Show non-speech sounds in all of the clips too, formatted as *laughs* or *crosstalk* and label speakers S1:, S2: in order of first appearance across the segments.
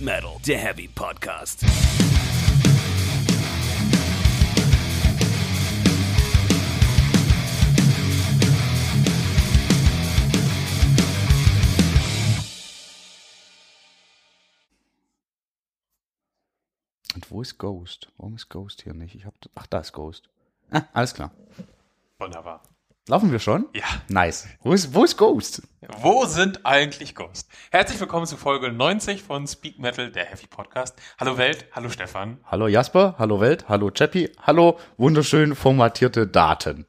S1: Metal, der Heavy Podcast.
S2: Und wo ist Ghost? Warum ist Ghost hier nicht? Ich hab, ach, da ist Ghost. Ah, alles klar.
S3: Wunderbar.
S2: Laufen wir schon?
S3: Ja.
S2: Nice. Wo ist, wo ist Ghost?
S3: Wo sind eigentlich Ghosts? Herzlich willkommen zu Folge 90 von Speak Metal, der Heavy Podcast. Hallo Welt, hallo Stefan.
S2: Hallo Jasper, hallo Welt, hallo Chappy, hallo wunderschön formatierte Daten.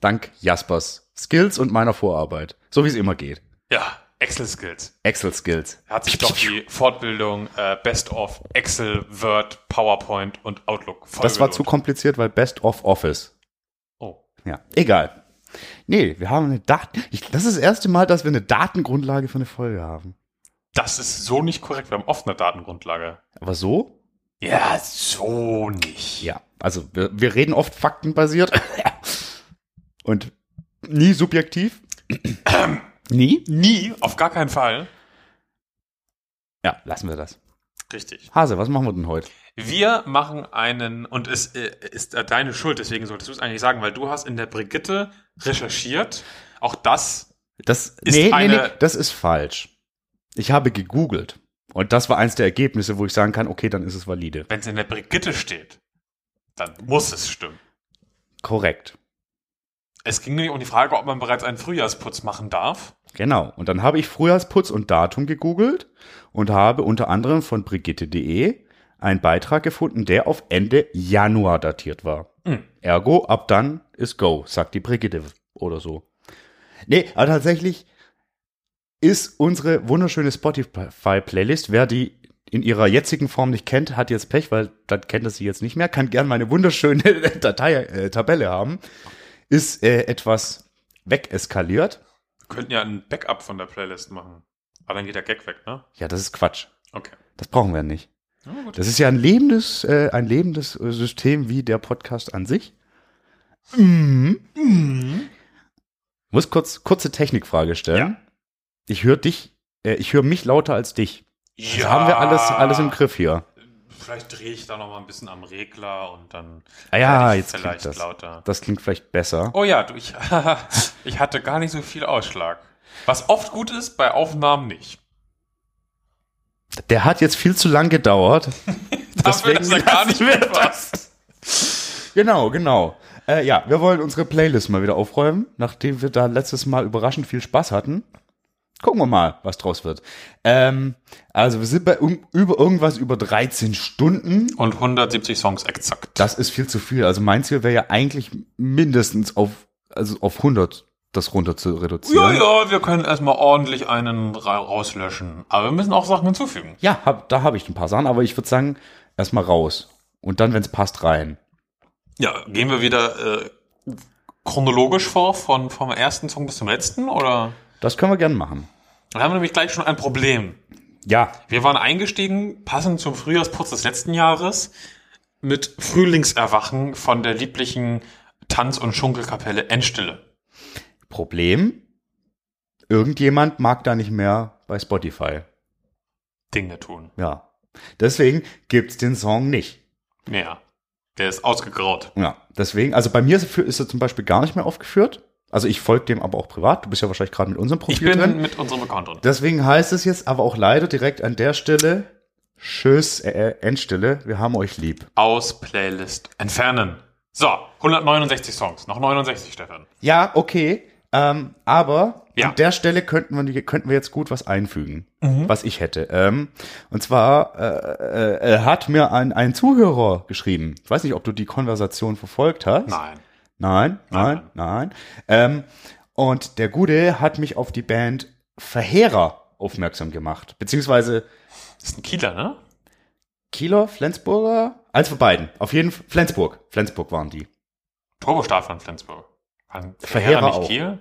S2: Dank Jaspers Skills und meiner Vorarbeit. So wie es immer geht.
S3: Ja, Excel Skills.
S2: Excel Skills.
S3: Er hat sich doch die Fortbildung äh, Best of Excel, Word, PowerPoint und Outlook
S2: Das war zu
S3: vollgelohnt.
S2: kompliziert, weil Best of Office.
S3: Oh.
S2: Ja, egal. Nee, wir haben eine Daten. Ich, das ist das erste Mal, dass wir eine Datengrundlage für eine Folge haben.
S3: Das ist so nicht korrekt. Wir haben oft eine Datengrundlage.
S2: Aber so
S3: Ja, so nicht.
S2: Ja, also wir, wir reden oft faktenbasiert *laughs* und nie subjektiv. nie?
S3: *clears throat* Nie, auf gar keinen Fall.
S2: Ja, lassen wir das.
S3: Richtig.
S2: Hase, was machen wir denn heute?
S3: Wir machen einen, und es äh, ist äh, deine Schuld, deswegen solltest du es eigentlich sagen, weil du hast in der Brigitte recherchiert. Auch das,
S2: Das
S3: Ist
S2: nee, nee, nee,
S3: eine-
S2: das ist falsch. Ich habe gegoogelt und das war eins der Ergebnisse, wo ich sagen kann, okay, dann ist es valide.
S3: wenn es in der Brigitte steht, dann muss es stimmen.
S2: Korrekt.
S3: Es ging nämlich um die Frage, ob man bereits einen Frühjahrsputz machen darf.
S2: Genau. Und dann habe ich Frühjahrsputz und Datum gegoogelt und habe unter anderem von brigitte.de einen Beitrag gefunden, der auf Ende Januar datiert war.
S3: Hm.
S2: Ergo, ab dann ist Go, sagt die Brigitte oder so. Nee, aber tatsächlich ist unsere wunderschöne Spotify-Playlist, wer die in ihrer jetzigen Form nicht kennt, hat jetzt Pech, weil dann kennt das sie jetzt nicht mehr, kann gern meine wunderschöne *laughs* Datei, äh, Tabelle haben, ist äh, etwas wegeskaliert.
S3: Wir könnten ja ein Backup von der Playlist machen. Aber dann geht der Gag weg, ne?
S2: Ja, das ist Quatsch.
S3: Okay. Also
S2: Das brauchen wir nicht.
S3: Ja, gut.
S2: Das ist ja ein lebendes, äh, ein lebendes äh, System wie der Podcast an sich. Mhm. Muss kurz kurze Technikfrage stellen. Ich höre dich, äh, ich höre mich lauter als dich. Das
S3: Ja.
S2: haben wir alles alles im Griff hier.
S3: Vielleicht drehe ich da noch mal ein bisschen am Regler und dann
S2: Ah ja,
S3: werde ich
S2: jetzt klingt
S3: vielleicht
S2: das.
S3: lauter.
S2: Das klingt vielleicht besser.
S3: Oh ja, du, ich, *laughs* ich hatte gar nicht so viel Ausschlag. Was oft gut ist, bei Aufnahmen nicht.
S2: Der hat jetzt viel zu lang gedauert.
S3: Dafür, dass er gar nicht
S2: lassen wir
S3: gut war.
S2: Genau, genau. Äh, ja, wir wollen unsere Playlist mal wieder aufräumen, nachdem wir da letztes Mal überraschend viel Spaß hatten. Gucken wir mal, was draus wird. Ähm, also wir sind bei um, über irgendwas über 13 Stunden.
S3: Und 170 Songs exakt.
S2: Das ist viel zu viel. Also mein Ziel wäre ja eigentlich mindestens auf, also auf 100 das runter zu
S3: ja,
S2: reduzieren.
S3: ja, wir können erstmal ordentlich einen ra rauslöschen. Aber wir müssen auch Sachen hinzufügen.
S2: Ja, hab, da habe ich ein paar Sachen, aber ich würde sagen, erstmal raus. Und dann, wenn es passt, rein.
S3: Ja, gehen wir wieder äh, chronologisch vor, von, vom ersten Song bis zum letzten? Oder?
S2: Das können wir gerne machen.
S3: Dann haben wir nämlich gleich schon ein Problem.
S2: Ja,
S3: Wir waren eingestiegen, passend zum Frühjahrsputz des letzten Jahres, mit Frühlingserwachen von der lieblichen Tanz- und Schunkelkapelle Endstille.
S2: Problem, irgendjemand mag da nicht mehr bei Spotify.
S3: Dinge tun.
S2: Ja. Deswegen gibt's den Song nicht.
S3: Ja. Der ist ausgegraut.
S2: Ja. Deswegen, also bei mir ist er- ist er zum Beispiel gar nicht mehr aufgeführt. Also ich folge dem aber auch privat. Du bist ja wahrscheinlich gerade mit unserem
S3: Ich
S2: Profil
S3: bin
S2: drin.
S3: mit unserem Account drin.
S2: Deswegen heißt es jetzt aber auch leider direkt an der Stelle, tschüss, äh, Endstille, wir haben euch lieb.
S3: Aus Playlist entfernen. So, 169 Songs. Noch 69, Stefan.
S2: Ja, okay. Ähm, aber
S3: Ja. Mhm.
S2: an der Stelle könnten wir, könnten wir jetzt gut was einfügen, was ich hätte. Ähm, und zwar äh, äh, hat mir ein, ein Zuhörer geschrieben. Ich weiß nicht, ob du die Konversation verfolgt hast.
S3: Nein.
S2: Nein, nein,
S3: Nein,
S2: nein. Ähm, und der Gude hat mich auf die Band Verheerer aufmerksam gemacht. Beziehungsweise
S3: Das ist ein Kieler, ne?
S2: Kieler, Flensburger, eins von beiden. Auf jeden Fall Flensburg. Flensburg waren die.
S3: Turbostart von Flensburg. Kann
S2: Verheerer
S3: Verheerer nicht
S2: auch.
S3: Kiel?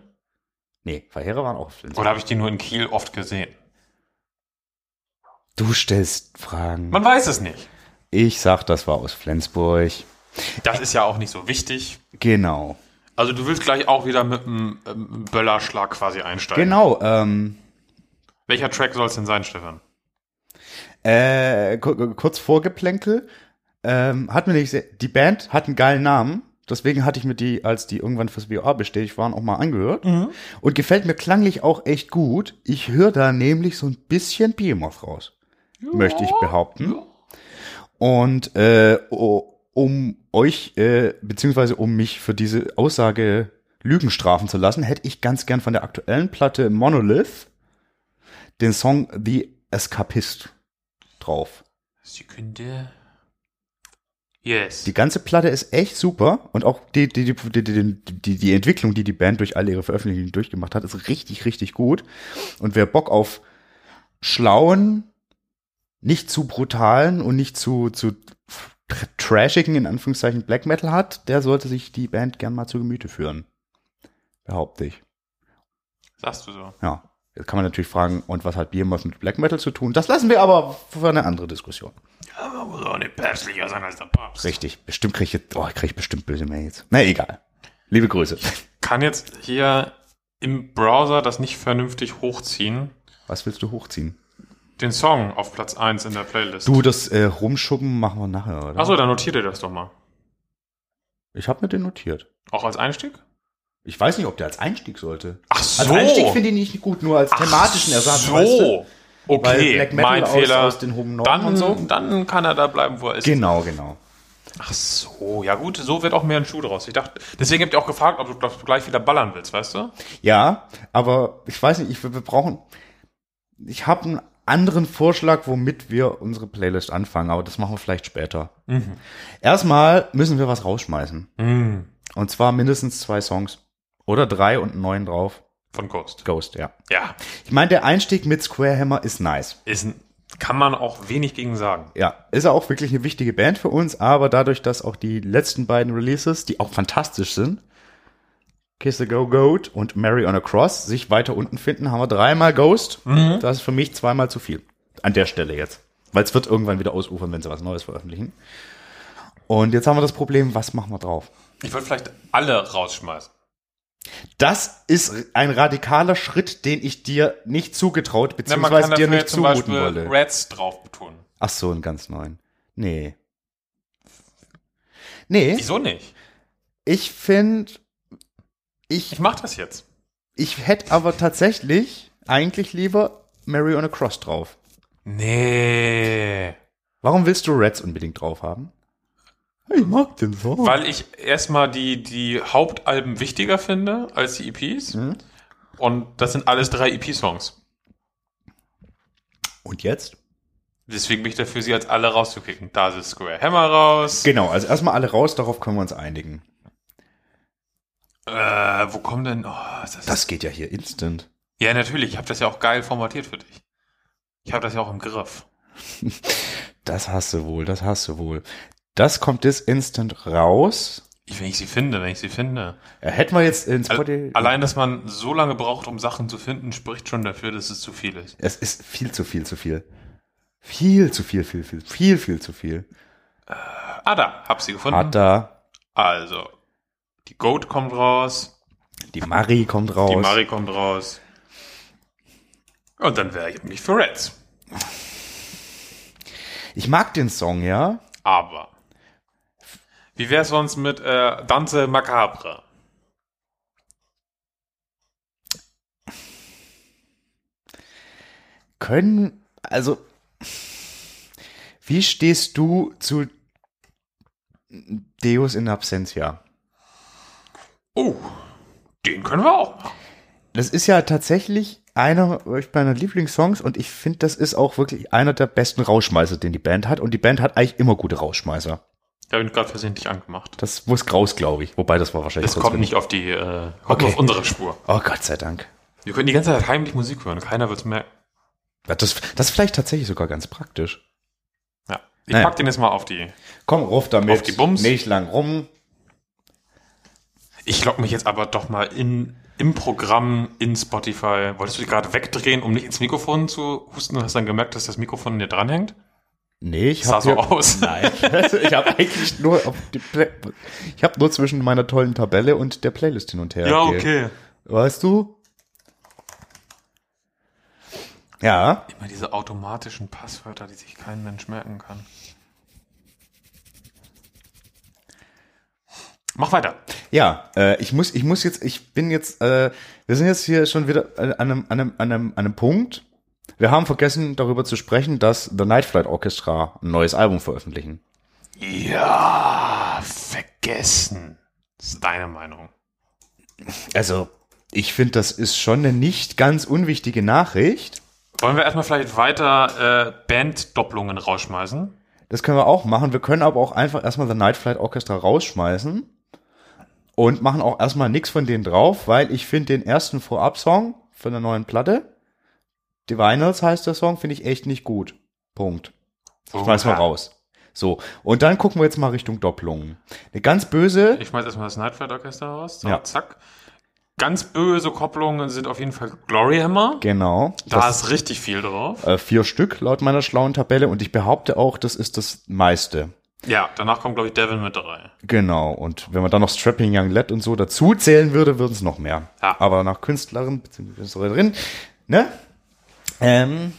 S2: Nee, Verheerer waren auch Flensburg.
S3: Oder habe ich die nur in Kiel oft gesehen?
S2: Du stellst Fragen.
S3: Man weiß es nicht.
S2: Ich sag, das war aus Flensburg.
S3: Das ist ja auch nicht so wichtig.
S2: Genau.
S3: Also du willst gleich auch wieder mit einem ähm, Böllerschlag quasi einsteigen.
S2: Genau. Ähm,
S3: Welcher Track soll es denn sein, Stefan?
S2: äh, Äh, ku- kurz vorgeplänkel. Ähm, hat mir nicht sehr, die Band hat einen geilen Namen. Deswegen hatte ich mir die, als die irgendwann fürs BOA bestätigt waren, auch mal angehört. Und gefällt mir klanglich auch echt gut. Ich höre da nämlich so ein bisschen Behemoth raus. Möchte ich behaupten. Und äh, o- um euch, äh, beziehungsweise um mich für diese Aussage Lügen strafen zu lassen, hätte ich ganz gern von der aktuellen Platte Monolith den Song The Escapist drauf.
S3: Sekunde. Yes.
S2: Die ganze Platte ist echt super und auch die, die, die, die, die, die, die Entwicklung, die die Band durch alle ihre Veröffentlichungen durchgemacht hat, ist richtig, richtig gut. Und wer Bock auf schlauen, nicht zu brutalen und nicht zu, zu tr- trashigen, in Anführungszeichen, Black Metal hat, der sollte sich die Band gern mal zu Gemüte führen. Behaupte ich.
S3: Sagst du so.
S2: Ja. Jetzt kann man natürlich fragen, und was hat Behemoth mit Black Metal zu tun? Das lassen wir aber für eine andere Diskussion.
S3: Aber muss auch nicht päpstlicher sein als der Papst.
S2: Richtig. Bestimmt krieg ich jetzt, oh, krieg ich bestimmt böse Mails. Na, egal. Liebe Grüße.
S3: Kann jetzt hier im Browser das nicht vernünftig hochziehen.
S2: Was willst du hochziehen?
S3: Den Song auf Platz 1 in der Playlist.
S2: Du, das äh, Rumschuppen machen wir nachher, oder?
S3: Achso, dann notiert ihr das doch mal.
S2: Ich habe mir den notiert.
S3: Auch als Einstieg?
S2: Ich weiß nicht, ob der als Einstieg sollte.
S3: Ach
S2: Als
S3: so.
S2: Einstieg finde ich nicht gut, nur als thematischen Ersatz.
S3: So.
S2: weißt du? Weil
S3: Okay,
S2: Black Metal
S3: mein
S2: aus-
S3: Fehler.
S2: aus den hohen Norden
S3: dann,
S2: und so.
S3: dann kann er da bleiben, wo er ist.
S2: Genau, genau.
S3: Ach so, ja gut, so wird auch mehr ein Schuh draus. Ich dachte, deswegen habt ihr auch gefragt, ob du das gleich wieder ballern willst, weißt du?
S2: Ja, aber ich weiß nicht, ich, wir brauchen. Ich habe einen anderen Vorschlag, womit wir unsere Playlist anfangen, aber das machen wir vielleicht später.
S3: Mhm.
S2: Erstmal müssen wir was rausschmeißen. Und zwar mindestens zwei Songs. Oder drei und einen neuen drauf.
S3: Von Ghost.
S2: Ghost, ja.
S3: Ja,
S2: Ich meine, der Einstieg mit Square Hammer ist nice.
S3: ist, ein- kann man auch wenig gegen sagen.
S2: Ja, ist ja auch wirklich eine wichtige Band für uns, aber dadurch, dass auch die letzten beiden Releases, die auch fantastisch sind, Kiss the Go Goat und Mary on a Cross, sich weiter unten finden, haben wir dreimal Ghost.
S3: Mhm.
S2: Das ist für mich zweimal zu viel. An der Stelle jetzt. Weil es wird irgendwann wieder ausufern, wenn sie was Neues veröffentlichen. Und jetzt haben wir das Problem, was machen wir drauf?
S3: Ich würde vielleicht alle rausschmeißen.
S2: Das ist ein radikaler Schritt, den ich dir nicht zugetraut,
S3: Ne, man
S2: beziehungsweise
S3: kann dafür
S2: dir nicht
S3: zum
S2: zumuten
S3: Beispiel
S2: wolle.
S3: Reds drauf betonen.
S2: Ach so, einen ganz neuen. Nee. Nee,
S3: Wieso nicht?
S2: ich finde,
S3: Ich
S2: ich,
S3: mach das jetzt.
S2: ich hätte aber tatsächlich eigentlich lieber Mary on a Cross drauf.
S3: Nee.
S2: Warum willst du Reds unbedingt drauf haben? Ich mag den so.
S3: Weil ich erstmal die, die Hauptalben wichtiger finde als die EPs.
S2: Mhm.
S3: Und das sind alles drei E EP-Songs.
S2: Und jetzt?
S3: Deswegen bin ich dafür, sie als alle rauszukicken. Da ist Square Hammer raus.
S2: Genau, also erstmal alle raus, darauf können wir uns einigen.
S3: Äh, wo kommen denn? Oh, ist das,
S2: Das geht ja hier instant.
S3: ja, natürlich. Ich habe das ja auch geil formatiert für dich. Ich habe das ja auch im Griff.
S2: Das hast du wohl, das hast du wohl. Das kommt jetzt instant raus.
S3: Ich, wenn ich sie finde, wenn ich sie finde.
S2: Äh, Hätten wir jetzt ins
S3: Al allein, dass man so lange braucht, um Sachen zu finden, spricht schon dafür, dass es zu viel ist.
S2: Es ist viel zu viel zu viel. Viel zu viel, viel, viel, viel, viel zu viel.
S3: Ah, da, hab sie gefunden.
S2: Hat da,
S3: Also, die Goat kommt raus,
S2: die Marie kommt raus.
S3: die Mari kommt raus. Und dann wäre ich mich für Reds.
S2: Ich mag den Song, ja.
S3: Aber. Wie wär's sonst mit äh, Danze Macabre?
S2: Können, also, wie stehst du zu Deus in Absentia?
S3: Oh, den können wir auch machen.
S2: Das ist ja tatsächlich einer meiner Lieblingssongs und ich finde, das ist auch wirklich einer der besten Rauschmeißer, den die Band hat. Und die Band hat eigentlich immer gute Rauschmeißer.
S3: Da bin ich gerade versehentlich angemacht.
S2: Das muss raus, glaube ich. Wobei, das war wahrscheinlich
S3: Das
S2: sonst
S3: kommt
S2: genug.
S3: nicht auf die, äh, kommt
S2: Okay.
S3: auf unsere Spur.
S2: Oh Gott sei Dank.
S3: Wir können die ganze Zeit heimlich Musik hören, keiner wird's merken.
S2: Ja, Das, das ist vielleicht tatsächlich sogar ganz praktisch.
S3: Ja. Ich
S2: Naja.
S3: pack den jetzt mal auf die.
S2: Komm, ruf damit.
S3: Auf die Bums.
S2: Nicht lang rum.
S3: Ich log mich jetzt aber doch mal in, im Programm, in Spotify. Wolltest du dich gerade wegdrehen, um nicht ins Mikrofon zu husten und hast dann gemerkt, dass das Mikrofon dir dranhängt?
S2: Nee, ich
S3: Sah
S2: habe
S3: so
S2: *laughs*
S3: aus. *laughs*
S2: Nein, ich habe eigentlich nur auf die Pla- ich habe nur zwischen meiner tollen Tabelle und der Playlist hin und her.
S3: Ja,
S2: gehe.
S3: okay.
S2: Weißt du? Ja.
S3: Immer diese automatischen Passwörter, die sich kein Mensch merken kann. Mach weiter.
S2: Ja, äh, ich muss, ich muss jetzt, ich bin jetzt, äh, wir sind jetzt hier schon wieder an einem, an einem, an einem, an einem Punkt. Wir haben vergessen, darüber zu sprechen, dass The Night Flight Orchestra ein neues Album veröffentlichen.
S3: Ja, vergessen. Das ist deine Meinung.
S2: Also, ich finde, das ist schon eine nicht ganz unwichtige Nachricht.
S3: Wollen wir erstmal vielleicht weiter äh, Banddopplungen rausschmeißen?
S2: Das können wir auch machen. Wir können aber auch einfach erstmal The Night Flight Orchestra rausschmeißen und machen auch erstmal nichts von denen drauf, weil ich finde den ersten Vorab-Song von der neuen Platte, Divinals heißt der Song, finde ich echt nicht gut. Punkt. Ich schmeiß mal
S3: Oha.
S2: raus. So, und dann gucken wir jetzt mal Richtung Doppelungen. Eine ganz böse,
S3: Ich schmeiß erstmal das Nightflight Orchester raus. So,
S2: Ja.
S3: zack. Ganz böse Kopplungen sind auf jeden Fall Gloryhammer.
S2: genau.
S3: Da
S2: das-
S3: ist richtig viel drauf.
S2: äh, vier Stück laut meiner schlauen Tabelle und ich behaupte auch, das ist das meiste.
S3: Ja, danach kommt, glaube ich, Devin mit drei.
S2: Genau, und wenn man dann noch Strapping Young Lad und so dazu zählen würde, würden es noch mehr.
S3: Ja.
S2: Aber nach Künstlerin bzw. Künstlerin, ne? Ähm,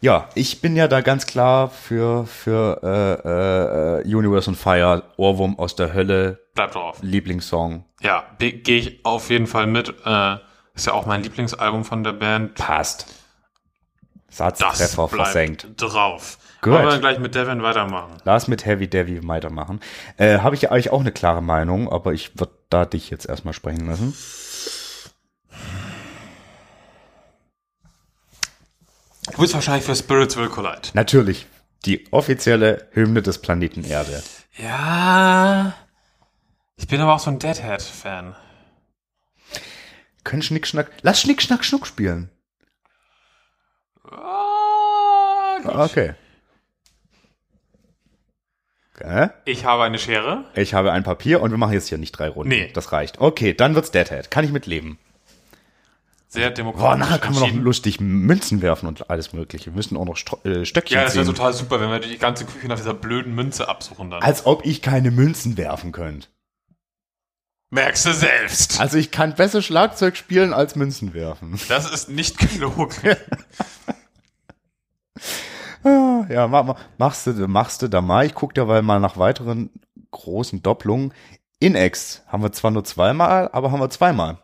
S2: ja, ich bin ja da ganz klar für, für äh, äh, äh, Universe on Fire, Ohrwurm aus der Hölle,
S3: Bleibt drauf.
S2: Lieblingssong.
S3: Ja, be- gehe ich auf jeden Fall mit. Äh, ist ja auch mein Lieblingsalbum von der Band.
S2: Passt.
S3: Das
S2: Satztreffer
S3: bleibt
S2: versenkt.
S3: drauf.
S2: Gut.
S3: Wollen wir gleich mit Devin weitermachen?
S2: Lass mit Heavy Devi weitermachen. Äh, Habe ich ja eigentlich auch eine klare Meinung, aber ich würde da dich jetzt erstmal sprechen lassen.
S3: Du bist wahrscheinlich für Spirits Will Collide.
S2: Natürlich, die offizielle Hymne des Planeten Erde.
S3: Ja. Ich bin aber auch so ein Deadhead-Fan.
S2: Können Schnickschnack. Lass Schnickschnack Schnuck spielen. Okay. Gell?
S3: Ich habe eine Schere.
S2: Ich habe ein Papier und wir machen jetzt hier nicht drei Runden.
S3: Nee.
S2: Das reicht. Okay, dann wird's Deadhead. Kann ich mitleben.
S3: Sehr
S2: Boah,
S3: demokratisch.
S2: nachher kann man noch
S3: entschieden.
S2: lustig Münzen werfen und alles mögliche. Wir müssen auch noch Stro äh, Stöckchen
S3: Ja, das wäre
S2: ziehen.
S3: total super, wenn wir die ganze Küche nach dieser blöden Münze absuchen dann.
S2: Als ob ich keine Münzen werfen könnte.
S3: Merkst du selbst.
S2: Also ich kann besser Schlagzeug spielen als Münzen werfen.
S3: Das ist
S2: *laughs*
S3: nicht gelogen.
S2: Ah, Ja, mach, mach, machst du, machst du da mal. Ich guck dabei mal nach weiteren großen Doppelungen. Inex haben wir zwar nur zweimal, aber haben wir zweimal.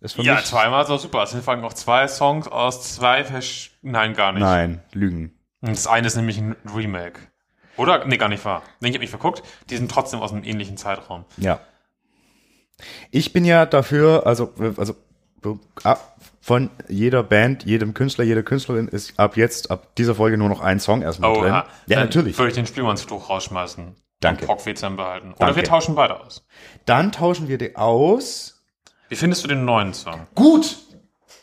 S2: Ist für
S3: ja,
S2: mich-
S3: zweimal ist auch super. Es fangen auch zwei Songs aus zwei Versch Nein, gar nicht.
S2: Nein, Lügen.
S3: Und Das eine ist nämlich ein Remake. Oder? Nee, gar nicht wahr. Nee, ich hab mich verguckt. Die sind trotzdem aus einem ähnlichen Zeitraum.
S2: Ja. Ich bin ja dafür, also, also ab von jeder Band, jedem Künstler, jeder Künstlerin ist ab jetzt, ab dieser Folge nur noch ein Song erstmal drin.
S3: Oha.
S2: Ja,
S3: Dann
S2: natürlich.
S3: Würde ich den Spielmannstuch rausschmeißen.
S2: Danke.
S3: Und Pock-WZM behalten. Oder
S2: Danke.
S3: wir tauschen beide aus.
S2: Dann tauschen wir die aus.
S3: Wie findest du den neuen Song?
S2: Gut!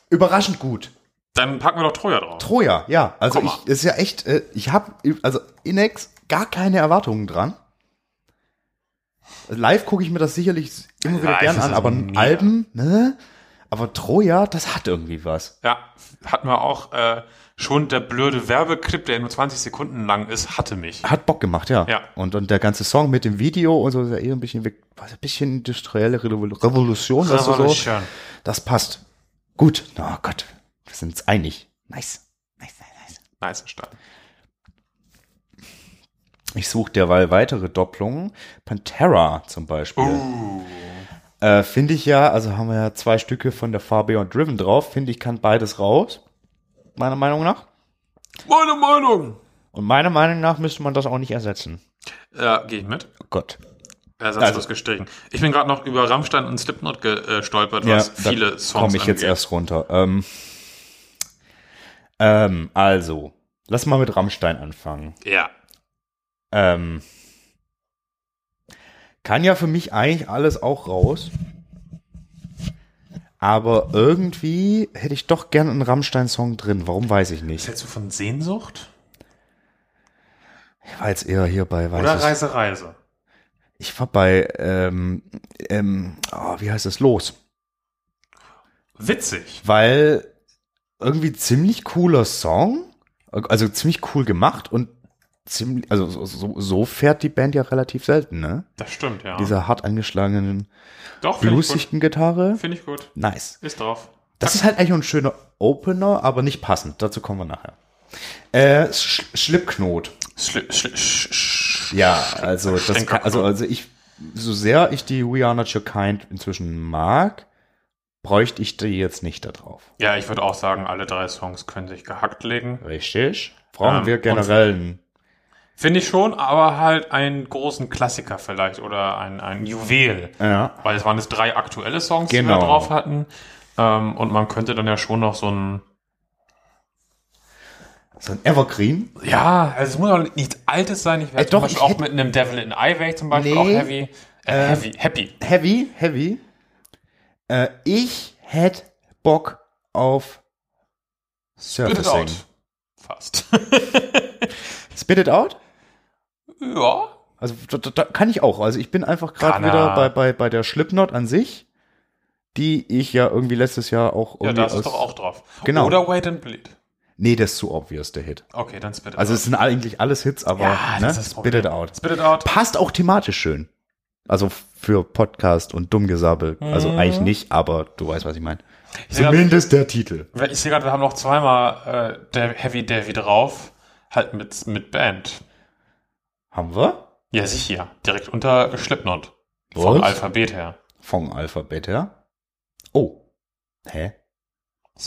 S2: Überraschend gut.
S3: Dann packen wir doch Troja drauf.
S2: Troja, ja. Also
S3: Guck
S2: ich,
S3: mal.
S2: das ist ja echt, äh, ich habe also Inex gar keine Erwartungen dran. Live gucke ich mir das sicherlich immer wieder
S3: Live
S2: gern
S3: ist also
S2: an,
S3: das
S2: aber ein
S3: mega.
S2: Alben, ne? Aber Troja, das hat irgendwie was.
S3: Ja, hatten wir auch äh, schon der blöde Werbeclip, der nur 20 Sekunden lang ist, hatte mich.
S2: Hat Bock gemacht, ja.
S3: Ja.
S2: Und, und der ganze Song mit dem Video und so ist ja eh ein bisschen, weg- was, ein bisschen industrielle Revol- Revolution, weißt du, so.
S3: Revolution.
S2: Das passt. Gut. Na oh Gott, wir sind uns einig. Nice. Nice, nice, nice.
S3: Nice Start.
S2: Ich suche derweil weitere Doppelungen. Pantera zum Beispiel.
S3: Oh.
S2: Äh, finde ich ja, also haben wir ja zwei Stücke von der Far Beyond Driven drauf. Finde ich, kann beides raus. Meiner Meinung nach.
S3: Meine Meinung!
S2: Und meiner Meinung nach müsste man das auch nicht ersetzen.
S3: Ja, gehe ich mit.
S2: Oh Gott.
S3: Ersatzlos
S2: Also-
S3: gestrichen. Ich bin gerade noch über Rammstein und Slipknot gestolpert, was
S2: da
S3: viele Songs
S2: Komme ich jetzt
S3: angeht.
S2: erst runter. Ähm, ähm, also, lass mal mit Rammstein anfangen.
S3: Ja.
S2: Ähm, kann ja für mich eigentlich alles auch raus. Aber irgendwie hätte ich doch gern einen Rammstein-Song drin. Warum weiß ich
S3: Was
S2: nicht.
S3: hältst du von Sehnsucht?
S2: Ich war jetzt eher hier bei weiß
S3: Oder
S2: es-
S3: Reise, Reise?
S2: Ich war bei, ähm, ähm, ah, wie heißt es, Los.
S3: Witzig.
S2: Weil irgendwie ziemlich cooler Song, also ziemlich cool gemacht und ziemlich, also so, so, so fährt die Band ja relativ selten, ne?
S3: Das stimmt, ja.
S2: Dieser hart angeschlagenen,
S3: Doch, finde ich gut.
S2: bluesigen Gitarre.
S3: Finde ich gut.
S2: Nice.
S3: Ist drauf.
S2: Das ist halt eigentlich ein schöner Opener, aber nicht passend. Dazu kommen wir nachher. Äh, Sch Schlipknot.
S3: Schli- schli- sch- sch-
S2: Ja, also, das
S3: Schlipknot.
S2: kann, also, also ich, so sehr ich die We Are Not Your Kind inzwischen mag, bräuchte ich die jetzt nicht da drauf.
S3: Ja, ich würde auch sagen, alle drei Songs können sich gehackt legen.
S2: Richtig. Brauchen
S3: Ähm,
S2: wir
S3: und-
S2: generell einen
S3: Finde ich schon, aber halt einen großen Klassiker vielleicht oder ein, ein Juwel.
S2: ja.
S3: Weil es waren jetzt drei aktuelle Songs,
S2: Genau.
S3: die wir drauf hatten. Ähm, und man könnte dann ja schon noch so ein.
S2: so ein Evergreen.
S3: Ja, also es muss auch nichts Altes sein. Ich wäre
S2: Äh, doch,
S3: zum Beispiel
S2: ich
S3: auch
S2: hätt-
S3: mit einem Devil in Eye wäre ich zum Beispiel
S2: Nee. Ähm,
S3: auch heavy. Äh, heavy. Happy.
S2: Heavy, heavy. Äh, ich hätte Bock auf
S3: Spit it
S2: Surfacing.
S3: out. Fast. *laughs*
S2: Spit it out?
S3: ja.
S2: Also da, da, da kann ich auch. Also ich bin einfach gerade
S3: Kann
S2: wieder
S3: er.
S2: bei, bei, bei der Slipknot an sich, die ich ja irgendwie letztes Jahr auch irgendwie
S3: Ja, da ist
S2: aus-
S3: es doch auch drauf.
S2: Genau.
S3: Oder Wait and Bleed.
S2: Nee, das ist zu obvious, der Hit.
S3: Okay, dann Spit It
S2: Also
S3: Out.
S2: es sind eigentlich alles Hits, aber
S3: Ja,
S2: ne?
S3: das ist das
S2: Spit it
S3: Problem.
S2: out.
S3: Spit It Out.
S2: Passt auch thematisch schön. Also für Podcast und Dummgesabbel. Also
S3: Mhm.
S2: eigentlich nicht, aber du weißt, was ich meine.
S3: sehe grad-
S2: Zumindest der Titel.
S3: Ich sehe gerade, wir haben noch zweimal äh, der Heavy Davy drauf. Halt mit, mit Band.
S2: Haben wir?
S3: Ja, sicher. Direkt unter Slipknot.
S2: Was?
S3: Vom Alphabet her.
S2: Vom Alphabet her. Oh. Hä?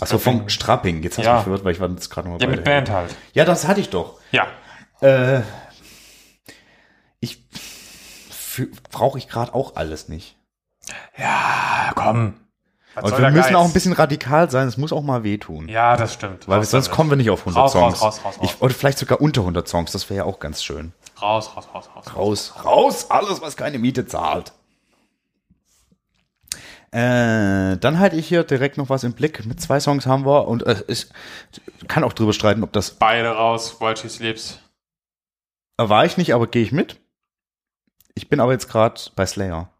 S2: Achso, vom Strapping. Jetzt hast du
S3: Ja.
S2: mich verwirrt, weil ich war jetzt gerade nur
S3: Ja,
S2: bei
S3: mit
S2: der-
S3: Band halt.
S2: Ja, das hatte ich doch.
S3: Ja.
S2: Äh, ich brauche ich gerade auch alles nicht.
S3: Ah, komm. Was
S2: Und
S3: soll
S2: wir
S3: der
S2: müssen
S3: Geiz?
S2: auch ein bisschen radikal sein. Es muss auch mal wehtun.
S3: Ja, das stimmt.
S2: Weil
S3: Raus
S2: sonst
S3: damit.
S2: kommen wir nicht auf 100
S3: raus,
S2: Songs.
S3: Raus, raus, raus,
S2: Ich, oder vielleicht sogar unter 100 Songs. Das wäre ja auch ganz schön.
S3: raus. Raus, raus, raus, raus.
S2: Raus, raus, alles, was keine Miete zahlt. Äh, dann halte ich hier direkt noch was im Blick. Mit zwei Songs haben wir und äh, ich kann auch drüber streiten, ob das
S3: Beide raus, While She Sleeps.
S2: war ich nicht, aber gehe ich mit. Ich bin aber jetzt gerade bei Slayer.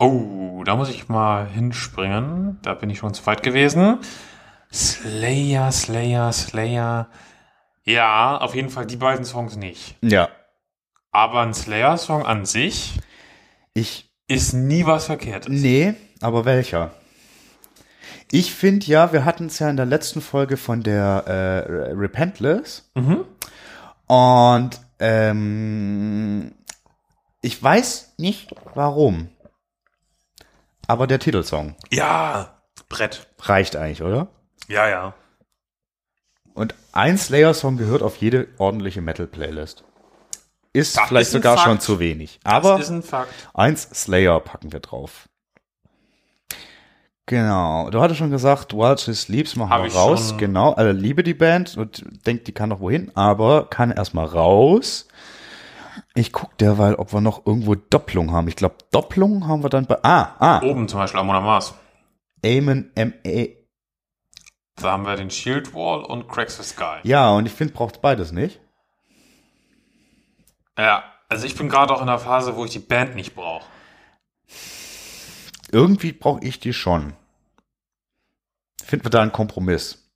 S3: Oh, da muss ich mal hinspringen. Da bin ich schon zu weit gewesen. Slayer, Slayer, Slayer. Ja, auf jeden Fall die beiden Songs nicht.
S2: Ja,
S3: Aber ein Slayer-Song an sich
S2: ich
S3: ist nie was Verkehrtes.
S2: Nee, aber welcher? Ich finde ja, wir hatten es ja in der letzten Folge von der äh, Repentless.
S3: Mhm.
S2: Und ähm, ich weiß nicht warum. Aber der Titelsong
S3: Ja, Brett.
S2: reicht eigentlich, oder?
S3: Ja, ja.
S2: Und ein Slayer-Song gehört auf jede ordentliche Metal-Playlist. Ist
S3: Das
S2: vielleicht
S3: ist ein
S2: sogar schon
S3: Fakt.
S2: zu wenig.
S3: Das
S2: Aber
S3: ist ein Fakt.
S2: Eins Slayer packen wir drauf. Genau. Du hattest schon gesagt, While She Sleeps machen
S3: Hab
S2: wir
S3: ich
S2: raus.
S3: schon.
S2: Genau. Also liebe die Band und denkt, die kann noch wohin, aber kann erstmal raus. Ich guck derweil, ob wir noch irgendwo Doppelung haben. Ich glaube, Doppelung haben wir dann bei. Ah, ah.
S3: Oben zum Beispiel Amon Mars.
S2: Amen MA.
S3: Da haben wir den Shield Wall und Cracks the Sky.
S2: Ja, und ich finde, braucht beides nicht.
S3: Ja, also ich bin gerade auch in der Phase, wo ich die Band nicht brauche.
S2: Irgendwie brauche ich die schon. Finden wir da einen Kompromiss?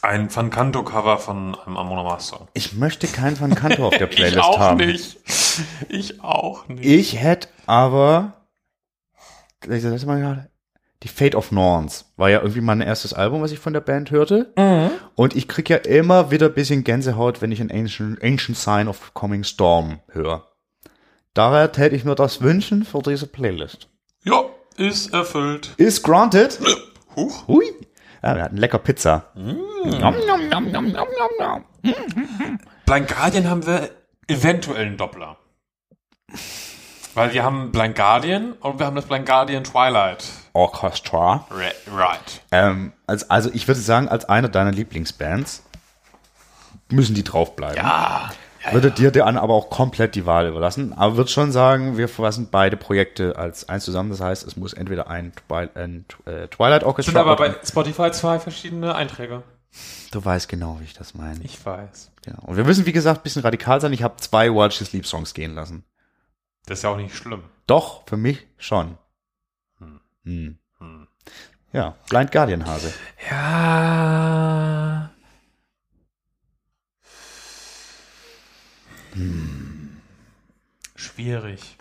S3: Ein Van Canto-Cover von einem Amon Mars Song.
S2: Ich möchte keinen Van Kanto auf der Playlist
S3: *laughs* ich auch
S2: haben.
S3: nicht. *laughs* Ich auch nicht.
S2: Ich hätte aber ich sag das mal gerade, die Fate of Norns war ja irgendwie mein erstes Album, was ich von der Band hörte. Und ich krieg ja immer wieder ein bisschen Gänsehaut, wenn ich ein Ancient, Ancient Sign of Coming Storm höre. Daher hätte ich mir das wünschen für diese Playlist.
S3: ja, ist erfüllt.
S2: Is granted.
S3: Huch.
S2: Hui. Ja, wir hatten lecker Pizza. Nom, nom, nom, nom, nom, nom, nom.
S3: Blind Guardian haben wir eventuell einen Doppler. Weil wir haben Blind Guardian und wir haben das Blind Guardian Twilight.
S2: Orchestra.
S3: Re- Right.
S2: Ähm, als, also ich würde sagen, als einer deiner Lieblingsbands müssen die draufbleiben.
S3: Ah,
S2: Würde dir dann aber auch komplett die Wahl überlassen. Aber würde schon sagen, wir fassen beide Projekte als eins zusammen. Das heißt, es muss entweder ein, Twi ein äh, Twilight Orchestra.
S3: sind aber
S2: oder-
S3: bei Spotify zwei verschiedene Einträge.
S2: du weißt genau, wie ich das meine.
S3: Ich weiß.
S2: Ja. Und wir müssen, wie gesagt, ein bisschen radikal sein. Ich habe zwei Watch the Sleep Songs gehen lassen.
S3: Das ist ja auch nicht schlimm.
S2: Doch, für mich schon. Hm. Ja, Blind Guardian Hase.
S3: Ja. Hm. *laughs* Schwierig.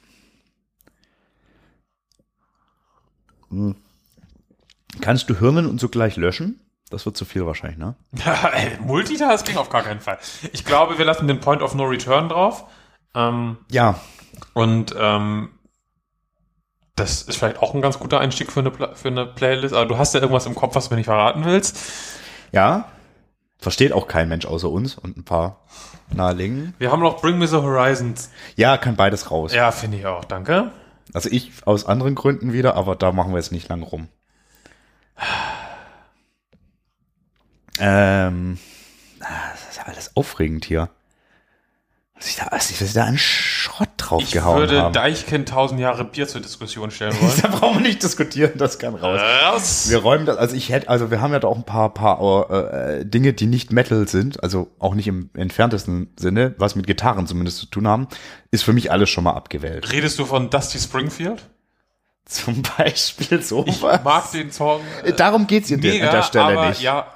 S2: Kannst du Hirnen und sogleich löschen? Das wird zu viel wahrscheinlich, ne?
S3: Ey, Multitasking auf gar keinen Fall. Ich glaube, wir lassen den Point of No Return drauf. Ähm,
S2: Ja,
S3: und ähm, das ist vielleicht auch ein ganz guter Einstieg für eine, Pla- für eine Playlist. Aber du hast ja irgendwas im Kopf, was du mir nicht verraten willst.
S2: ja. Versteht auch kein Mensch außer uns und ein paar nahelegen.
S3: Wir haben noch Bring Me the Horizons.
S2: Ja, kann beides raus.
S3: Ja, finde ich auch. Danke.
S2: Also ich aus anderen Gründen wieder, aber da machen wir jetzt nicht lang rum. Ähm, ah, das ist ja alles aufregend hier. Was ich da, was ich was ich da an Schrott
S3: Ich
S2: draufgehauen
S3: würde
S2: haben.
S3: Deichkind 1000 Jahre Bier zur Diskussion stellen
S2: *laughs*
S3: wollen.
S2: da brauchen wir nicht diskutieren, das kann raus.
S3: Was?
S2: Wir räumen das, also ich hätte, also wir haben ja da auch ein paar, paar äh, äh, Dinge, die nicht Metal sind, also auch nicht im entferntesten Sinne, was mit Gitarren zumindest zu tun haben, ist für mich alles schon mal abgewählt.
S3: Redest du von Dusty Springfield?
S2: *laughs* Zum Beispiel so
S3: Ich mag den Song. äh,
S2: Darum geht's in der-
S3: mega,
S2: an der Stelle
S3: aber
S2: nicht.
S3: Ja,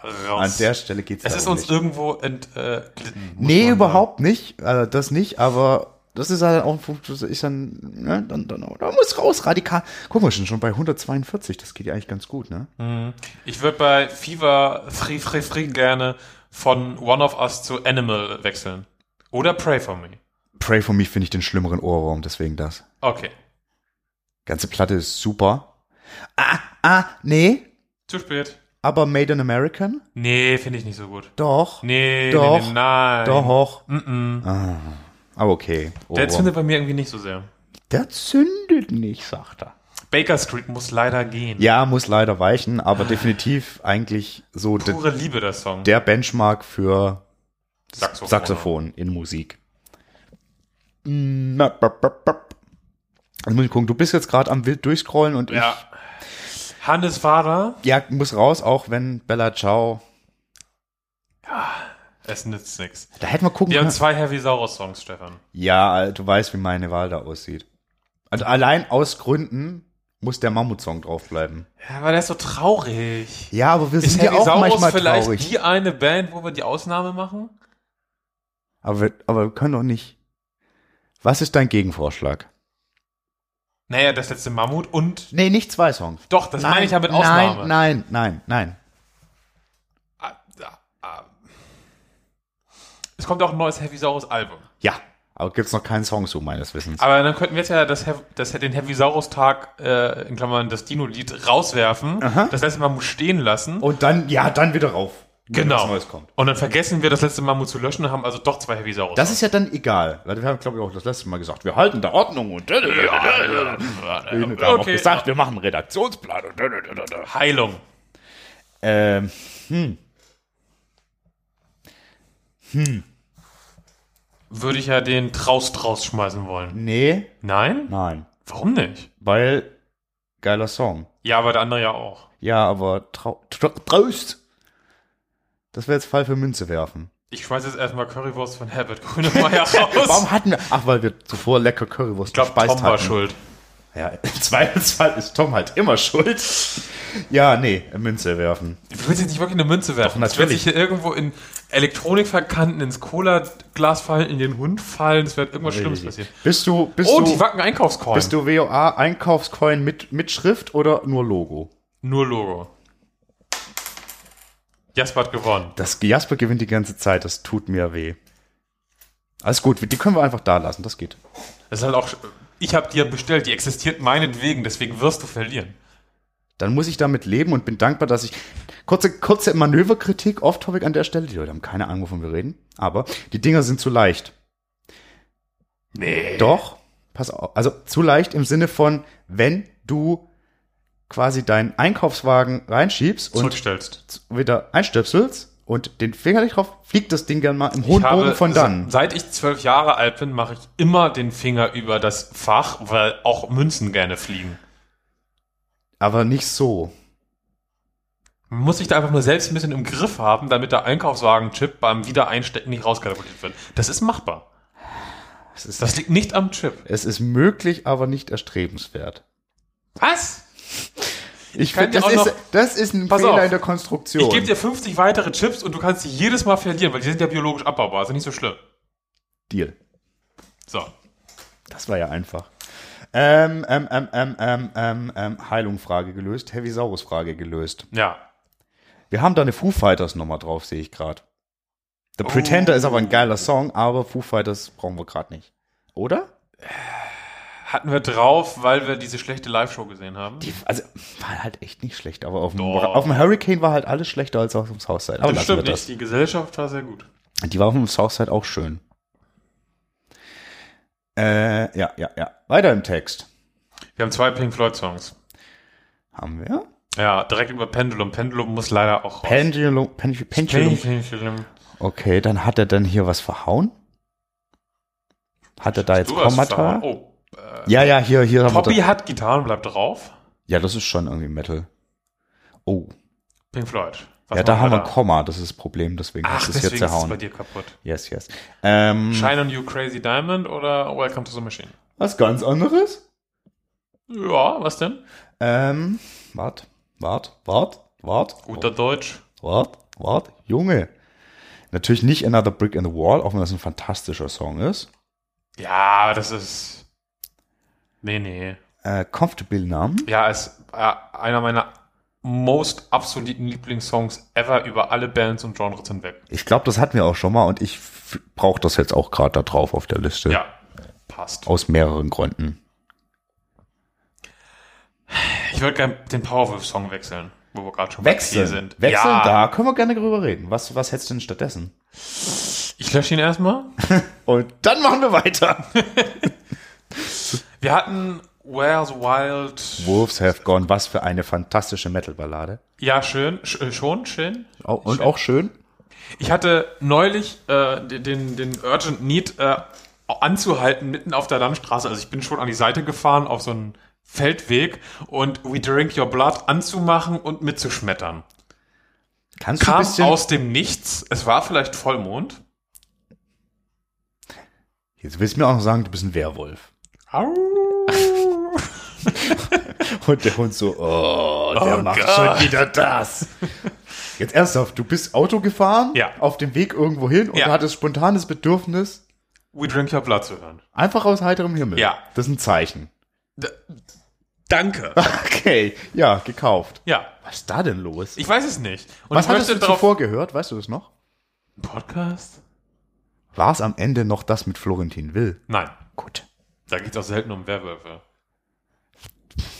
S2: An
S3: raus.
S2: der Stelle geht's
S3: es ist
S2: darum
S3: uns
S2: nicht.
S3: irgendwo äh, entglitten. muss man
S2: Nee,
S3: sagen.
S2: überhaupt nicht. Also das nicht, aber das ist halt auch ein Punkt, das ist dann, ne, dann, dann, da muss raus, radikal. Guck mal, wir sind schon bei 142, das geht ja eigentlich ganz gut, ne?
S3: Mhm. Ich würde bei Fever Free Free Free gerne von One of Us zu Animal wechseln. Oder Pray for Me.
S2: Pray for me finde ich den schlimmeren Ohrwurm, deswegen das.
S3: Okay.
S2: Ganze Platte ist super. Ah, ah, nee,
S3: Zu spät.
S2: aber Made in American?
S3: Nee, finde ich nicht so gut.
S2: Doch.
S3: Nee,
S2: Doch.
S3: nee, nee nein.
S2: Doch. Ah,
S3: Mm -mm.
S2: Aber okay. Oh,
S3: Der
S2: Ohrwurm.
S3: zündet bei mir irgendwie nicht so sehr.
S2: Der zündet nicht, sagt er.
S3: Baker Street muss leider gehen.
S2: Ja, muss leider weichen, aber definitiv eigentlich so de-
S3: Pure Liebe, der Song.
S2: der Benchmark für
S3: Saxophon.
S2: Saxophon in Musik. Na, bap, bap, bap. Also muss ich gucken, du bist jetzt gerade am wild durchscrollen und
S3: Ja. Hannes Vater,
S2: ich ja, muss raus, auch wenn Bella Ciao.
S3: es nützt nichts.
S2: Da hätten wir gucken
S3: Wir haben
S2: können.
S3: zwei Heavy Saurus Songs, Stefan.
S2: Ja, du weißt, wie meine Wahl da aussieht. Und allein aus Gründen muss der Mammutsong draufbleiben.
S3: Ja, aber der ist so traurig.
S2: Ja, aber wir
S3: Ist
S2: sind ja
S3: Heavy
S2: auch
S3: Saurus
S2: manchmal
S3: vielleicht
S2: traurig.
S3: die eine Band, wo wir die Ausnahme machen?
S2: Aber wir, aber wir können doch nicht. Was ist dein Gegenvorschlag?
S3: Naja, das letzte Mammut und.
S2: Nee, nicht zwei Songs.
S3: Doch, das meine ich ja mit Ausnahme.
S2: nein, nein, nein, nein.
S3: Ah, ah, ah. Es kommt auch ein neues Heavy Saurus Album.
S2: Ja, aber gibt's noch keinen Song zu, meines Wissens.
S3: Aber dann könnten wir jetzt ja das, Hev- das den Heavy Saurus Tag, äh, in Klammern das Dino-Lied, rauswerfen. Das letzte Mammut stehen lassen.
S2: Und dann, ja, dann wieder rauf. Oh, wenn
S3: genau.
S2: Was Neues kommt.
S3: Und dann vergessen wir das letzte Mammut zu löschen und haben also doch zwei Heavy Saurus.
S2: Das ist ja dann egal. Weil wir haben, glaube ich, auch das letzte Mal gesagt, wir halten da Ordnung und ja, ja, wir haben auch
S3: Okay.
S2: gesagt, wir machen einen Redaktionsplan und
S3: Heilung.
S2: Ähm, hm. Hm.
S3: Würde ich ja den Traust rausschmeißen wollen.
S2: Nee.
S3: Nein?
S2: Nein.
S3: Warum nicht?
S2: Weil geiler Song.
S3: Ja, aber der andere ja auch.
S2: Ja, aber trau tra Traust. Das wäre jetzt Fall für Münze werfen.
S3: Ich schmeiße jetzt erstmal Currywurst von Herbert Grönemeyer raus.
S2: *laughs* Warum hatten wir. Ach, weil wir zuvor lecker Currywurst
S3: Ich glaube, Tom
S2: halt
S3: war schuld.
S2: Ja, im Zweifelsfall ist Tom halt immer schuld. Ja, nee, Münze werfen.
S3: Du willst jetzt nicht wirklich eine Münze werfen.
S2: Doch,
S3: Das wird
S2: natürlich.
S3: sich hier irgendwo in Elektronik verkanten, ins Cola-Glas fallen, in den Hund fallen. Es wird irgendwas Schlimmes passieren.
S2: Bist du. Bist
S3: Oh,
S2: du,
S3: die wacken Einkaufskorn.
S2: Bist du WOA Einkaufscoin mit, mit Schrift oder nur Logo?
S3: Nur Logo. Jasper hat gewonnen.
S2: Das Jasper gewinnt die ganze Zeit, das tut mir weh. Alles gut, die können wir einfach da lassen, das geht.
S3: Das ist halt auch. Ich habe die ja bestellt, die existiert meinetwegen, deswegen wirst du verlieren.
S2: Dann muss ich damit leben und bin dankbar, dass ich. Kurze, kurze Manöverkritik, off-topic an der Stelle. Die Leute haben keine Ahnung, wovon wir reden. Aber die Dinger sind zu leicht. Nee. Doch, pass auf. Also zu leicht im Sinne von, wenn du quasi deinen Einkaufswagen reinschiebst und
S3: Zurückstellst.
S2: wieder einstöpselst und den Finger nicht drauf, fliegt das Ding gern mal im hohen
S3: Ich habe-
S2: Bogen von dann.
S3: se- Seit ich zwölf Jahre alt bin, mache ich immer den Finger über das Fach, weil auch Münzen gerne fliegen.
S2: Aber nicht so.
S3: Man muss sich da einfach nur selbst ein bisschen im Griff haben, damit der Einkaufswagen-Chip beim Wiedereinstecken nicht rauskalkuliert wird. Das ist machbar.
S2: Es ist,
S3: Das liegt nicht am Chip.
S2: es ist möglich, aber nicht erstrebenswert.
S3: Was?
S2: Ich
S3: kann
S2: finde,
S3: dir
S2: das,
S3: auch
S2: ist,
S3: noch-
S2: das ist ein
S3: Pass
S2: Fehler
S3: auf.
S2: in der Konstruktion.
S3: Ich gebe dir 50 weitere Chips und du kannst sie jedes Mal verlieren, weil die sind ja biologisch abbaubar. Ist ja nicht so schlimm.
S2: Deal.
S3: So.
S2: Das war ja einfach. Ähm, ähm, ähm, ähm, ähm, ähm, ähm, Heilung-Frage gelöst, Heavy Saurus-Frage gelöst.
S3: Ja.
S2: Wir haben da eine Foo Fighters-Nummer drauf, sehe ich gerade. The
S3: Oh.
S2: Pretender ist aber ein geiler Song, aber Foo Fighters brauchen wir gerade nicht. Oder?
S3: Hatten wir drauf, weil wir diese schlechte Live-Show gesehen haben.
S2: Die, also, war halt echt nicht schlecht, aber auf dem,
S3: Doch.
S2: auf dem Hurricane war halt alles schlechter als auf dem Southside. Aber lassen
S3: das
S2: wir
S3: stimmt
S2: das.
S3: nicht. Die Gesellschaft war sehr gut.
S2: Die war auf dem Southside auch schön. Äh, ja, ja, ja. Weiter im Text.
S3: Wir haben zwei Pink Floyd-Songs.
S2: Haben wir?
S3: Ja, direkt über Pendulum. Pendulum muss leider auch raus.
S2: Pendulum, Pendulum, Pendulum.
S3: Pendulum.
S2: Okay, dann hat er dann hier was verhauen? Hat er da jetzt
S3: Du hast
S2: Kommata?
S3: verhauen. Oh,
S2: Ja, ja, hier, hier haben
S3: Poppy
S2: wir.
S3: hat Gitarren, bleibt drauf.
S2: Da. Ja, das ist schon irgendwie Metal. Oh,
S3: Pink Floyd. Was
S2: ja, da haben
S3: machen
S2: wir ein Komma, das ist das Problem, deswegen
S3: Ach,
S2: ist es jetzt
S3: deswegen ist es bei
S2: zerhauen.
S3: dir kaputt.
S2: Yes, yes. Ähm,
S3: Shine on You Crazy Diamond oder Welcome to the Machine?
S2: was ganz anderes?
S3: Ja, was denn?
S2: Ähm, wart, wart, wart, wart.
S3: Guter Deutsch.
S2: Wart, wart, Junge. Natürlich nicht Another Brick in the Wall, auch wenn das ein fantastischer Song ist.
S3: Ja, das ist. Nee, nee.
S2: Äh, Comfortable Numb.
S3: Ja, ist äh, einer meiner most absoluten Lieblingssongs ever über alle Bands und Genres hinweg.
S2: Ich glaube, das hatten wir auch schon mal und ich brauche das jetzt auch gerade da drauf auf der Liste.
S3: Ja, passt.
S2: Aus mehreren Gründen.
S3: Ich würde gerne den Powerwolf-Song wechseln, wo wir gerade schon bei Ziel sind.
S2: Wechseln,
S3: ja,
S2: da können wir gerne drüber reden. Was, was hättest du denn stattdessen?
S3: Ich lösche ihn erstmal.
S2: Und dann machen wir weiter.
S3: Wir hatten Where's
S2: *laughs*
S3: Wild.
S2: Wolves Have Gone, was für eine fantastische Metal-Ballade.
S3: Ja, schön. Sch äh, schon, schön.
S2: Und auch schön.
S3: Ich hatte neulich äh, den- den, den Urgent Need äh, anzuhalten mitten auf der Landstraße. Also ich bin schon an die Seite gefahren auf so einen Feldweg und We Drink Your Blood anzumachen und mitzuschmettern.
S2: Kannst du ein
S3: Kam
S2: bisschen...
S3: aus dem Nichts. Es war vielleicht Vollmond.
S2: Jetzt willst du mir auch noch sagen, du bist ein Werwolf. *laughs*
S3: Au.
S2: Und der Hund so, oh, der
S3: Oh
S2: macht
S3: Gott.
S2: schon wieder das. Jetzt ernsthaft, du bist Auto gefahren,
S3: Ja.
S2: auf dem Weg irgendwo hin und
S3: Ja.
S2: hattest spontanes Bedürfnis,
S3: We Drink Your Blood zu hören.
S2: einfach aus heiterem Himmel.
S3: Ja.
S2: Das ist ein Zeichen.
S3: Danke.
S2: Okay, ja, gekauft.
S3: Ja,
S2: Was ist da denn los?
S3: ich weiß es nicht. Und
S2: Was
S3: ich
S2: hattest
S3: möchte
S2: du
S3: darauf...
S2: zuvor gehört? Weißt du das noch?
S3: Podcast?
S2: War es am Ende noch das mit Florentin Will?
S3: Nein,
S2: Gut.
S3: da geht es auch selten um Werwölfe.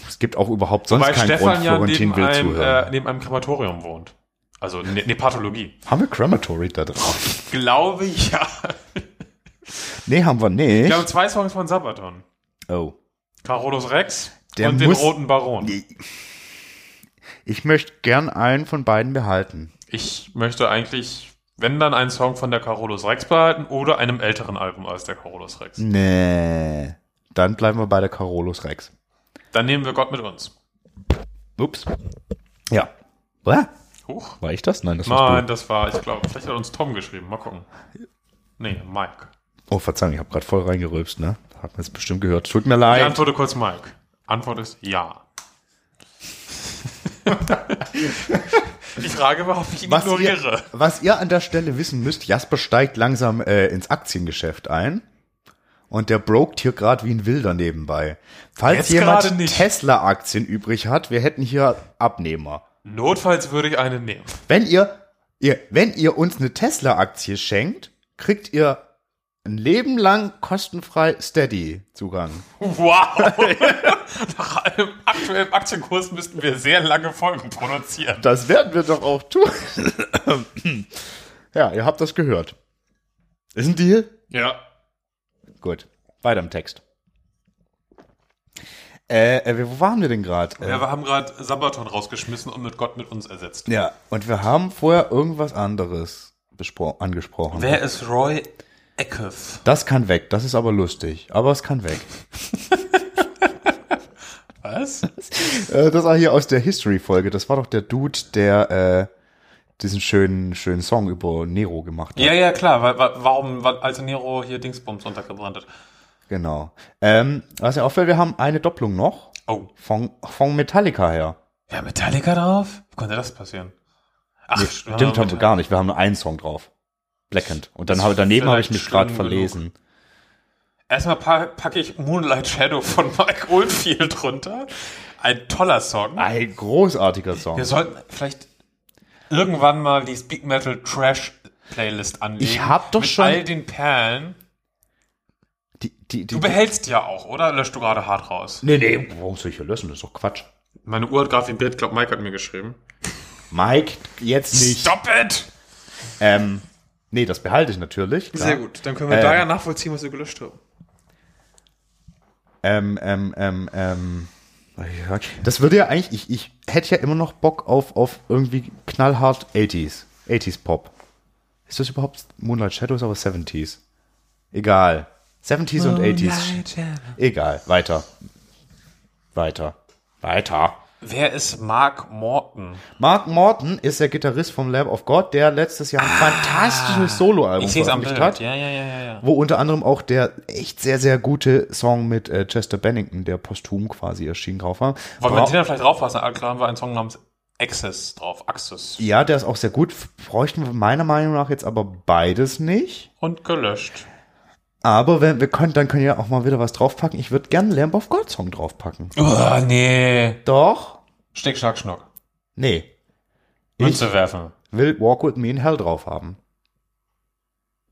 S2: Es gibt auch überhaupt sonst
S3: Weil
S2: keinen
S3: Stefan
S2: Grund,
S3: ja
S2: Florentin
S3: neben
S2: Will zu
S3: einem, äh,
S2: hören.
S3: neben einem Krematorium wohnt. Also ne, ne Pathologie.
S2: haben wir Crematory da drauf?
S3: Glaube ich ja.
S2: Nee, haben wir nicht.
S3: Wir haben zwei Songs von Sabaton.
S2: oh.
S3: Carolus Rex
S2: Der
S3: und den
S2: muss-
S3: Roten Baron.
S2: Ich möchte gern einen von beiden behalten.
S3: Ich möchte eigentlich, wenn dann einen Song von der Carolus Rex behalten oder einem älteren Album als der Carolus Rex.
S2: Nee. Dann bleiben wir bei der Carolus Rex.
S3: Dann nehmen wir Gott mit uns.
S2: Ups. Ja. Hä?
S3: Huch.
S2: War ich das? Nein, das war
S3: Nein, das war, ich glaube, vielleicht hat uns Tom geschrieben. Mal gucken. Nee, Mike.
S2: Oh, Verzeihung, ich habe gerade voll reingerülpst, ne? Hat man jetzt bestimmt gehört. Tut mir
S3: Ich
S2: leid.
S3: antworte kurz Mike. Antwort ist ja. Die Frage war, ob ich ihn
S2: Was ihr,
S3: ignoriere.
S2: was ihr an der Stelle wissen müsst, Jasper steigt langsam äh, ins Aktiengeschäft ein. Und der brokt hier gerade wie ein Wilder nebenbei. Falls
S3: Jetzt gerade
S2: jemand
S3: nicht.
S2: Tesla-Aktien übrig hat, wir hätten hier Abnehmer.
S3: Notfalls würde ich eine nehmen.
S2: Wenn ihr, ihr, wenn ihr uns eine Tesla-Aktie schenkt, kriegt ihr ein Leben lang kostenfrei Steady-Zugang.
S3: Wow! *laughs* Nach einem aktuellen Aktienkurs müssten wir sehr lange Folgen produzieren.
S2: Das werden wir doch auch tun. *clears throat* ja, ihr habt das gehört. Ist ein Deal?
S3: Ja.
S2: Gut. Weiter im Text. Äh, äh, wo waren wir denn gerade? Äh,
S3: ja wir haben gerade Sabaton rausgeschmissen und mit Gott mit uns ersetzt.
S2: ja, und wir haben vorher irgendwas anderes bespro- angesprochen.
S3: Wer ist Roy Eckhoff?
S2: das kann weg, das ist aber lustig. Aber es kann
S3: *laughs*
S2: weg.
S3: Was?
S2: Äh, das war hier aus der History-Folge. Das war doch der Dude, der äh, diesen schönen, schönen Song über Nero gemacht hat.
S3: Ja, ja, klar. Weil, weil, warum war Alte Nero hier Dingsbums untergebrannt hat?
S2: Genau. Ähm, was mir auffällt, wir haben eine Doppelung noch
S3: Oh.
S2: von, von Metallica her.
S3: Ja, Metallica drauf? Wie konnte das passieren? Ach,
S2: Stimmt, haben wir gar nicht. Wir haben nur einen Song drauf. Blackened. Und dann habe daneben habe ich mich
S3: vielleicht
S2: gerade
S3: schlimm
S2: verlesen.
S3: Erstmal pa packe ich Moonlight Shadow von Mike Oldfield runter. Ein toller Song.
S2: Ein großartiger Song.
S3: Wir sollten vielleicht irgendwann mal die Speak Metal Trash Playlist anlegen.
S2: Ich hab doch
S3: mit
S2: schon-
S3: all den Perlen.
S2: Die, die, die,
S3: Du behältst ja auch, oder? Löschst du gerade hart raus?
S2: nee, nee, warum soll ich hier löschen? Das ist doch Quatsch.
S3: Meine Uhr hat gerade vibriert. Glaub, Mike hat mir geschrieben.
S2: Mike, jetzt nicht.
S3: Stop it!
S2: Ähm, nee, das behalte ich natürlich. Klar.
S3: gut. Dann können wir
S2: Äh.
S3: da ja nachvollziehen, was wir gelöscht haben.
S2: Ähm, ähm, ähm, ähm. Das würde ja eigentlich, ich, ich hätte ja immer noch Bock auf, auf irgendwie knallhart 80s. 80s Pop. Ist das überhaupt Moonlight Shadows, aber 70s? Egal. 70s und 80s. Egal. Weiter. Weiter. Weiter.
S3: Wer ist Mark Morton?
S2: Mark Morton ist der Gitarrist vom Lab of God, der letztes Jahr ein fantastisches Soloalbum
S3: Ah. Ich sehe es am
S2: veröffentlicht
S3: Bild.
S2: hat.
S3: Ja, ja, ja, ja, ja.
S2: Wo unter anderem auch der echt sehr, sehr gute Song mit äh, Chester Bennington, der posthum quasi erschienen, drauf war.
S3: Wollen
S2: Bra-
S3: wir den dann vielleicht drauflassen? Ah, Klar haben wir einen Song namens Access drauf. Access.
S2: Ja, der ist auch sehr gut. Bräuchten wir meiner Meinung nach jetzt aber beides nicht.
S3: Und gelöscht.
S2: Aber wenn wir können, dann können wir auch mal wieder was draufpacken. Ich würde gerne Lamb of God Song draufpacken.
S3: Oh, nee.
S2: Doch?
S3: Schnick, schnack, schnuck.
S2: Nee.
S3: Münze werfen.
S2: Will Walk With Me in Hell drauf haben.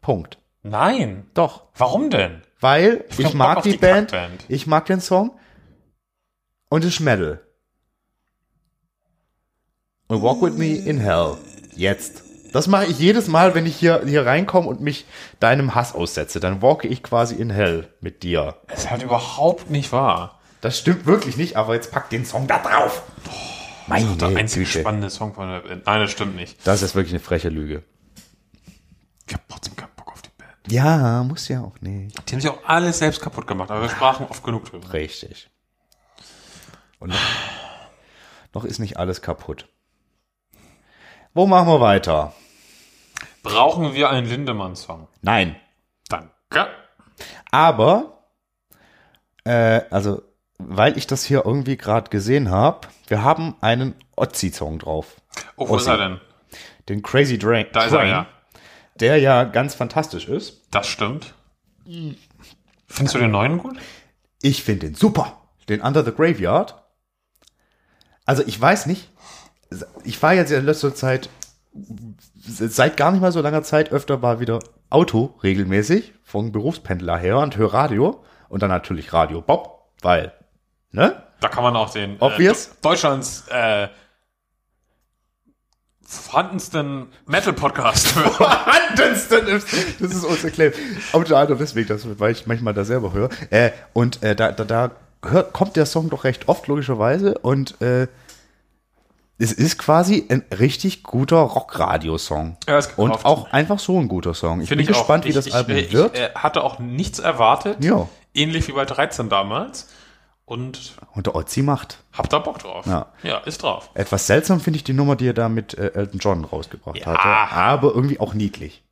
S2: Punkt.
S3: Nein.
S2: Doch.
S3: Warum denn?
S2: Weil ich,
S3: hab Bock
S2: mag
S3: auf
S2: die,
S3: die
S2: Band,
S3: Kackband.
S2: ich mag den Song und es ist Metal. Und Walk With Me in Hell. Jetzt. Das mache ich jedes Mal, wenn ich hier, hier reinkomme und mich deinem Hass aussetze. Dann walke ich quasi in Hell mit dir.
S3: Ist halt überhaupt nicht wahr.
S2: Das stimmt wirklich nicht, aber jetzt pack den Song da drauf. Meine
S3: Der einzige
S2: Güte.
S3: spannende Song von der Band. Nein, das stimmt nicht.
S2: Das ist wirklich eine freche Lüge.
S3: Ich hab trotzdem keinen Bock auf die Band.
S2: Ja, muss ja auch nicht.
S3: Die haben sich auch alles selbst kaputt gemacht, aber wir sprachen oft genug drüber.
S2: Richtig. Und noch, noch ist nicht alles kaputt. Wo machen wir weiter?
S3: Brauchen wir einen Lindemann-Song?
S2: Nein.
S3: Danke.
S2: Aber, äh, also, weil ich das hier irgendwie gerade gesehen habe, wir haben einen Otzi-Song drauf.
S3: Oh, wo ist
S2: Ossi.
S3: er denn?
S2: Den Crazy Drain.
S3: Da ist er, ja.
S2: Der ja ganz fantastisch ist.
S3: Das stimmt. Findest du den neuen gut?
S2: Ich finde den super. Den Under the Graveyard. Also ich weiß nicht. Ich fahre jetzt in letzter Zeit, seit gar nicht mal so langer Zeit, öfter mal wieder Auto regelmäßig vom Berufspendler her und höre Radio. Und dann natürlich Radio Bob, weil, ne?
S3: Da kann man auch den
S2: Obvious?
S3: Äh, Deutschlands äh, vorhandensten Metal-Podcast *laughs* hören.
S2: Handensten ist. Das ist unser Claim. Unter anderem deswegen, das, weil ich manchmal da selber höre. Äh, und äh, da, da, da hört, kommt der Song doch recht oft, logischerweise. Und äh, es ist quasi ein richtig guter Rockradio-Song.
S3: Ja, ist gekauft.
S2: und auch einfach so ein guter Song. Ich
S3: Finde
S2: bin gespannt,
S3: auch.
S2: wie das
S3: ich,
S2: Album
S3: ich, äh,
S2: wird.
S3: Ich äh, hatte auch nichts erwartet.
S2: ja.
S3: Ähnlich wie bei 13 damals. Und
S2: Und der Ozzy macht.
S3: hab da Bock drauf.
S2: Ja.
S3: ist drauf.
S2: Etwas seltsam finde ich die Nummer, die er da mit äh, Elton John rausgebracht
S3: Ja.
S2: hatte. Aber irgendwie auch niedlich.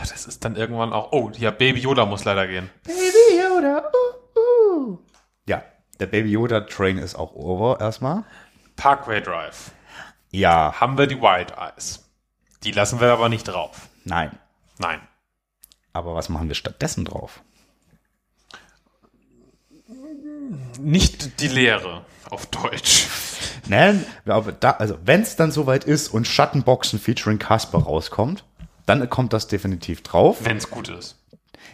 S3: Das ist dann irgendwann auch. Oh, ja, Baby Yoda muss leider gehen.
S2: Baby Yoda, uh, uh. Ja, der Baby Yoda Train ist auch over erstmal.
S3: Parkway Drive.
S2: Ja,
S3: Haben wir die Wild Eyes. Die lassen wir aber nicht drauf.
S2: nein.
S3: Nein.
S2: Aber was machen wir stattdessen drauf?
S3: Nicht die Lehre auf Deutsch. *laughs*
S2: Nein, aber da, also wenn es dann soweit ist und Schattenboxen featuring Casper rauskommt, dann kommt das definitiv drauf.
S3: Wenn es gut ist.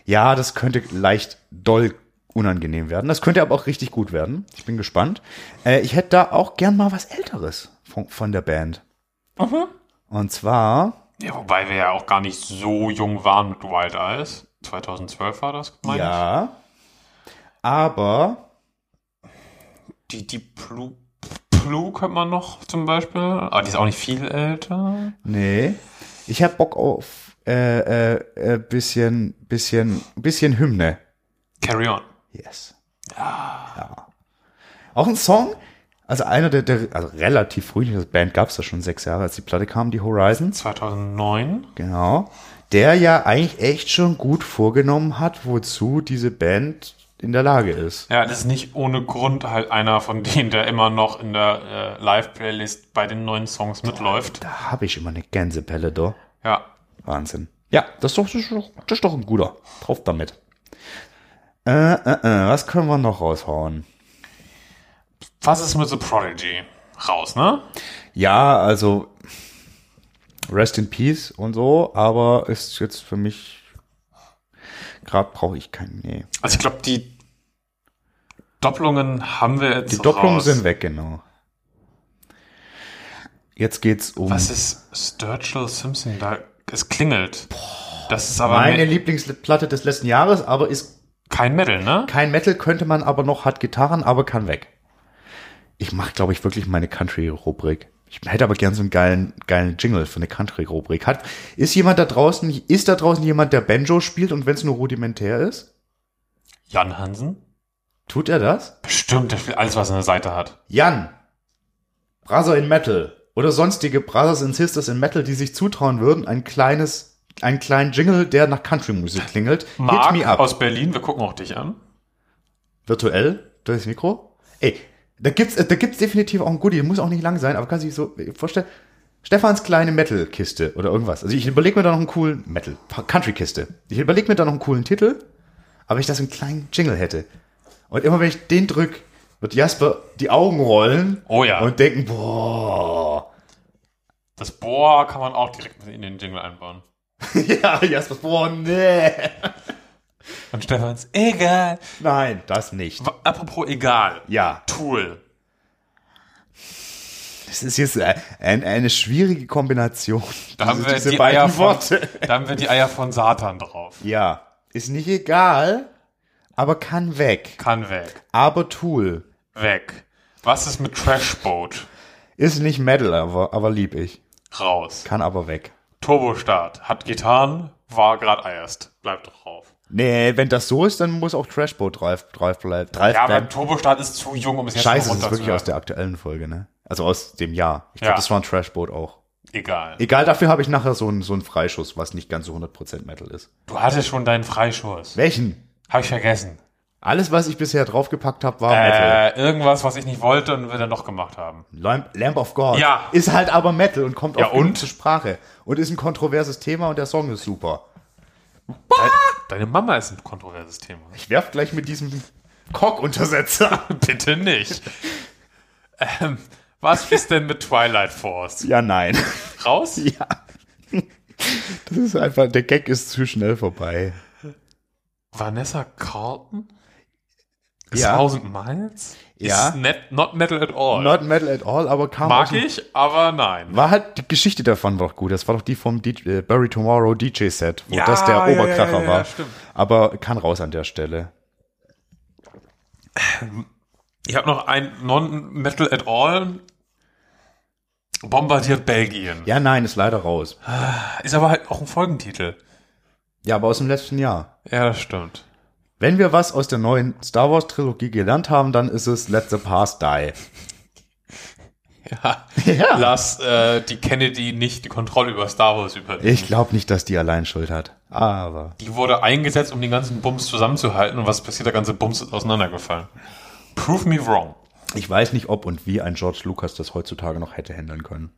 S2: Ja, das könnte leicht doll unangenehm werden. Das könnte aber auch richtig gut werden. Ich bin gespannt. Äh, ich hätte da auch gern mal was Älteres von, von der Band. Und zwar,
S3: Ja, wobei wir ja auch gar nicht so jung waren mit Wild Eyes. 2012 war das, meine
S2: ja, aber
S3: ich. Die, die Blue, Blue könnte man noch zum Beispiel. Aber die ist auch nicht viel älter.
S2: Nee. Ich hab Bock auf äh, äh, äh, bisschen, bisschen, bisschen Hymne.
S3: Carry on.
S2: Yes. Ja. Auch ein Song. Also einer der, der also relativ früh, das Band gab's da schon sechs Jahre, als die Platte kam, die Horizons.
S3: 2009.
S2: Genau. Der ja eigentlich echt schon gut vorgenommen hat, wozu diese Band in der Lage ist.
S3: Ja, das ist nicht ohne Grund halt einer von denen, der immer noch in der äh, Live-Playlist bei den neuen Songs mitläuft.
S2: Da hab ich immer eine Gänsepelle, da.
S3: Ja.
S2: Wahnsinn. Ja, das ist doch, das ist doch, das ist doch ein guter. Drauf damit. Äh, äh, äh, was können wir noch raushauen?
S3: Was ist mit The Prodigy? Raus, ne?
S2: Ja, also Rest in Peace und so, aber ist jetzt für mich gerade brauche ich keinen. Nee.
S3: Also ich glaube, die Doppelungen haben wir jetzt
S2: Die Doppelungen
S3: raus.
S2: sind weg, genau. Jetzt geht's um
S3: Was ist Sturgill Simpson? Da, es klingelt. das ist aber
S2: meine
S3: me-
S2: Lieblingsplatte des letzten Jahres, aber ist
S3: kein Metal, ne?
S2: kein Metal, könnte man aber noch, hat Gitarren, aber kann weg. Ich mache, glaube ich, wirklich meine Country-Rubrik. Ich hätte aber gern so einen geilen, geilen Jingle für eine Country-Rubrik. Hat, ist jemand da draußen, ist da draußen jemand, der Banjo spielt und wenn es nur rudimentär ist?
S3: Jan Hansen?
S2: Tut er das?
S3: Bestimmt, der spielt alles, was er an der Seite hat.
S2: Jan, Brother in Metal oder sonstige Brothers and Sisters in Metal, die sich zutrauen würden, ein kleines, einen kleinen Jingle, der nach Country-Musik klingelt.
S3: Marc
S2: Hit me up.
S3: aus Berlin, wir gucken auch dich an.
S2: Virtuell durchs Mikro. Ey, da gibt's, da gibt's definitiv auch ein Goodie, muss auch nicht lang sein, aber kann sich so vorstellen. Stefans kleine Metal-Kiste oder irgendwas. Also ich überlege mir da noch einen coolen Metal, Country-Kiste. Ich überlege mir da noch einen coolen Titel, aber wenn ich das einen kleinen Jingle hätte. Und immer wenn ich den drück, wird Jasper die Augen rollen
S3: Oh ja.
S2: und denken, boah, *laughs*
S3: Das Bohr kann man auch direkt in den Jingle einbauen.
S2: Ja, Jasper, boah, nee.
S3: Und Stefans, egal.
S2: Nein, das nicht.
S3: W- Apropos egal.
S2: Ja,
S3: Tool.
S2: das ist jetzt äh, ein, eine schwierige Kombination. Also
S3: Da haben, wir
S2: diese
S3: die
S2: beiden
S3: Eier von,
S2: Worte.
S3: *laughs* da haben wir die Eier von Satan drauf.
S2: Ja, ist nicht egal, aber kann weg.
S3: Kann weg.
S2: Aber Tool
S3: Weg. Was ist mit Trashboat?
S2: ist nicht Metal, aber, aber lieb ich.
S3: Raus.
S2: Kann aber weg.
S3: Turbostart. Hat getan, war gerade erst. Bleibt drauf.
S2: Nee, wenn das so ist, dann muss auch Trashboat drauf, drauf bleiben. Drauf
S3: Ja, aber
S2: bleiben.
S3: Turbostart ist zu jung, um es jetzt
S2: Scheiße,
S3: noch
S2: das ist wirklich aus
S3: runterzuhören.
S2: der aktuellen Folge, ne? Also aus dem Jahr. Ich glaube,
S3: Ja.
S2: das war ein Trashboat auch.
S3: Egal.
S2: Egal, dafür habe ich nachher so einen, so einen Freischuss, was nicht ganz so 100% Metal ist.
S3: Du hattest schon deinen Freischuss.
S2: Welchen?
S3: Hab ich vergessen.
S2: Alles, was ich bisher draufgepackt habe, war Metal.
S3: Äh, irgendwas, was ich nicht wollte und wir dann doch gemacht haben.
S2: Lamp, Lamp of God
S3: Ja.
S2: ist halt aber Metal und kommt
S3: Ja,
S2: auch genug
S3: und?
S2: zur Sprache. Und ist ein kontroverses Thema und der Song ist super.
S3: Deine Mama ist ein kontroverses Thema.
S2: Ich werf gleich mit diesem Cock-Untersetzer.
S3: *laughs* Bitte nicht. ähm, was ist denn mit Twilight Force?
S2: ja, nein. *laughs*
S3: Raus?
S2: ja. Das ist einfach, der Gag ist zu schnell vorbei.
S3: Vanessa Carlton? Ist
S2: Ja.
S3: 1000 Miles?
S2: Ja.
S3: Ist net, not metal at all.
S2: Not Metal at all, aber kam aus
S3: Mag
S2: dem-
S3: ich, aber nein.
S2: War halt die Geschichte davon doch gut. Das war doch die vom DJ, äh, Bury Tomorrow DJ Set, wo
S3: Ja,
S2: das der
S3: ja, ja,
S2: Oberkracher
S3: ja, ja,
S2: war.
S3: stimmt.
S2: Aber kann raus an der Stelle.
S3: Ich habe noch ein Non-Metal at all. Bombardiert Belgien.
S2: Ja, nein, ist leider raus.
S3: Ist aber halt auch ein Folgentitel.
S2: Ja, aber aus dem letzten Jahr.
S3: Ja, das stimmt.
S2: Wenn wir was aus der neuen Star Wars Trilogie gelernt haben, dann ist es Let the Past Die.
S3: Ja.
S2: Ja.
S3: Lass äh, die Kennedy nicht die Kontrolle über Star Wars übernehmen.
S2: Ich glaube nicht, dass die allein Schuld hat. Aber.
S3: Die wurde eingesetzt, um den ganzen Bums zusammenzuhalten. Und was passiert? Der ganze Bums ist auseinandergefallen. Prove me wrong.
S2: Ich weiß nicht, ob und wie ein George Lucas das heutzutage noch hätte handeln können.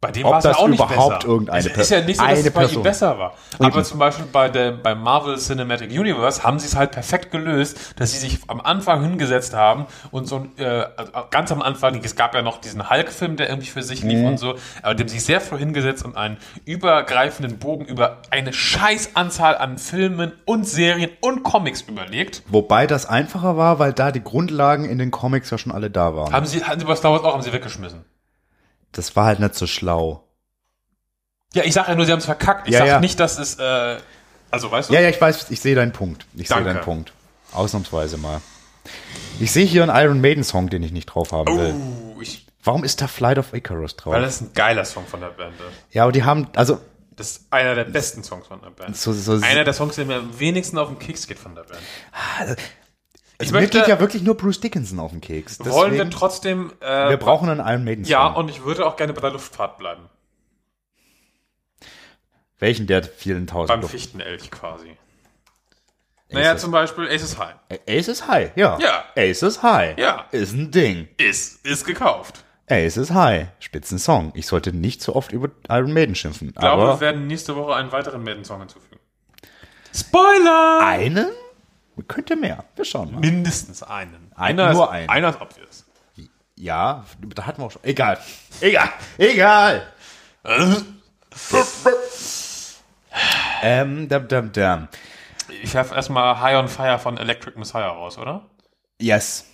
S3: Bei dem
S2: Ob
S3: war es
S2: das
S3: ja auch nicht
S2: überhaupt
S3: besser.
S2: irgendeine
S3: es ist ja nicht so, dass
S2: eine
S3: es bei ihm
S2: Person.
S3: besser war. Aber zum Beispiel bei der, beim Marvel Cinematic Universe haben sie es halt perfekt gelöst, dass sie sich am Anfang hingesetzt haben und so ein, äh, also ganz am Anfang, es gab ja noch diesen Hulk-Film, der irgendwie für sich lief
S2: Mhm.
S3: und so, aber dem sich sehr früh hingesetzt und einen übergreifenden Bogen über eine scheiß Anzahl an Filmen und Serien und Comics überlegt.
S2: Wobei das einfacher war, weil da die Grundlagen in den Comics ja schon alle da waren.
S3: Haben sie, hatten sie bei Star Wars auch, haben sie weggeschmissen.
S2: Das war halt nicht so schlau.
S3: Ja, ich sage ja nur, sie haben es verkackt. Ich
S2: Ja,
S3: sag sage
S2: ja.
S3: nicht, dass es, äh, also weißt du?
S2: Ja, ja, ich weiß, ich sehe deinen Punkt. Ich sehe
S3: Danke.
S2: deinen Punkt. Ausnahmsweise mal. Ich sehe hier einen Iron Maiden Song, den ich nicht drauf haben will.
S3: Uh, ich
S2: Warum ist da Flight of Icarus drauf?
S3: Weil das ein geiler Song von der Band. ist.
S2: ja, aber die haben, also
S3: Das ist einer der besten Songs von der Band.
S2: So- so-
S3: einer der Songs, der mir am wenigsten auf den Keks geht von der Band. Ich
S2: Mir
S3: möchte,
S2: geht ja also, wirklich nur Bruce Dickinson auf den Keks. Deswegen,
S3: wollen wir trotzdem, äh,
S2: wir brauchen einen Iron Maiden Song.
S3: ja, und ich würde auch gerne bei der Luftfahrt bleiben.
S2: Welchen der vielen tausend?
S3: Beim
S2: Luft-
S3: Fichtenelch quasi. Naja, zum Beispiel Aces High.
S2: Ace is High, ja.
S3: Ja.
S2: Ace is High.
S3: Ja.
S2: Ist ein Ding.
S3: Ist, ist gekauft.
S2: Ace is High. Spitzensong. Ich sollte nicht so oft über Iron Maiden schimpfen.
S3: Ich glaube, wir
S2: aber
S3: werden nächste Woche einen weiteren Madden-Song hinzufügen. Spoiler!
S2: einen? Könnte mehr. Wir schauen mal.
S3: Mindestens einen.
S2: Ein-
S3: einer
S2: nur
S3: ist,
S2: einen.
S3: Einer ist obvious.
S2: Ja, da hatten wir auch schon. Egal. Egal. Egal. Ähm, dam, dam, dam.
S3: Ich werfe erstmal High on Fire von Electric Messiah raus, oder?
S2: Yes.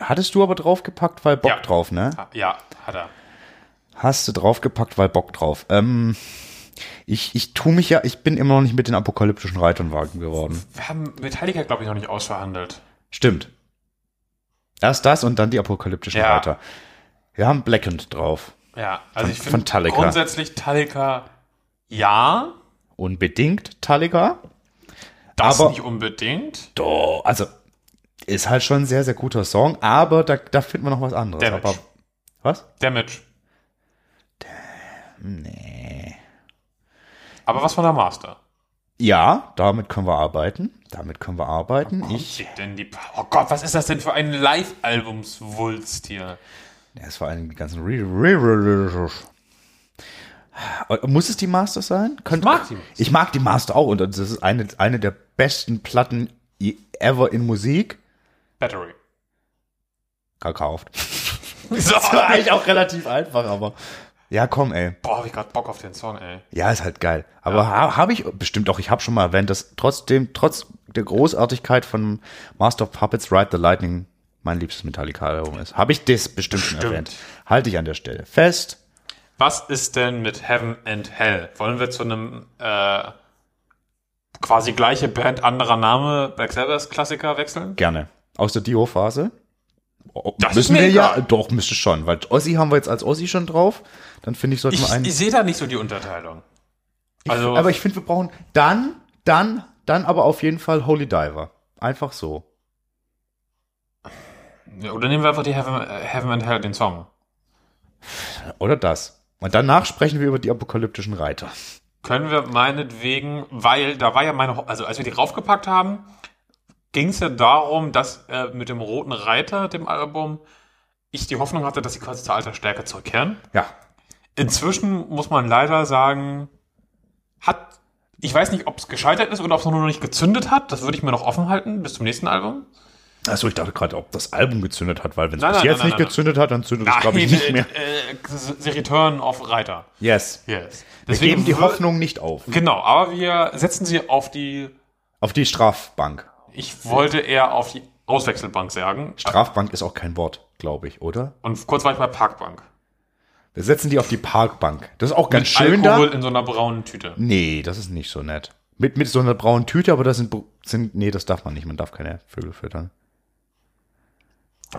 S2: Hattest du aber draufgepackt, weil Bock
S3: Ja.
S2: drauf, ne?
S3: Ah, Ja, hat er.
S2: Hast du draufgepackt, weil Bock drauf. Ähm, ich, ich tu mich ja, ich bin immer noch nicht mit den apokalyptischen Reitern warm geworden.
S3: Wir haben Metallica, glaube ich, noch nicht ausverhandelt.
S2: Stimmt. Erst das und dann die apokalyptischen
S3: Ja.
S2: Reiter. Wir haben Blackened drauf.
S3: Ja, also ich
S2: Von
S3: finde
S2: Talica.
S3: grundsätzlich Talica ja,
S2: Unbedingt Taliga.
S3: das
S2: Aber-
S3: nicht unbedingt.
S2: Doch, also ist halt schon ein sehr, sehr guter Song, aber da, da finden wir noch was anderes.
S3: Damage.
S2: Aber, was?
S3: Damage. Nee. Aber was von der Master?
S2: Ja, damit können wir arbeiten. Damit können wir arbeiten. Ich,
S3: Ich denn die. Oh Gott, was ist das denn für ein Live-Albumswulst hier?
S2: es war einen ganzen Re Re Re Re Re Muss es die Master sein? Könnt-
S3: Ich mag die Master.
S2: Ich mag die Master auch und das ist eine, eine der besten Platten je- ever in Musik.
S3: Battery.
S2: Gekauft.
S3: *laughs*
S2: *laughs*
S3: So, *laughs*
S2: Eigentlich auch relativ einfach, aber. Ja, komm, ey.
S3: boah, hab ich grad Bock auf den Song, ey.
S2: Ja, ist halt geil. Aber ha, habe ich bestimmt auch, ich habe schon mal erwähnt, dass trotzdem, trotz der Großartigkeit von Master of Puppets Ride the Lightning mein liebstes Metallica-Album ist. Habe ich das bestimmt, schon
S3: Bestimmt.
S2: erwähnt. Halte ich an der Stelle fest.
S3: Was ist denn mit Heaven and Hell? Wollen wir zu einem äh, quasi gleiche Band, anderer Name, Black Sabbath Klassiker wechseln?
S2: Gerne. Aus der Dio-Phase. Oh,
S3: Das
S2: müssen
S3: ist
S2: wir
S3: mir
S2: ja,
S3: egal.
S2: doch, müsste schon, weil Ossi haben wir jetzt als Ossi schon drauf. Dann finde ich, sollten
S3: Ich,
S2: wir einen.
S3: ich sehe da nicht so die Unterteilung. Also,
S2: aber ich finde, wir brauchen dann, dann, dann aber auf jeden Fall Holy Diver. Einfach so.
S3: oder nehmen wir einfach die Heaven, äh, Heaven and Hell, den Song.
S2: Oder das. Und danach sprechen wir über die apokalyptischen Reiter.
S3: Können wir meinetwegen, weil da war ja meine, also als wir die raufgepackt haben, ging es ja darum, dass äh, mit dem Roten Reiter, dem Album, ich die Hoffnung hatte, dass sie quasi zur alter Stärke zurückkehren.
S2: Ja,
S3: Inzwischen muss man leider sagen, hat, ich weiß nicht, ob es gescheitert ist oder ob es nur noch nicht gezündet hat. Das würde ich mir noch offen halten bis zum nächsten Album.
S2: Achso, ich dachte gerade, ob das Album gezündet hat, weil wenn es
S3: Nein,
S2: bis
S3: nein,
S2: jetzt
S3: nein,
S2: nicht
S3: nein,
S2: gezündet hat, dann zündet es, glaube ich, nicht mehr.
S3: Äh, äh, the Return of Reiter.
S2: Yes.
S3: Yes.
S2: Wir geben die
S3: wür-
S2: Hoffnung nicht auf.
S3: Genau, aber wir setzen sie auf die,
S2: Auf die Strafbank.
S3: ich wollte eher auf die Auswechselbank sagen.
S2: Strafbank ist auch kein Wort, glaube ich, oder?
S3: Und kurz war ich bei Parkbank.
S2: Wir setzen die auf die Parkbank. Das ist auch ganz schön
S3: Alkohol
S2: da.
S3: in so einer braunen Tüte.
S2: Nee, das ist nicht so nett. Mit, mit so einer braunen Tüte, aber das sind, sind. Nee, das darf man nicht. Man darf keine Vögel füttern.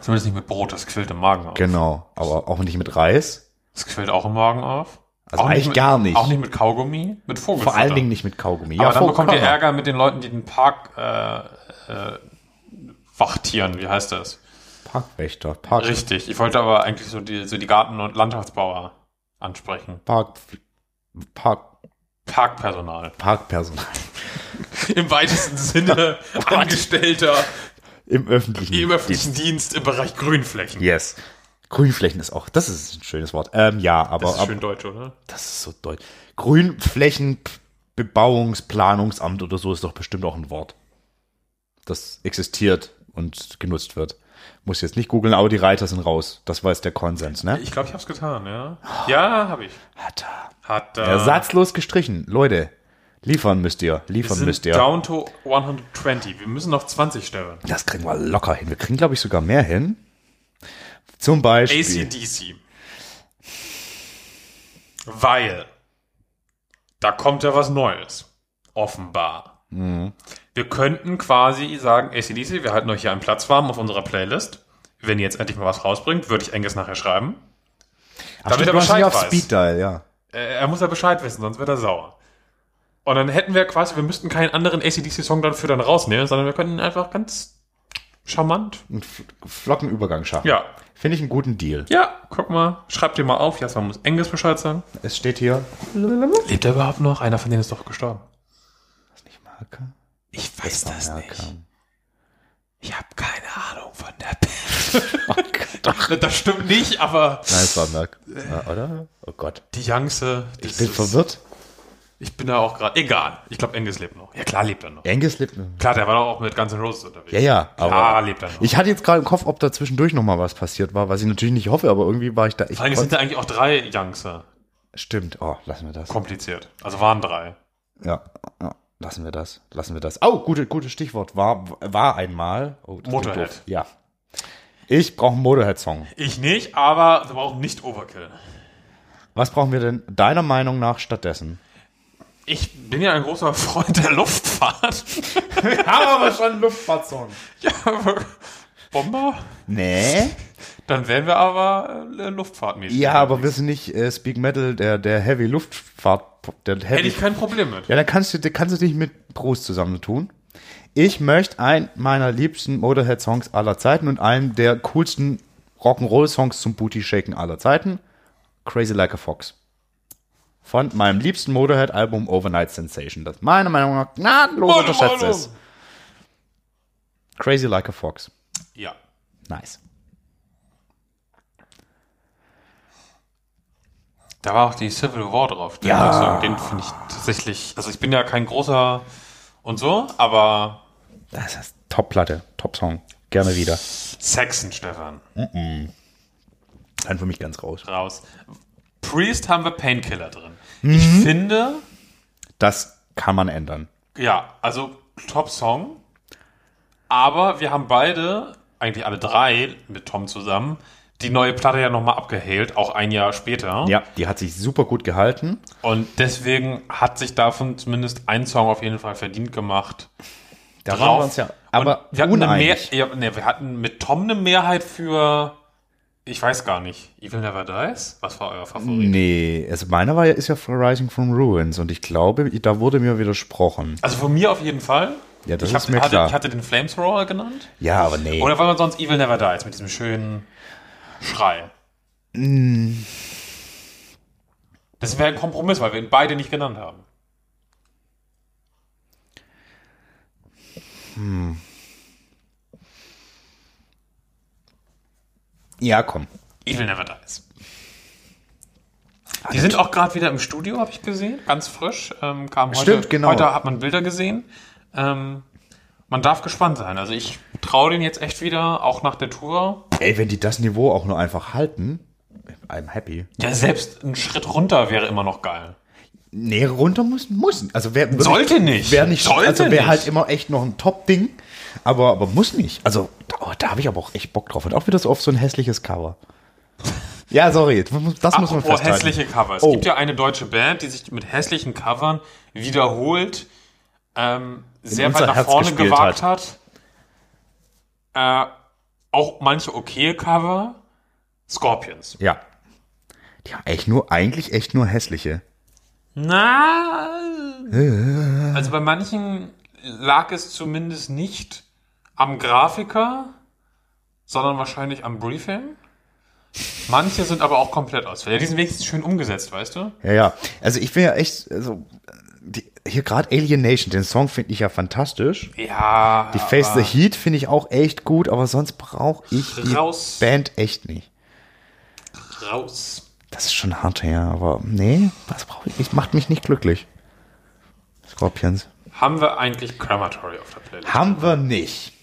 S3: Zumindest nicht mit Brot, das quillt im Magen auf.
S2: Genau. Aber auch nicht mit Reis.
S3: Das quillt auch im Magen auf.
S2: Also
S3: auch
S2: eigentlich
S3: mit,
S2: gar nicht.
S3: Auch nicht mit Kaugummi, mit Vogelfutter.
S2: Vor allen Dingen nicht mit Kaugummi.
S3: Aber dann
S2: voll
S3: bekommt ihr
S2: klar.
S3: Ärger mit den Leuten, die den Park äh, äh, wachtieren. Wie heißt das?
S2: Parkwächter. Park,
S3: Richtig. Ich wollte aber eigentlich so die, so die Garten- und Landschaftsbauer ansprechen.
S2: Park, Park,
S3: Parkpersonal. *laughs*
S2: Parkpersonal.
S3: Im weitesten Sinne Angestellter
S2: Im öffentlichen.
S3: im öffentlichen Dienst im Bereich Grünflächen.
S2: Yes. Grünflächen ist auch, das ist ein schönes Wort. Ähm, ja, aber
S3: Das
S2: das
S3: ist
S2: ist,
S3: schön deutsch, oder?
S2: das ist so deutsch. Grünflächen, P- Bebauungsplanungsamt oder so ist doch bestimmt auch ein Wort, das existiert und genutzt wird. Muss jetzt nicht googeln, aber die Reiter sind raus. Das war jetzt der Konsens, ne?
S3: Ich glaube, ich habe es getan, ja. Ja, habe ich.
S2: Hat er.
S3: Hat äh,
S2: Ersatzlos gestrichen. Leute, liefern müsst ihr. Liefern
S3: sind
S2: müsst ihr.
S3: down to 120. Wir müssen noch 20 stellen.
S2: Das kriegen wir locker hin. Wir kriegen, glaube ich, sogar mehr hin. Zum Beispiel.
S3: ACDC. Weil da kommt ja was Neues. Offenbar. Wir könnten quasi sagen, ACDC, wir halten euch hier einen Platz warm auf unserer Playlist. Wenn ihr jetzt endlich mal was rausbringt, würde ich Angus nachher schreiben.
S2: Ach,
S3: damit
S2: stimmt,
S3: er
S2: du hast
S3: Bescheid
S2: nicht auf
S3: weiß.
S2: Speed Dial, ja.
S3: Äh, er muss ja Bescheid wissen, sonst wird er sauer. Und dann hätten wir quasi, wir müssten keinen anderen ACDC-Song dafür dann rausnehmen, sondern wir könnten einfach ganz charmant.
S2: Einen fl- flotten Übergang schaffen.
S3: Ja.
S2: Finde ich einen guten Deal.
S3: Ja, guck mal, schreibt dir mal auf. Jasper muss Angus Bescheid sagen.
S2: Es steht hier.
S3: Lebt er überhaupt noch? Einer von denen ist doch gestorben.
S2: Nicht Marker?
S3: Ich weiß das, nicht.
S2: Marker.
S3: Ich habe keine Ahnung von der *laughs* Oh Band. das stimmt nicht, aber
S2: Nein, es war Merk. Äh, Ah, Oder? Oh Gott.
S3: die Youngste.
S2: Ich bin verwirrt.
S3: Ich bin da auch gerade. Egal. Ich glaube, Angus lebt noch. Ja, klar lebt er noch.
S2: Angus Lipton.
S3: Klar, der war doch auch mit Guns N' Roses unterwegs.
S2: Ja, ja.
S3: Klar lebt er noch.
S2: ich hatte jetzt gerade im Kopf, ob da zwischendurch nochmal was passiert war, was ich natürlich nicht hoffe, aber irgendwie war ich da echt.
S3: Vor allem sind da eigentlich auch drei Youngster.
S2: Stimmt. Oh, lassen wir das.
S3: Kompliziert. Also waren drei.
S2: Ja. ja. Lassen wir das. Lassen wir das. Oh, gutes gute Stichwort. War, war einmal. Oh, das klingt
S3: Motorhead.
S2: doof. Ja. Ich brauche einen Motorhead-Song.
S3: Ich nicht, aber wir brauchen nicht Overkill.
S2: Was brauchen wir denn deiner Meinung nach stattdessen?
S3: Ich bin ja ein großer Freund der Luftfahrt.
S2: *laughs*
S3: *laughs*
S2: Haben wir schon einen Luftfahrtsong.
S3: ja, aber Bomber?
S2: Nee.
S3: Dann wären wir aber äh, Luftfahrtmäßig.
S2: Ja, aber wir sind nicht äh, Speak Metal, der, der Heavy Luftfahrt. Der
S3: Hätte
S2: Heavy
S3: ich kein Problem mit.
S2: Ja, dann kannst du, dann kannst du dich mit Prost zusammentun. Ich möchte einen meiner liebsten Motorhead-Songs aller Zeiten und einen der coolsten Rock'n'Roll-Songs zum Booty-Shaken aller Zeiten. Crazy Like a Fox. Von meinem liebsten Motorhead-Album Overnight Sensation, das meiner Meinung nach gnadenlos
S3: Meine
S2: unterschätzt
S3: Meinung.
S2: ist. Crazy Like a Fox.
S3: Ja.
S2: Nice.
S3: Da war auch die Civil War drauf. Den
S2: Ja.
S3: Song, Den finde ich tatsächlich. Also ich bin ja kein großer und so, aber
S2: Das ist Top-Platte, Top-Song. Gerne wieder.
S3: Saxon, Stefan,
S2: Dann für mich ganz raus.
S3: raus. Priest haben wir Painkiller drin. Ich
S2: Mhm.
S3: finde,
S2: Das kann man ändern.
S3: ja, also Top-Song. Aber wir haben beide, eigentlich alle drei mit Tom zusammen, die neue Platte ja nochmal abgehält, auch ein Jahr später.
S2: Ja, die hat sich super gut gehalten.
S3: Und deswegen hat sich davon zumindest ein Song auf jeden Fall verdient gemacht.
S2: Da
S3: drauf.
S2: waren wir uns ja. Aber
S3: Und wir hatten, eine Mehr
S2: uneinig.
S3: ja, nee, wir hatten mit Tom eine Mehrheit für, ich weiß gar nicht, Evil Never Dies? Was war euer Favorit?
S2: Nee, also meiner war ja, ist ja For Rising from Ruins und ich glaube, da wurde mir widersprochen.
S3: Also von mir auf jeden Fall.
S2: Ja, das
S3: ich
S2: ist mir
S3: hatte,
S2: klar.
S3: Ich hatte den Flamethrower genannt.
S2: Ja, aber nee.
S3: Oder war man sonst Evil Never Dies mit diesem schönen Schrei?
S2: Hm.
S3: Das wäre ein Kompromiss, weil wir ihn beide nicht genannt haben.
S2: ja, komm.
S3: Evil Never Dies. Die sind auch gerade wieder im Studio, habe ich gesehen. Ganz frisch. Ähm, kam heute,
S2: Stimmt, genau.
S3: Heute hat man Bilder gesehen. Ähm, man darf gespannt sein. Also ich traue den jetzt echt wieder, auch nach der Tour.
S2: Ey, wenn die das Niveau auch nur einfach halten, I'm happy.
S3: Ja, selbst ein Schritt runter wäre immer noch geil.
S2: Nee, runter muss, muss. Also wer
S3: Sollte nicht.
S2: Wer nicht
S3: Sollte
S2: also wer
S3: nicht.
S2: halt immer echt noch ein Top-Ding, aber, aber muss nicht. Also da, oh, da habe ich aber auch echt Bock drauf. Und auch wieder so auf so ein hässliches Cover. Ja, sorry, das muss das muss man
S3: Apropos
S2: festhalten.
S3: hässliche Cover. Es
S2: Oh.
S3: gibt ja eine deutsche Band, die sich mit hässlichen Covern wiederholt ähm, sehr
S2: unser
S3: weit nach
S2: Herz
S3: vorne
S2: gespielt
S3: gewagt hat. Äh, auch manche okay Cover. Scorpions.
S2: Ja. Die haben echt nur, eigentlich echt nur hässliche.
S3: Na, also bei manchen lag es zumindest nicht am Grafiker, sondern wahrscheinlich am Briefing. Manche sind aber auch komplett Ausfälle. Ja, die sind wenigstens schön umgesetzt, weißt du?
S2: Ja, ja. Also ich bin ja echt, also die, hier gerade Alien Nation, den Song finde ich ja fantastisch.
S3: Ja.
S2: Die Face the Heat finde ich auch echt gut, aber sonst brauche ich die
S3: Raus.
S2: Band echt nicht.
S3: raus.
S2: Das ist schon hart, ja, aber nee, was brauche ich? nicht? Macht mich nicht glücklich. Scorpions.
S3: Haben wir eigentlich Crematory auf der Playlist?
S2: Haben wir nicht.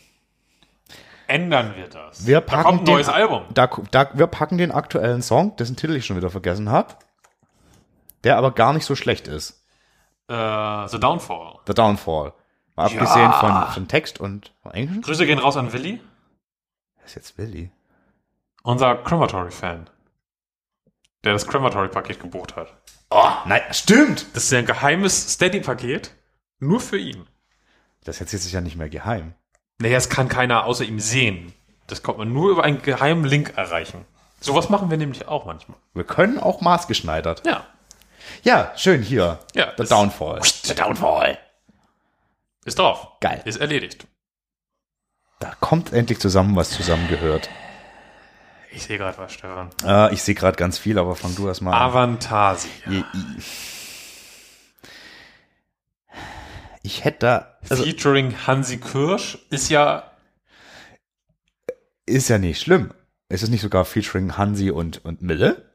S3: Ändern wir das.
S2: Wir
S3: da
S2: packen
S3: kommt ein
S2: den,
S3: neues Album.
S2: Da, ku- da, wir packen den aktuellen Song, dessen Titel ich schon wieder vergessen habe, der aber gar nicht so schlecht ist.
S3: Äh, The Downfall.
S2: The Downfall. Mal abgesehen von, von Text und von Englisch.
S3: Grüße gehen raus an Willi,
S2: Das ist jetzt Willi.
S3: unser Crematory-Fan, der das Crematory-Paket gebucht hat.
S2: Oh, nein, stimmt!
S3: Das ist ja ein geheimes Steady-Paket. Nur für ihn.
S2: Das ist jetzt sicher nicht mehr geheim.
S3: Naja, es kann keiner außer ihm sehen. Das kommt man nur über einen geheimen Link erreichen. Sowas machen wir nämlich auch manchmal.
S2: Wir können auch maßgeschneidert.
S3: Ja.
S2: Ja, schön hier.
S3: Ja,
S2: The
S3: das-
S2: Downfall.
S1: The downfall.
S3: Ist drauf.
S2: Geil.
S3: Ist erledigt.
S2: Da kommt endlich zusammen, was zusammengehört.
S3: Ich sehe gerade was, Stefan.
S2: Äh, ich sehe gerade ganz viel, aber fang du erst mal an.
S3: Avantasi.
S2: Je- i- Ich hätte da. Also,
S3: Featuring Hansi Kirsch ist ja.
S2: ist ja nicht schlimm. Ist es nicht sogar featuring Hansi und, und Mille?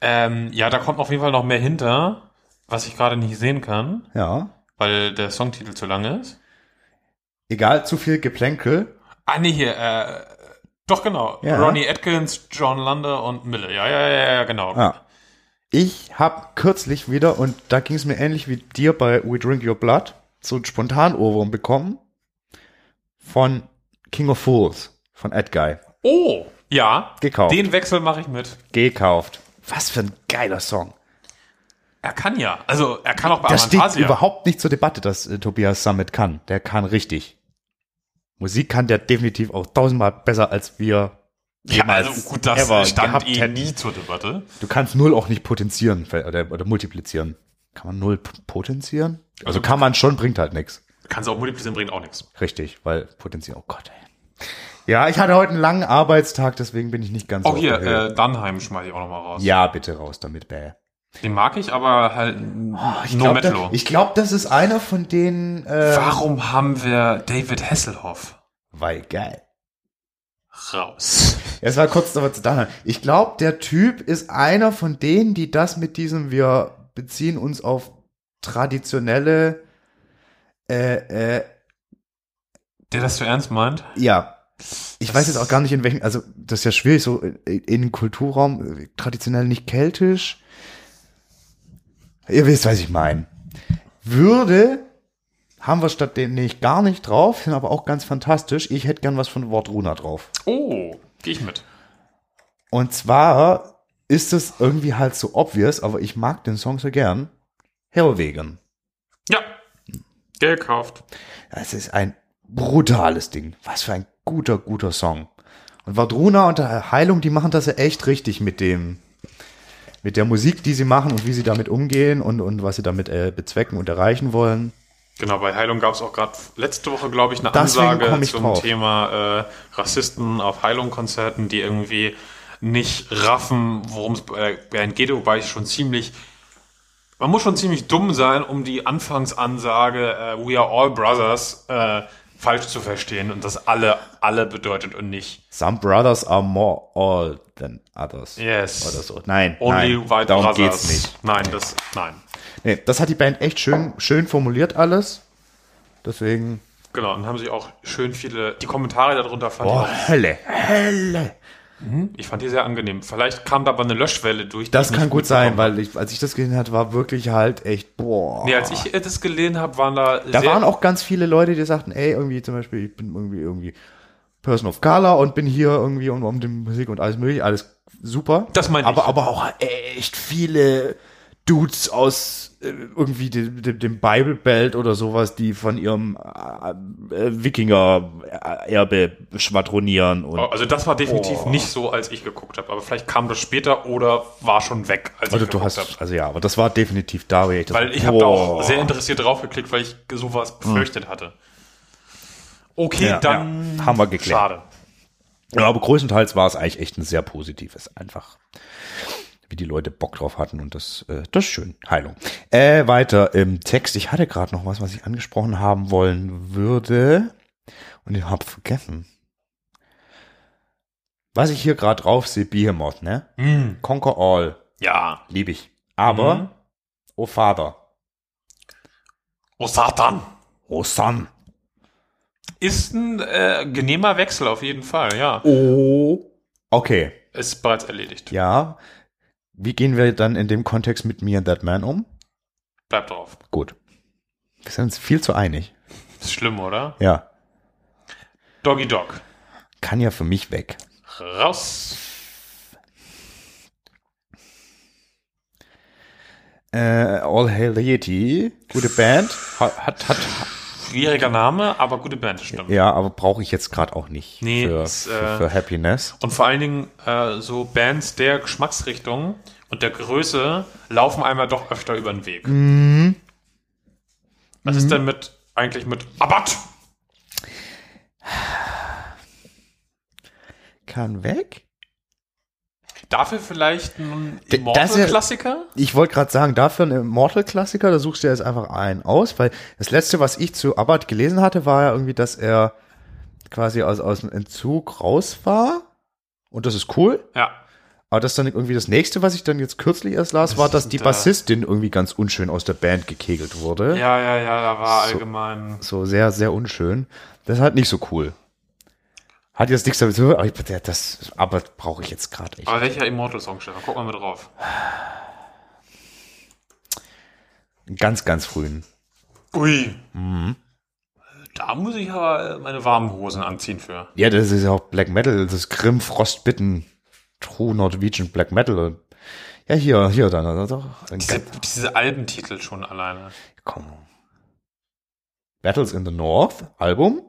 S3: Ähm, ja, da kommt auf jeden Fall noch mehr hinter. was ich gerade nicht sehen kann,
S2: Ja.
S3: weil der Songtitel zu lang ist.
S2: Egal, zu viel Geplänkel.
S3: Ah, nee, hier, äh, doch genau.
S2: Ja.
S3: Ronnie Atkins, John Lander und Mille. Ja, ja, ja, ja, genau.
S2: Ja. Ah. Ich habe kürzlich wieder, und da ging es mir ähnlich wie dir bei We Drink Your Blood, so einen Spontan-Ohrwurm bekommen von King of Fools, von Ed Guy.
S3: Oh, ja.
S2: Gekauft.
S3: Den Wechsel mache ich mit.
S2: Gekauft. Was für ein geiler Song.
S3: Er kann ja. Also, er kann auch bei
S2: Das steht
S3: Avantasia.
S2: überhaupt nicht zur Debatte, dass äh, Tobias Summit kann. Der kann richtig. Musik kann der definitiv auch tausendmal besser als wir.
S3: Ja, also
S2: jemals
S3: gut, das
S2: ever
S3: stand
S2: gehabt
S3: eh
S2: hätten.
S3: nie zur Debatte.
S2: Du kannst null auch nicht potenzieren ver- oder, oder multiplizieren. Kann man null p- potenzieren? Also kann man schon, bringt halt nichts.
S3: Kannst auch multiplizieren, bringt auch nichts.
S2: Richtig, weil potenzieren. Oh Gott, ey. Ja, ich hatte heute einen langen Arbeitstag, deswegen bin ich nicht ganz
S3: Auch
S2: auf
S3: hier,
S2: der Höhe.
S3: äh, Dunheim schmeiße ich auch nochmal raus.
S2: Ja, bitte raus damit, bäh.
S3: Den mag ich, aber halt
S2: Ah, Ich
S3: no
S2: glaube, da,
S3: Metlo.
S2: ich glaub, das ist einer von denen. Äh,
S3: Warum haben wir David Hasselhoff
S2: Weil geil.
S3: raus?
S2: Es war kurz aber zu dahin. Ich glaube, der Typ ist einer von denen, die das mit diesem, wir beziehen uns auf traditionelle, äh, äh,
S3: Der das so ernst meint?
S2: ja. Ich weiß jetzt auch gar nicht, in welchem, also das ist ja schwierig, so in, in Kulturraum, äh, traditionell nicht keltisch. Ihr wisst, was ich meine. Würde haben wir statt dem nicht gar nicht drauf, sind aber auch ganz fantastisch. Ich hätte gern was von Wortruna drauf.
S3: Oh, gehe ich mit.
S2: Und zwar ist es irgendwie halt so obvious, aber ich mag den Song so gern. Herwegen.
S3: Ja. Gekauft.
S2: Das ist ein brutales Ding. Was für ein guter, guter Song. Und Vadruna und Heilung, die machen das ja echt richtig mit dem, mit der Musik, die sie machen und wie sie damit umgehen und, und was sie damit äh, bezwecken und erreichen wollen.
S3: Genau, bei Heilung gab es auch gerade letzte Woche, glaube ich, eine
S2: Deswegen komm
S3: Ansage
S2: ich
S3: zum
S2: drauf.
S3: Thema äh, Rassisten auf Heilung-Konzerten, die irgendwie nicht raffen, worum es bei, bei Entgedo war ich schon ziemlich. Man muss schon ziemlich dumm sein, um die Anfangsansage äh, We are all brothers äh, falsch zu verstehen und das alle, alle bedeutet und nicht
S2: Some brothers are more all than others.
S3: Yes.
S2: Oder so. Nein,
S3: Only
S2: nein,
S3: White
S2: darum
S3: Brothers.
S2: geht's nicht.
S3: Nein, das, nein.
S2: Nee, das hat die Band echt schön, schön formuliert alles. Deswegen
S3: Genau, und haben sich auch schön viele, die Kommentare darunter fand
S2: Oh,
S3: ich,
S2: Hölle, Hölle.
S3: auch- ich fand die sehr angenehm. Vielleicht kam da aber eine Löschwelle durch. die
S2: Das
S3: ich nicht
S2: kann gut sein,
S3: mitbekommen
S2: weil ich, als ich das gesehen hatte, war wirklich halt echt, boah.
S3: Nee, als ich äh, das gelesen habe, waren da,
S2: da
S3: sehr,
S2: waren auch ganz viele Leute, die sagten, ey, irgendwie zum Beispiel, ich bin irgendwie, irgendwie Person of Color und bin hier irgendwie um, um die Musik und alles mögliche, alles super.
S3: Das meinte
S2: aber,
S3: ich.
S2: Aber auch echt viele Dudes aus äh, irgendwie dem, dem, dem Bible Belt oder sowas, die von ihrem äh, äh, Wikinger-Erbe schwadronieren und
S3: Oh, also das war definitiv
S2: Oh.
S3: nicht so, als ich geguckt habe. Aber vielleicht kam das später oder war schon weg, als
S2: Also
S3: ich
S2: du
S3: geguckt
S2: hast,
S3: habe.
S2: also ja, aber das war definitiv da, wo ich das oh,
S3: Weil ich habe da auch
S2: Boah. Hm.
S3: sehr interessiert draufgeklickt, weil ich sowas befürchtet hatte. Okay,
S2: Ja,
S3: dann
S2: ja. Haben wir geklärt.
S3: schade.
S2: Ja, aber größtenteils war es eigentlich echt ein sehr positives, einfach wie die Leute Bock drauf hatten und das, äh, das ist schön. Heilung. Äh, weiter im Text. Ich hatte gerade noch was, was ich angesprochen haben wollen würde und ich habe vergessen. Was ich hier gerade drauf sehe, Behemoth, ne?
S3: Hm,
S2: Conquer All,
S3: ja.
S2: lieb ich. Aber,
S3: Mhm.
S2: oh Vater,
S3: Oh Satan.
S2: oh Son,
S3: Ist ein äh, genehmer Wechsel auf jeden Fall, ja.
S2: oh, okay.
S3: Ist bereits erledigt.
S2: Ja. Wie gehen wir dann in dem Kontext mit Me and That Man um?
S3: Bleibt drauf.
S2: Gut. Wir sind uns viel zu einig.
S3: Ist schlimm, oder?
S2: Ja.
S3: Doggy Dog.
S2: Kann ja für mich weg.
S3: Raus.
S2: Äh, All Hail the Yeti. Gute Band. Hat, hat, hat.
S3: Schwieriger Name, aber gute Band, stimmt.
S2: Ja, aber brauche ich jetzt gerade auch nicht.
S3: Nee,
S2: Für,
S3: ist,
S2: für,
S3: äh,
S2: für Happiness.
S3: Und vor allen Dingen äh, so Bands der Geschmacksrichtung und der Größe laufen einmal doch öfter über den Weg.
S2: Mhm.
S3: Was ist denn mit eigentlich mit Abbat?
S2: Kann weg?
S3: Dafür vielleicht
S2: D-
S3: ein
S2: das ist-
S3: Immortal-Klassiker?
S2: Ich wollte gerade sagen, dafür ein Immortal-Klassiker, da suchst du ja jetzt einfach einen aus, weil das letzte, was ich zu Abbott gelesen hatte, war ja irgendwie, dass er quasi aus, aus dem Entzug raus war. Und das ist cool.
S3: Ja.
S2: Aber das dann irgendwie das nächste, was ich dann jetzt kürzlich erst las,
S3: Das
S2: war, dass
S3: ist
S2: die
S3: da-
S2: Bassistin irgendwie ganz unschön aus der Band gekegelt wurde.
S3: Ja, ja, ja, da war
S2: So.
S3: allgemein.
S2: So sehr, sehr unschön. Das ist halt nicht so cool. Hat jetzt nichts damit zu tun, aber ich- der- das, aber brauche ich jetzt gerade echt.
S3: Aber welcher Immortal-Song, Stefan? Guck mal mit drauf.
S2: Einen Ganz, ganz frühen.
S3: Ui.
S2: Mhm.
S3: Da muss ich aber äh, meine warmen Hosen anziehen für.
S2: Ja, das ist ja auch Black Metal, das ist Grimm, Frostbitten, True Norwegian Black Metal. Ja, hier, hier dann, oder doch. Ein
S3: Diese,
S2: ganz-
S3: diese Albentitel schon alleine.
S2: Komm. Battles in the North, Album?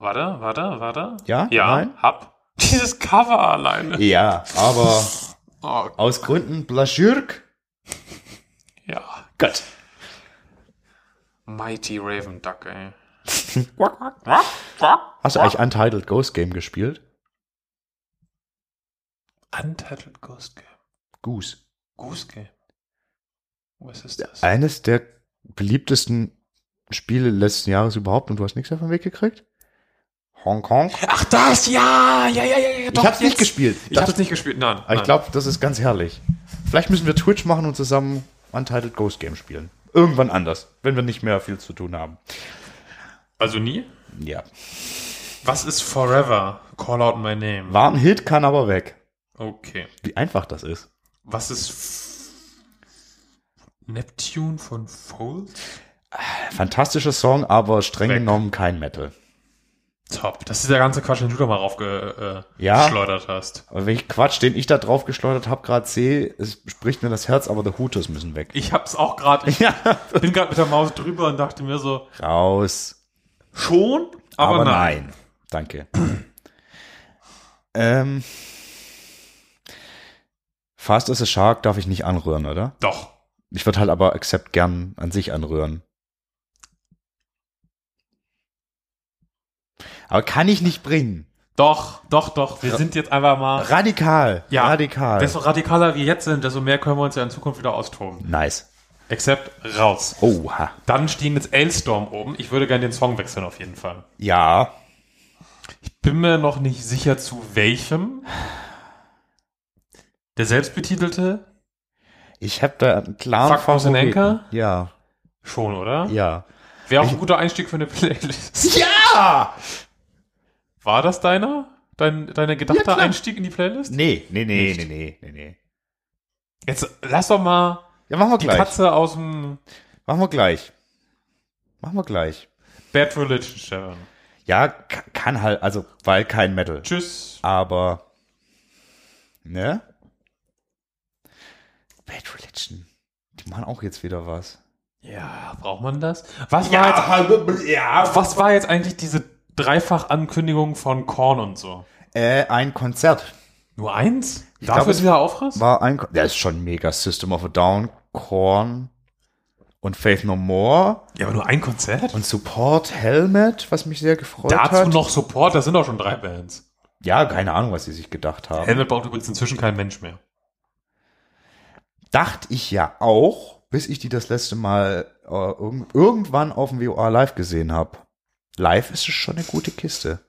S3: Warte, warte, warte.
S2: Ja?
S3: Ja,
S2: Nein?
S3: hab. *laughs* Dieses Cover alleine.
S2: Ja, aber
S3: Oh,
S2: aus Gründen Blaschürk.
S3: ja.
S2: Gott.
S3: Mighty Raven Duck, ey.
S2: Hast du eigentlich Untitled Ghost Game gespielt?
S3: Untitled Ghost Game.
S2: Goose.
S3: Goose Game. Was ist das?
S2: Eines der beliebtesten Spiele letzten Jahres überhaupt und du hast nichts davon weggekriegt? Hong Kong?
S3: Ach, das, ja, ja, ja, ja, ja, doch.
S2: ich hab's nicht
S3: jetzt.
S2: gespielt.
S3: Ich hab's nicht gespielt, nein.
S2: Aber
S3: nein.
S2: ich glaube, das ist ganz herrlich. Vielleicht müssen wir Twitch machen und zusammen Untitled Ghost Game spielen. Irgendwann anders, wenn wir nicht mehr viel zu tun haben.
S3: Also nie?
S2: Ja.
S3: Was ist Forever? Call out my name.
S2: War ein Hit, kann aber weg.
S3: Okay.
S2: Wie einfach das ist.
S3: Was ist F Neptune von Fold?
S2: Fantastischer Song, aber streng
S3: Weg.
S2: genommen kein Metal.
S3: Top. Das ist der ganze Quatsch, den du da mal raufgeschleudert äh,
S2: Ja.
S3: geschleudert hast.
S2: Aber wenn ich Quatsch, den ich da drauf geschleudert habe, gerade sehe, es spricht mir das Herz, aber The Hooters müssen weg.
S3: *laughs* Ich hab's auch
S2: *laughs*
S3: gerade. Ich
S2: Ja.
S3: bin gerade mit der Maus drüber und dachte mir so,
S2: Raus.
S3: schon, aber,
S2: Aber,
S3: nein.
S2: nein. Danke. *clears throat* ähm. Fast as a Shark darf ich nicht anrühren, oder?
S3: Doch.
S2: Ich würde halt aber Accept gern an sich anrühren. Aber kann ich nicht bringen.
S3: Doch, doch, doch. Wir sind jetzt einfach mal.
S2: Radikal.
S3: Ja.
S2: Radikal.
S3: Desto radikaler wir jetzt sind, desto mehr können wir uns ja in Zukunft wieder austoben.
S2: nice.
S3: Except raus.
S2: Oha.
S3: Dann stehen jetzt Elstorm oben. Ich würde gerne den Song wechseln auf jeden Fall.
S2: Ja.
S3: Bin mir noch nicht sicher zu welchem. Der selbstbetitelte?
S2: Ich habe da einen klaren
S3: Fuck Boss and
S2: Favoriten.
S3: Anchor?
S2: Ja.
S3: Schon, oder?
S2: Ja.
S3: Wäre auch ein guter Einstieg für eine Playlist. *laughs*
S2: Ja!
S3: War das deiner? Dein, deine gedachter
S2: Ja, klar.
S3: Einstieg in die Playlist?
S2: Nee, nee, nee,
S3: Nicht.
S2: nee, nee, nee, nee.
S3: Jetzt lass doch mal
S2: Ja, machen wir
S3: die
S2: gleich.
S3: Katze aus dem
S2: Machen wir gleich. Machen wir gleich.
S3: Bad Religion, Stefan.
S2: Ja, ka- kann halt, also, weil kein Metal.
S3: Tschüss.
S2: Aber, ne? Bad Religion. Die machen auch jetzt wieder was.
S3: Ja, braucht man das? Was, war, jetzt, was war jetzt eigentlich diese Dreifach-Ankündigung von Korn und so?
S2: Äh, ein Konzert.
S3: Nur eins?
S2: glaub,
S3: Dafür
S2: es
S3: ist dieser Aufriss?
S2: War ein Konzert. Der ist schon mega. System of a Down, Korn und Faith No More
S3: Ja, aber nur ein Konzert?
S2: und Support Helmet, was mich sehr gefreut hat.
S3: Dazu noch Support, das sind doch schon drei Bands.
S2: Ja, keine Ahnung, was sie sich gedacht haben.
S3: Helmet braucht übrigens inzwischen kein Mensch mehr.
S2: Dachte ich ja auch, bis ich die das letzte Mal äh, irgend- irgendwann auf dem WOA live gesehen habe. Live ist es schon eine gute Kiste.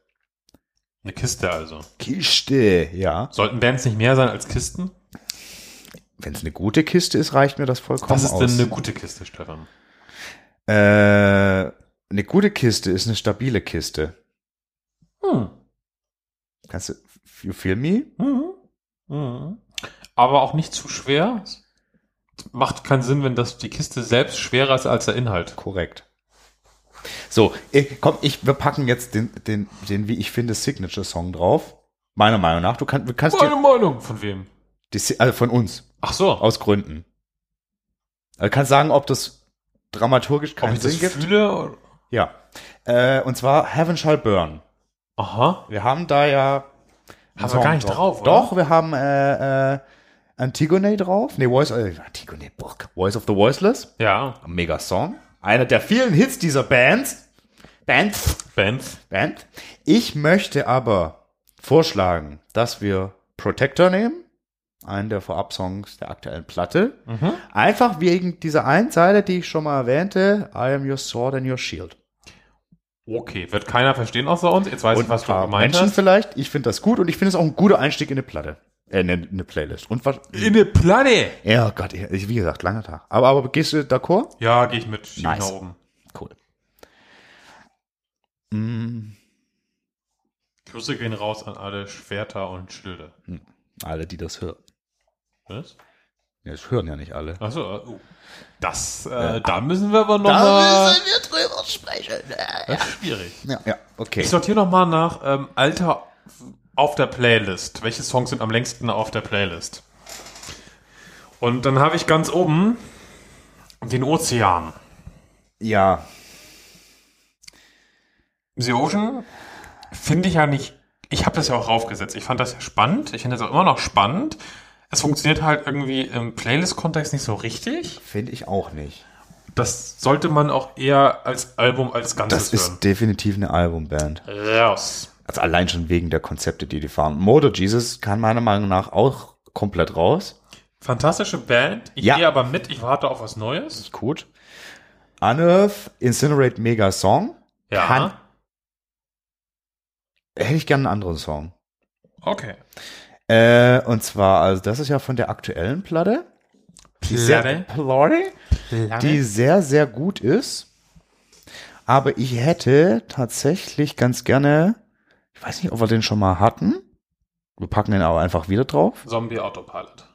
S3: Eine Kiste also.
S2: Kiste, ja.
S3: Sollten Bands nicht mehr sein als Kisten?
S2: Wenn es eine gute Kiste ist, reicht mir das vollkommen
S3: Was ist
S2: aus.
S3: denn eine gute Kiste, Stefan?
S2: äh, eine gute Kiste ist eine stabile Kiste.
S3: Hm.
S2: Kannst du, you feel me?
S3: Mhm. Mhm. Aber auch nicht zu schwer. Macht keinen Sinn, wenn das die Kiste selbst schwerer ist als der Inhalt.
S2: Korrekt. So, ich, komm, ich, wir packen jetzt den, den, den, wie ich finde, Signature-Song drauf. Meiner Meinung nach. Du kannst, du kannst dir,
S3: Meinung. Von wem?
S2: die, Si- also von uns.
S3: Ach so.
S2: Aus Gründen. Also kannst sagen, ob das dramaturgisch
S3: Ob
S2: keinen
S3: ich das
S2: Sinn gibt.
S3: fühle? oder-
S2: Ja. Äh, und zwar Heaven Shall Burn.
S3: Aha.
S2: Wir haben da ja. einen
S3: Haben wir
S2: Song
S3: gar nicht drauf, oder?
S2: Doch, wir haben äh, äh, Antigone drauf. Nee, Voice, äh, Antigone, Bock. Voice of the Voiceless.
S3: Ja.
S2: Mega Song. Einer der vielen Hits dieser Bands. Bands.
S3: Bands.
S2: Band. Ich möchte aber vorschlagen, dass wir Protector nehmen, einen der Vorab-Songs der aktuellen Platte.
S3: Mhm.
S2: Einfach wegen dieser einen Zeile, die ich schon mal erwähnte, I am your sword and your shield.
S3: Okay. Wird keiner verstehen außer uns. Jetzt weiß ich, was du
S2: paar
S3: gemeint
S2: Menschen
S3: hast.
S2: vielleicht. Ich finde das gut und ich finde es auch ein guter Einstieg in eine Platte. Äh, eine, eine Playlist. Und was.
S3: In eine Platte.
S2: Ja, Gott, ich, wie gesagt, langer Tag. Aber, aber gehst du d'accord?
S3: Ja, gehe ich mit. Schieb
S2: Nice.
S3: nach oben.
S2: Cool. Mm,
S3: Grüße gehen raus an alle Schwerter und Schilde.
S2: alle, die das hören.
S3: Was?
S2: Ja, das hören ja nicht alle.
S3: Achso, äh, oh. das, äh, da müssen wir aber
S2: Da
S3: nochmal.
S2: müssen wir drüber sprechen.
S3: Das ist schwierig.
S2: Ja, ja okay.
S3: Ich sortiere nochmal nach ähm, Alter auf der Playlist. Welche Songs sind am längsten auf der Playlist? Und dann habe ich ganz oben den Ozean.
S2: Ja,
S3: The Ocean finde ich ja nicht. Ich habe das ja auch raufgesetzt. Ich fand das ja spannend. Ich finde das auch immer noch spannend. Es funktioniert halt irgendwie im Playlist-Kontext nicht so richtig.
S2: finde ich auch nicht.
S3: Das sollte man auch eher als Album als Ganzes
S2: Das ist definitiv eine Albumband.
S3: hören. Raus.
S2: Also allein schon wegen der Konzepte, die die fahren. Motor Jesus kann meiner Meinung nach auch komplett raus.
S3: Fantastische Band. Ich
S2: Ja.
S3: gehe aber mit. Ich warte auf was Neues.
S2: Gut. Unearth, Incinerate Mega Song.
S3: Ja.
S2: Kann, hätte ich gerne einen anderen Song.
S3: Okay.
S2: Äh, und zwar, also das ist ja von der aktuellen Platte. Die sehr-
S3: Platte?
S2: Platte? die
S3: Die
S2: sehr, sehr gut ist. Aber ich hätte tatsächlich ganz gerne, ich weiß nicht, ob wir den schon mal hatten. Wir packen den aber einfach wieder drauf.
S3: Zombie Autopilot.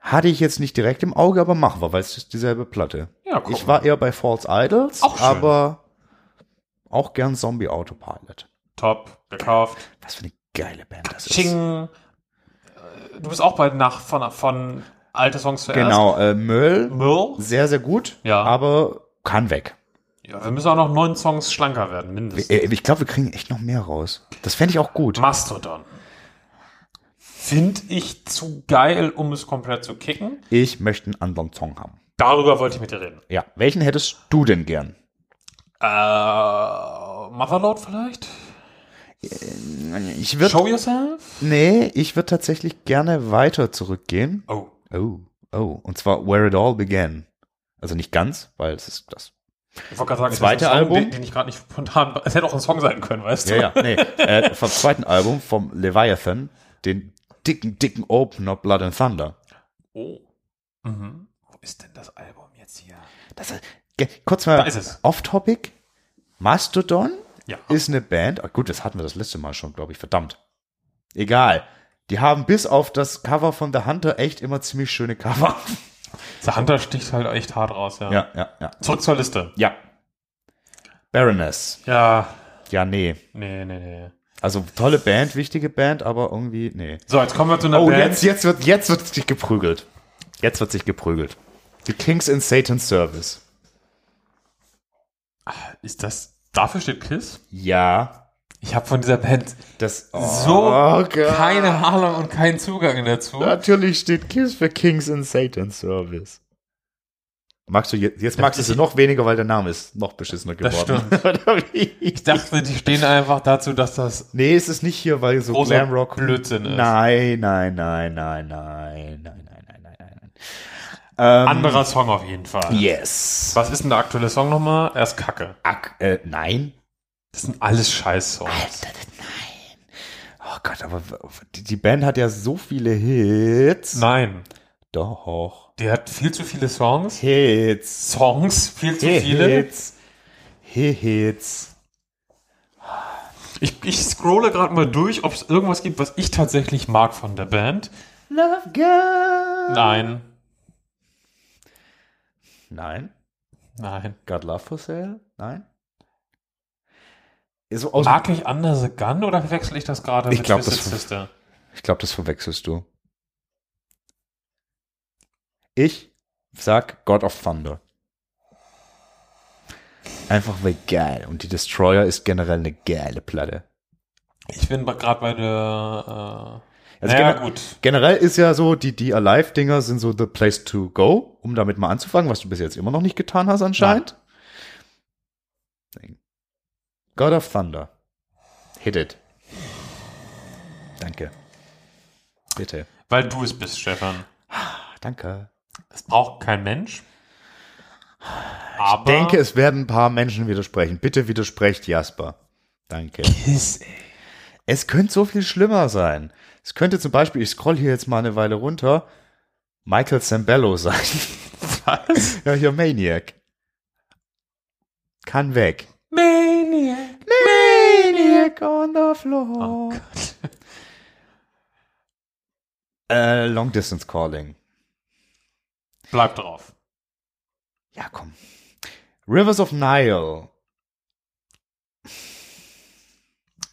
S2: Hatte ich jetzt nicht direkt im Auge, aber machen wir, weil es ist dieselbe Platte.
S3: Ja, guck
S2: ich
S3: mal.
S2: war eher bei False Idols,
S3: Auch schön.
S2: aber auch gern Zombie Autopilot.
S3: Top. Gekauft.
S2: Was für eine geile Band das ist.
S3: Ching. Äh, Du bist auch bei nach von, von alte Songs zuerst.
S2: Genau, äh, Müll,
S3: Müll.
S2: sehr, sehr gut,
S3: Ja.
S2: aber kann weg.
S3: Ja, wir müssen auch noch neun Songs schlanker werden, mindestens.
S2: Äh, Ich glaube, wir kriegen echt noch mehr raus. Das fände ich auch gut.
S3: Mastodon. Finde ich zu geil, um es komplett zu kicken.
S2: Ich möchte einen anderen Song haben.
S3: Darüber wollte ich mit dir reden.
S2: Ja, welchen hättest du denn gern?
S3: Äh, Motherlode vielleicht?
S2: Ich würde
S3: Show Yourself?
S2: nee, ich würde tatsächlich gerne weiter zurückgehen.
S3: Oh.
S2: Oh, oh, und zwar Where It All Began. Also nicht ganz, weil es ist das.
S3: Ich wollte gerade sagen, ist
S2: Zweite
S3: das ein Song,
S2: Album?
S3: Den, den ich gerade nicht spontan. *laughs* Es hätte auch ein Song sein können, weißt du?
S2: Ja, ja,
S3: *laughs*
S2: nee, äh, vom zweiten Album vom Leviathan, den dicken, dicken Opener Blood and Thunder.
S3: Oh. Mhm. Wo ist denn das Album jetzt hier?
S2: Das ist, ge- kurz mal
S3: Da ist es.
S2: off-topic. Mastodon
S3: Ja.
S2: ist eine Band. Ah, gut, das hatten wir das letzte Mal schon, glaube ich. Verdammt. Egal. Die haben bis auf das Cover von The Hunter echt immer ziemlich schöne Cover.
S3: Der Hunter sticht halt echt hart raus, ja.
S2: Ja, ja, ja.
S3: Zurück zur Liste.
S2: Ja. Baroness.
S3: Ja,
S2: Ja, nee.
S3: nee, nee, nee.
S2: Also tolle Band, wichtige Band, aber irgendwie, nee.
S3: So, jetzt kommen wir zu einer
S2: Oh,
S3: Band.
S2: jetzt, jetzt wird, jetzt wird sich geprügelt. Jetzt wird sich geprügelt. The Kings in Satan's Service.
S3: Ist das. Dafür steht Kiss?
S2: Ja.
S3: Ich habe von dieser Band
S2: Das, oh,
S3: so
S2: Gott.
S3: keine Ahnung und keinen Zugang dazu.
S2: Natürlich steht Kiss für Kings in Satan's Service. Magst du jetzt, jetzt magst du sie noch weniger, weil der Name ist noch beschissener
S3: Das
S2: geworden. *laughs* Oder wie?
S3: Ich dachte, die stehen einfach dazu, dass das.
S2: nee, es ist nicht hier, weil so
S3: Großer
S2: Glamrock.
S3: Blödsinn ist.
S2: Nein, nein, nein, nein, nein, nein, nein, nein, nein, nein. Ähm,
S3: Anderer Song auf jeden Fall.
S2: Yes.
S3: Was ist denn der aktuelle Song nochmal? Er ist kacke.
S2: Ak äh, nein?
S3: Das sind alles Scheiß-Songs.
S2: Alter, nein. Oh Gott, aber w- die, die Band hat ja so viele Hits.
S3: Nein.
S2: Doch.
S3: Der hat viel zu viele Songs.
S2: Hits.
S3: Songs, viel zu viele.
S2: Hits. Hits.
S3: Ich, ich scrolle gerade mal durch, ob es irgendwas gibt, was ich tatsächlich mag von der Band.
S2: Love God.
S3: Nein.
S2: Nein.
S3: Nein.
S2: God Love for Sale? Nein. So aus
S3: Mag ich Under the Gun oder verwechsel Also ich das gerade
S2: Ich glaub,
S3: Twisted
S2: das-
S3: Sister?
S2: ich glaube, das verwechselst du. Ich sag God of Thunder. Einfach weil geil. Und die Destroyer ist generell eine geile Platte.
S3: Ich bin gerade bei der. Äh,
S2: Also
S3: naja,
S2: gener-
S3: gut.
S2: Generell ist ja so, die, die Alive-Dinger sind so the place to go, um damit mal anzufangen, was du bis jetzt immer noch nicht getan hast anscheinend. God of Thunder. Hit it. Danke. Bitte.
S3: Weil du es bist, Stefan.
S2: Danke.
S3: Es braucht kein Mensch. Aber.
S2: Ich denke, es werden ein paar Menschen widersprechen. Bitte widersprecht Jasper. Danke.
S3: Kiss, ey.
S2: Es könnte so viel schlimmer sein. Es könnte zum Beispiel, ich scroll hier jetzt mal eine Weile runter, Michael Sambello sein. *laughs*
S3: Was?
S2: ja, hier Maniac. Kann weg.
S3: Maniac.
S2: Maniac on the
S3: Oh
S2: floor.
S3: Gott.
S2: Äh, Long Distance Calling.
S3: Bleib drauf.
S2: Ja, komm. Rivers of Nile.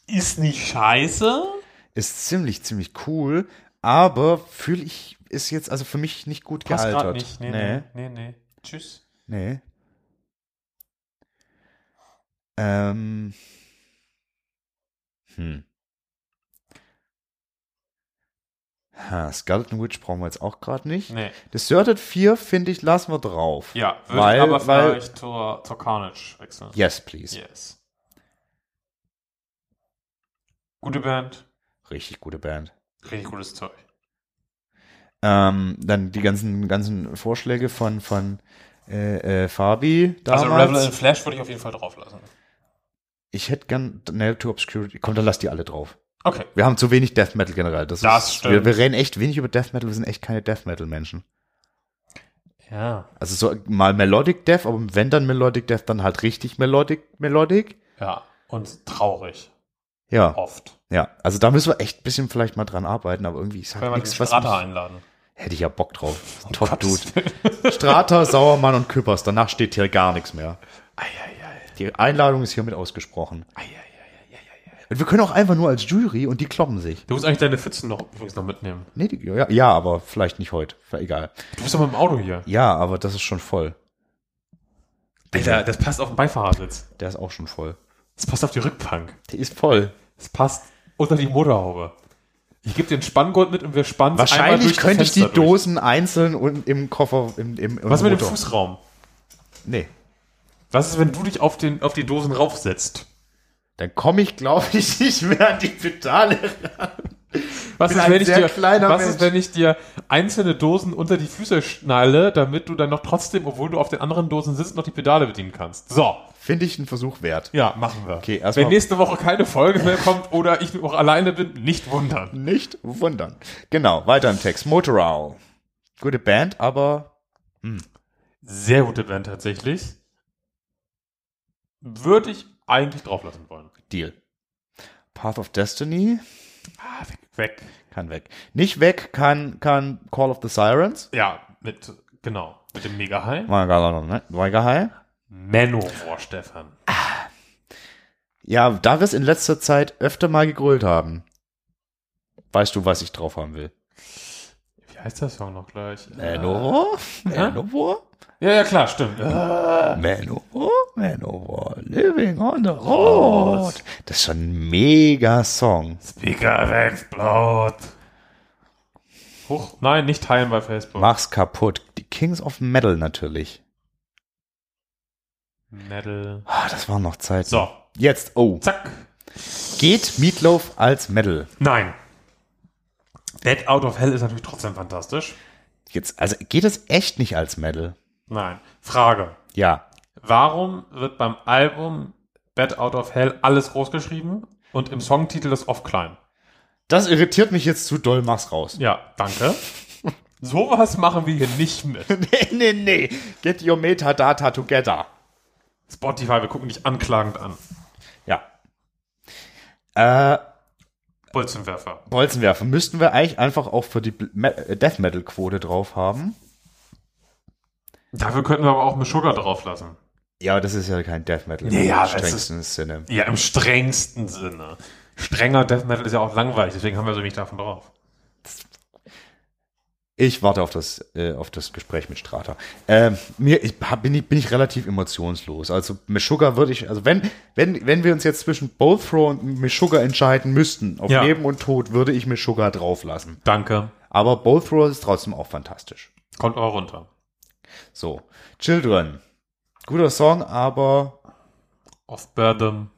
S3: Ist nicht scheiße.
S2: Ist ziemlich, ziemlich cool, aber fühle ich, ist jetzt also für mich nicht gut
S3: Passt
S2: gealtert.
S3: gerade nicht. Nee, nee, nee, nee. Tschüss.
S2: Nee. Ähm. Hm. Ha, Skeleton Witch brauchen wir jetzt auch gerade nicht.
S3: Nee.
S2: Deserted 4, finde ich, lassen wir drauf.
S3: Ja, würde
S2: Weil-
S3: ich aber
S2: weil-
S3: vielleicht zur, zur Carnage wechseln.
S2: Yes, please.
S3: Yes. Gute Band,
S2: Richtig gute Band.
S3: richtig gutes Zeug.
S2: Ähm, dann die ganzen, ganzen Vorschläge von, von äh, äh, Fabi
S3: Also
S2: damals.
S3: Revel in Flash würde ich auf jeden Fall drauf lassen.
S2: ich hätte gern Nail to Obscurity. Komm, dann lass die alle drauf.
S3: Okay.
S2: Wir haben zu wenig Death Metal generell. Das,
S3: Das
S2: ist,
S3: stimmt.
S2: Wir, wir reden echt wenig über Death Metal. Wir sind echt keine Death Metal Menschen.
S3: Ja.
S2: Also so mal Melodic Death, aber wenn dann Melodic Death, dann halt richtig Melodic, Melodic.
S3: Ja. Und traurig.
S2: Ja,
S3: Oft.
S2: ja. Also da müssen wir echt ein bisschen vielleicht mal dran arbeiten, aber irgendwie ist
S3: Können
S2: halt
S3: wir den
S2: nichts, was
S3: Strater
S2: mich,
S3: einladen.
S2: Hätte ich ja Bock drauf.
S3: Um
S2: Top Dude.
S3: Gottes Willen.
S2: Strater, Sauermann und Küppers. Danach steht hier gar nichts mehr.
S3: Eieiei.
S2: Die Einladung ist hiermit ausgesprochen.
S3: Eieiei.
S2: Und wir können auch einfach nur als Jury und die kloppen sich.
S3: Du musst eigentlich deine Pfützen noch übrigens noch mitnehmen.
S2: Nee, die, ja, ja, aber vielleicht nicht heute. Egal.
S3: Du bist doch mit dem Auto hier.
S2: Ja, aber das ist schon voll.
S3: Alter, das passt auf den Beifahrersitz.
S2: Der ist auch schon voll.
S3: Das passt auf die Rückbank.
S2: Der ist voll.
S3: Das passt unter die Motorhaube. Ich gebe dir einen Spanngurt mit und wir spannen
S2: Wahrscheinlich könnte ich die Dosen einzeln und im Koffer im, im, im
S3: Was mit dem
S2: Motor-
S3: Fußraum?
S2: Nee.
S3: Was ist, wenn du dich auf, den, auf die Dosen raufsetzt?
S2: Dann komme ich, glaube ich, *laughs* nicht mehr an die Pedale.
S3: Was
S2: bin
S3: ist,
S2: ein
S3: wenn ich,
S2: sehr
S3: dir,
S2: kleiner
S3: was ist,
S2: Mensch.
S3: wenn ich dir einzelne Dosen unter die Füße schnalle, damit du dann noch trotzdem, obwohl du auf den anderen Dosen sitzt, noch die Pedale bedienen kannst? So,
S2: Finde ich einen Versuch wert.
S3: ja, machen wir.
S2: Okay, erstmal-
S3: wenn nächste Woche keine Folge mehr kommt oder ich auch alleine bin, nicht wundern.
S2: Nicht wundern. Genau, weiter im Text. Motoral. Gute Band, aber
S3: Sehr gute Band tatsächlich. Würde ich eigentlich drauflassen wollen.
S2: Deal. Path of Destiny
S3: Ah, weg. weg.
S2: kann weg. Nicht weg kann, kann Call of the Sirens.
S3: Ja, mit, genau, mit dem Mega-High.
S2: Weiger High.
S3: Manowar, Stefan.
S2: Ja, da wir es in letzter Zeit öfter mal gegrillt haben, weißt du, was ich drauf haben will.
S3: Wie heißt der Song noch gleich?
S2: Manowar? Manowar?
S3: Ja, ja, klar, stimmt. Äh,
S2: Manowar? Manowar. Living on the road. Das ist schon ein mega Song.
S3: Speaker explode. Huch, nein, nicht teilen bei Facebook.
S2: Mach's kaputt. Die Kings of Metal natürlich.
S3: Metal.
S2: Ah, das waren noch Zeiten.
S3: So,
S2: Jetzt, oh.
S3: zack.
S2: Geht Meatloaf als Metal?
S3: Nein. Dead Out of Hell ist natürlich trotzdem fantastisch.
S2: Jetzt, also geht es echt nicht als Metal?
S3: Nein. Frage.
S2: Ja.
S3: Warum wird beim Album Bad Out of Hell alles groß geschrieben und im Songtitel das off klein?
S2: Das irritiert mich jetzt zu doll, mach's raus. *laughs*
S3: Ja, danke. Sowas machen wir hier nicht mit.
S2: nee, nee, nee. Get your metadata together.
S3: Spotify, wir gucken dich anklagend an.
S2: Ja. Äh,
S3: Bolzenwerfer.
S2: Bolzenwerfer müssten wir eigentlich einfach auch für die Bl- Me- äh, Death Metal Quote drauf haben.
S3: Dafür könnten wir aber auch Meshuggah drauflassen.
S2: Ja, aber das ist ja kein Death Metal
S3: Ja, ja, also
S2: im
S3: das ist-
S2: strengsten Sinne.
S3: Ja, im strengsten Sinne. Strenger Death Metal ist ja auch langweilig, deswegen haben wir so wenig davon drauf.
S2: Ich warte auf das, äh, auf das Gespräch mit Strata. Ähm, mir ich, hab- bin, ich, bin ich relativ emotionslos. Also Meshuggah würde ich, also wenn, wenn, wenn wir uns jetzt zwischen Bowthrow und Meshuggah entscheiden müssten, auf
S3: Ja.
S2: Leben und Tod, würde ich Meshuggah drauflassen.
S3: Danke.
S2: Aber Bowthrow ist trotzdem auch fantastisch.
S3: Kommt aber runter.
S2: So, Children. Guter Song, aber,
S3: Of Burden.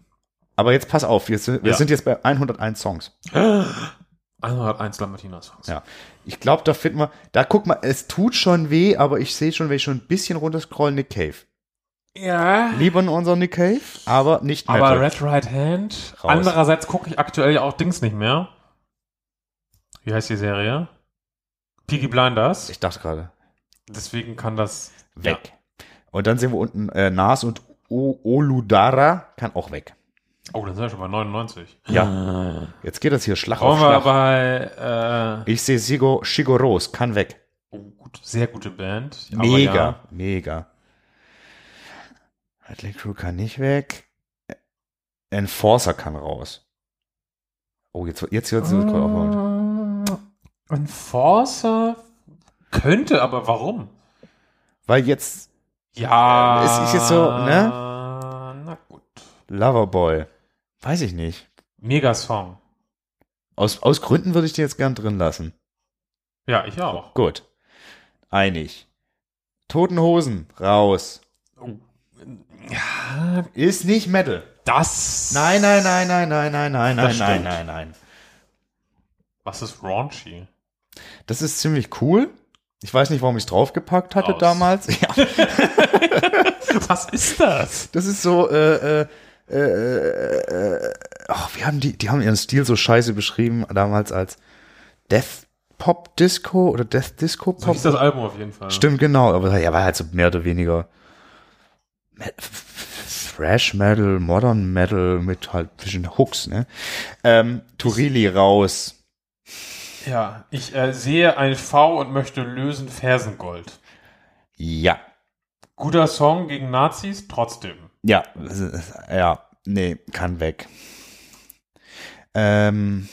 S2: aber jetzt pass auf, jetzt, wir
S3: Ja.
S2: sind jetzt bei 101 Songs.
S3: *gasps* 101 Lambertina-Songs.
S2: Ja. Ich glaube, da finden wir, da guck mal, es tut schon weh, aber ich sehe schon, wenn ich schon ein bisschen runterscroll, Nick Cave.
S3: Ja.
S2: Lieber in unseren Nick Cave, aber nicht Metal.
S3: Aber Red Right Hand.
S2: Raus.
S3: Andererseits gucke ich aktuell ja auch Dings nicht mehr. Wie heißt die Serie? Peaky Blinders.
S2: ich dachte gerade,
S3: Deswegen kann das
S2: weg. Und dann sehen wir unten äh, Nas und o Oludara kann auch weg.
S3: Ja. Oh, dann sind wir schon bei 99.
S2: Ja. Jetzt geht das hier Schlag auf
S3: Brauchen wir
S2: Schlag.
S3: bei äh,
S2: ich sehe Sigo Shigoros, kann weg.
S3: oh, gut, sehr gute Band. Aber
S2: Mega,
S3: ja.
S2: mega. Hadley Crew kann nicht weg. Enforcer kann raus. Oh, jetzt jetzt jetzt jetzt-
S3: Äh, Enforcer könnte, aber warum?
S2: Weil jetzt
S3: Ja.
S2: Es ist jetzt so, ne?
S3: Na gut.
S2: Loverboy. Weiß ich nicht.
S3: Mega Song.
S2: Aus, aus Gründen würde ich den jetzt gern drin lassen.
S3: Ja, ich auch.
S2: Gut. Einig. Toten Hosen raus.
S3: Ja,
S2: Ist nicht Metal.
S3: das.
S2: Nein, nein, nein, nein, nein, nein, nein, nein,
S3: Das
S2: nein,
S3: stimmt.
S2: nein, nein.
S3: Was ist raunchy?
S2: Das ist ziemlich cool. Ich weiß nicht, warum ich es draufgepackt hatte
S3: Aus. *laughs*
S2: damals. Ja,
S3: Was ist das?
S2: das ist so, äh, äh, äh, äh, äh, ach, wir haben die, die haben ihren Stil so scheiße beschrieben damals als Death Pop Disco oder Death Disco
S3: So
S2: Pop.
S3: hieß das Album auf jeden Fall.
S2: Stimmt, genau. Aber er war halt so mehr oder weniger Me- Thrash Metal, Modern Metal mit halt ein bisschen Hooks, ne? Ähm, Turilli raus.
S3: Ja, ich äh, sehe ein V und möchte lösen Fersengold.
S2: Ja.
S3: Guter Song gegen Nazis, trotzdem.
S2: Ja. das ist- Ja. Nee, kann weg. Ähm,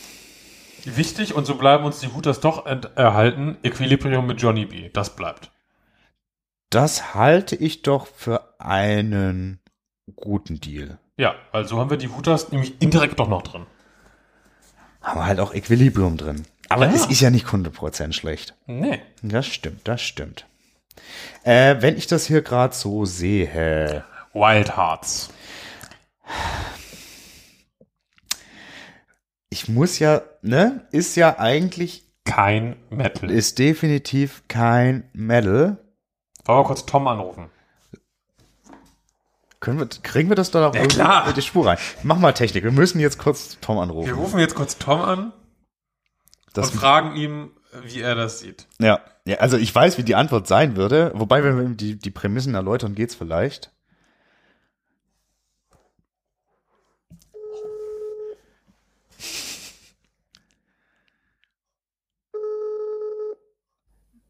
S3: Wichtig und so bleiben uns die Hooters doch ent- erhalten. Equilibrium mit Johnny B. Das bleibt.
S2: das halte ich doch für einen guten Deal.
S3: Ja, weil so haben wir die Hooters nämlich indirekt doch noch drin.
S2: Haben wir halt auch Equilibrium drin. Aber
S3: Ja.
S2: es ist ja nicht 100% schlecht.
S3: Nee.
S2: Das stimmt, das stimmt. Äh, wenn ich das hier gerade so sehe.
S3: Wild Hearts.
S2: Ich muss ja, ne? Ist ja eigentlich,
S3: Kein Metal. Wollen
S2: ist definitiv kein Medal.
S3: wir kurz Tom anrufen?
S2: Können wir, kriegen wir das da noch
S3: Ja,
S2: irgendwie
S3: klar.
S2: mit die Spur rein? Mach mal Technik. Wir müssen jetzt kurz Tom
S3: Wir
S2: anrufen.
S3: rufen jetzt kurz Tom an
S2: Das,
S3: und fragen ihm, wie er das sieht.
S2: ja. ja, also ich weiß, wie die Antwort sein würde. Wobei, wenn wir ihm die, die Prämissen erläutern, geht's vielleicht.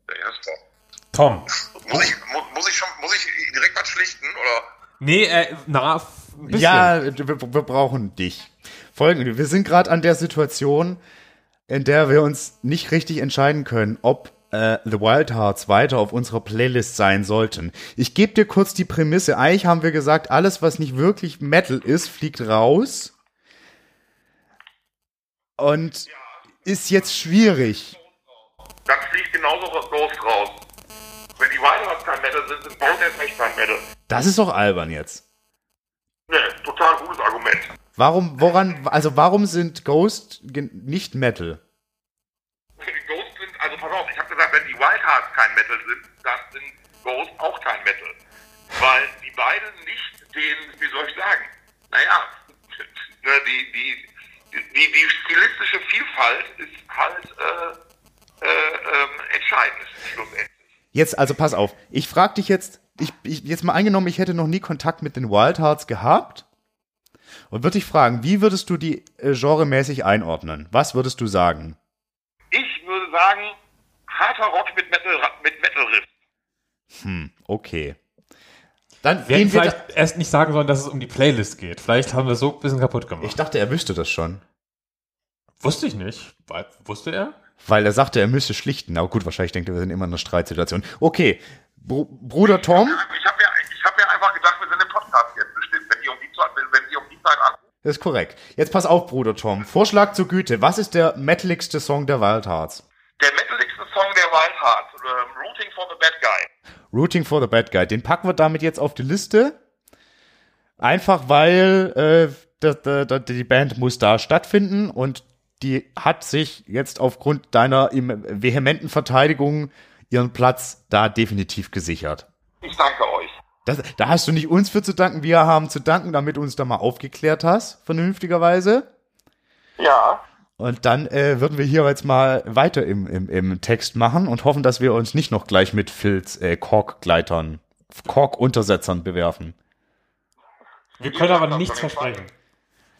S4: Der erste.
S3: Tom.
S4: Muss ich, mu, muss ich schon, muss ich direkt was schlichten oder?
S3: Nee, äh, na, f- ein bisschen.
S2: Ja, wir, wir brauchen dich. Folgende, wir sind gerade an der Situation, in der wir uns nicht richtig entscheiden können, ob äh, The Wild Hearts weiter auf unserer Playlist sein sollten. Ich gebe dir kurz die Prämisse. Eigentlich haben wir gesagt, alles, was nicht wirklich Metal ist, fliegt raus. Und ist jetzt schwierig.
S4: Dann fliegt genauso was los raus. Wenn die Wildcards kein Metal sind, sind Bones erst recht kein Metal.
S2: Das ist doch albern jetzt.
S4: Ne, total gutes Argument.
S2: Warum, woran, also warum sind Ghost gen- nicht Metal?
S4: Ghost sind, also pass auf, ich habe gesagt, wenn die Wildcards kein Metal sind, dann sind Ghost auch kein Metal. Weil die beiden nicht den, wie soll ich sagen, naja, *laughs* ne, die, die, die, die stilistische Vielfalt ist halt äh, äh, ähm, entscheidend schlussendlich.
S2: Jetzt, also pass auf, ich frag dich jetzt, ich, ich, jetzt mal angenommen, ich hätte noch nie Kontakt mit den Wild Hearts gehabt und würde dich fragen, wie würdest du die äh, genremäßig einordnen? Was würdest du sagen?
S4: Ich würde sagen, harter Rock mit Metal, mit Metal Riff.
S2: Okay. Dann
S3: Wir
S2: gehen
S3: hätten
S2: wir da,
S3: vielleicht erst nicht sagen sollen, dass es um die Playlist geht. Vielleicht haben wir es so ein bisschen kaputt gemacht.
S2: Ich dachte, er wüsste das schon,
S3: wusste ich nicht. Weil- Wusste er?
S2: weil er sagte, er müsste schlichten. Aber gut, wahrscheinlich denkt er, wir sind immer in einer Streitsituation. Okay, Br Bruder Tom,
S4: Ich habe mir, ich hab mir einfach gedacht, wir sind im Podcast jetzt bestimmt. Wenn ihr um die Zeit, wenn, wenn ihr um die Zeit anruft,
S2: das ist korrekt. Jetzt pass auf, Bruder Tom. Vorschlag zur Güte, was ist der metaligste Song der Wild Hearts?
S4: der metaligste Song der Wild Hearts, ähm, Rooting for the Bad Guy.
S2: Rooting for the Bad Guy. Den packen wir damit jetzt auf die Liste. Einfach weil äh, da, da, da, die Band muss da stattfinden und die hat sich jetzt aufgrund deiner im- vehementen Verteidigung ihren Platz da definitiv gesichert.
S4: Ich danke euch.
S2: Das, da hast du nicht uns für zu danken, wir haben zu danken, damit du uns da mal aufgeklärt hast, vernünftigerweise.
S4: Ja.
S2: Und dann äh, würden wir hier jetzt mal weiter im, im, im Text machen und hoffen, dass wir uns nicht noch gleich mit Filz äh, Korkgleitern, Korkuntersetzern bewerfen.
S3: Wir können aber nichts versprechen.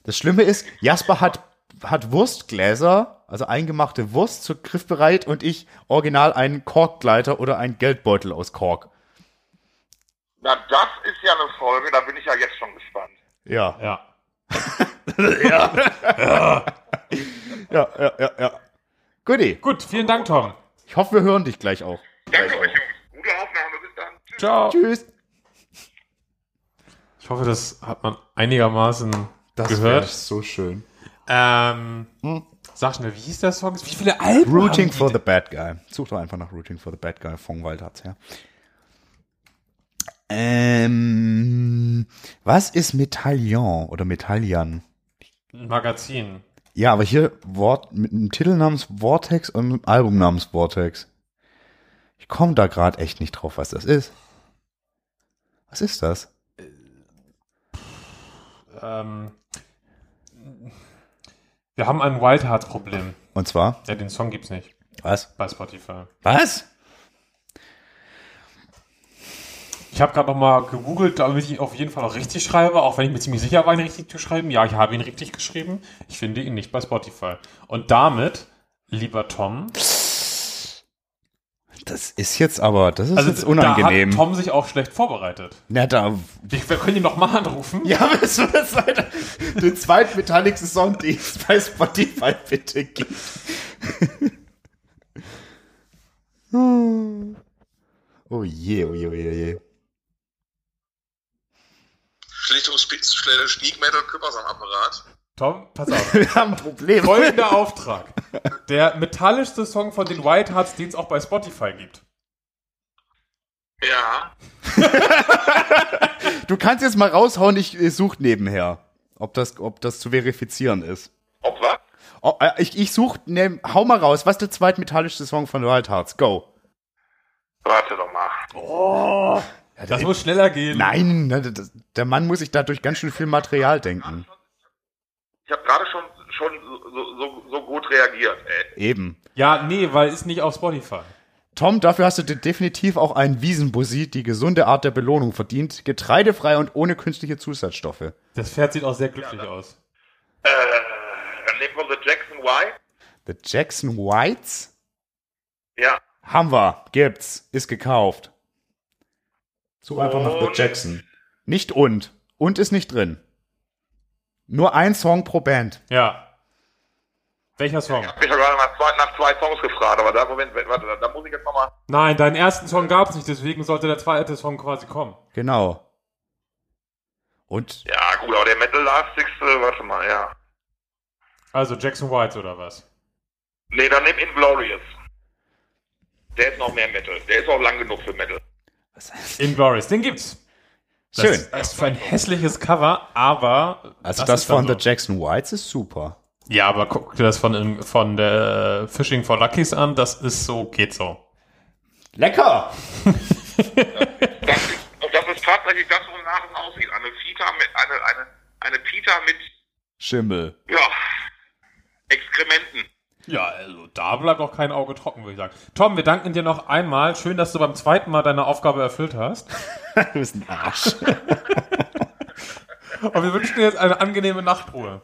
S2: Das Schlimme ist, Jasper hat, hat Wurstgläser, also eingemachte Wurst, zur griffbereit und ich original einen Korkgleiter oder einen Geldbeutel aus Kork.
S4: Na, das ist ja eine Folge, da bin ich ja jetzt schon gespannt.
S2: Ja,
S3: Ja.
S2: ja, ja, ja, ja. Guti,
S3: Gut, vielen Dank, Tom.
S2: ich hoffe, wir hören dich gleich auch.
S4: Danke euch, Jungs. Gute Aufnahme, bis dann. Tschüss.
S3: Ciao.
S2: Tschüss.
S3: Ich hoffe, das hat man einigermaßen gehört.
S2: so schön.
S3: Ähm, sag schnell, wie hieß der Song? Wie viele Alben?
S2: Rooting
S3: haben die
S2: for the
S3: denn?
S2: Bad Guy. Such doch einfach nach Rooting for the Bad Guy von Waldhartz her. Ähm, was ist Metallion oder Metallian?
S3: Ein Magazin.
S2: Ja, aber hier Wort, mit einem Titel namens Vortex und einem Album namens Vortex. Ich komme da gerade echt nicht drauf, was das ist. Was ist das?
S3: Ähm, wir haben ein Wildheart-Problem.
S2: Und zwar,
S3: Ja, den Song gibt's nicht
S2: was?
S3: bei Spotify.
S2: Was?
S3: Ich habe gerade nochmal gegoogelt, damit ich ihn auf jeden Fall auch richtig schreibe, auch wenn ich mir ziemlich sicher war, ihn richtig zu schreiben. Ja, ich habe ihn richtig geschrieben. Ich finde ihn nicht bei Spotify. Und damit, lieber Tom,
S2: Das ist jetzt aber, das ist jetzt
S3: Also da
S2: unangenehm.
S3: hat Tom sich auch schlecht vorbereitet.
S2: Na, da
S3: Ich, wir können ihn nochmal anrufen. *laughs*
S2: Ja, aber es wird jetzt leider den zweiten Metallic-Saison, die es bei Spotify bitte gibt. oh je, oh je, oh je, oh je.
S4: Schlichte, um Sneak Metal Küppers am Apparat.
S3: Tom, pass auf.
S2: Wir haben ein Problem.
S3: Folgender
S2: *laughs*
S3: Auftrag. Der metallischste Song von den Wildhearts, den es auch bei Spotify gibt.
S4: Ja.
S2: Du kannst jetzt mal raushauen, ich äh, such nebenher, ob das, ob das zu verifizieren ist.
S4: Ob was?
S2: Oh, äh, ich, ich such, ne, hau mal raus, was ist der zweitmetallischste Song von Wild Hearts? Go.
S4: Warte doch mal.
S3: Das muss schneller gehen.
S2: Nein, ne, das- der Mann muss sich dadurch ganz schön viel Material denken.
S4: Ich habe gerade schon, schon so, so, so gut reagiert, ey.
S2: Eben.
S3: Ja, nee, weil ist nicht auf Spotify.
S2: Tom, dafür hast du dir definitiv auch einen Wiesenbussi, die gesunde Art der Belohnung verdient, getreidefrei und ohne künstliche Zusatzstoffe.
S3: Das Pferd sieht auch sehr glücklich aus.
S4: Äh, dann nehmen wir The Jackson Y.
S2: The Jackson Whites?
S4: Ja.
S2: Haben wir, gibt's, ist gekauft. Such einfach nach The
S4: Und-
S2: Jackson. Nicht und. Und ist nicht drin. Nur ein Song pro Band.
S3: Ja. Welcher Song?
S4: Ich habe gerade nach zwei, nach zwei Songs gefragt, aber da, Moment, warte, da, da muss ich jetzt nochmal.
S3: Nein, deinen ersten Song gab es nicht, deswegen sollte der zweite Song quasi kommen.
S2: Genau. Und
S4: Ja, gut, aber der Metal Lastigste, warte mal, ja.
S3: Also Jackson White oder was?
S4: Nee, dann nimm Inglorious. Der ist noch mehr Metal. Der ist auch lang genug für Metal.
S3: Inglorious, den gibt's.
S2: *laughs*
S3: Das
S2: schön.
S3: ist- Das ist ein hässliches Cover, aber.
S2: also das,
S3: ist dann
S2: von
S3: so.
S2: The Jackson Whites ist super.
S3: Ja, aber guck dir das von, von der äh, Fishing for Luckies an, das ist so, geht so.
S2: Lecker!
S4: Das ist, und das ist tatsächlich das, wonach es aussieht. Eine Pita mit, eine, eine, eine Pita mit,
S2: Schimmel.
S4: ja, Exkrementen. *laughs*
S3: Ja, also da bleibt auch kein Auge trocken, würde ich sagen. Tom, wir danken dir noch einmal. Schön, dass du beim zweiten Mal deine Aufgabe erfüllt hast.
S2: *laughs* Du bist ein Arsch.
S3: Und wir wünschen dir jetzt eine angenehme Nachtruhe.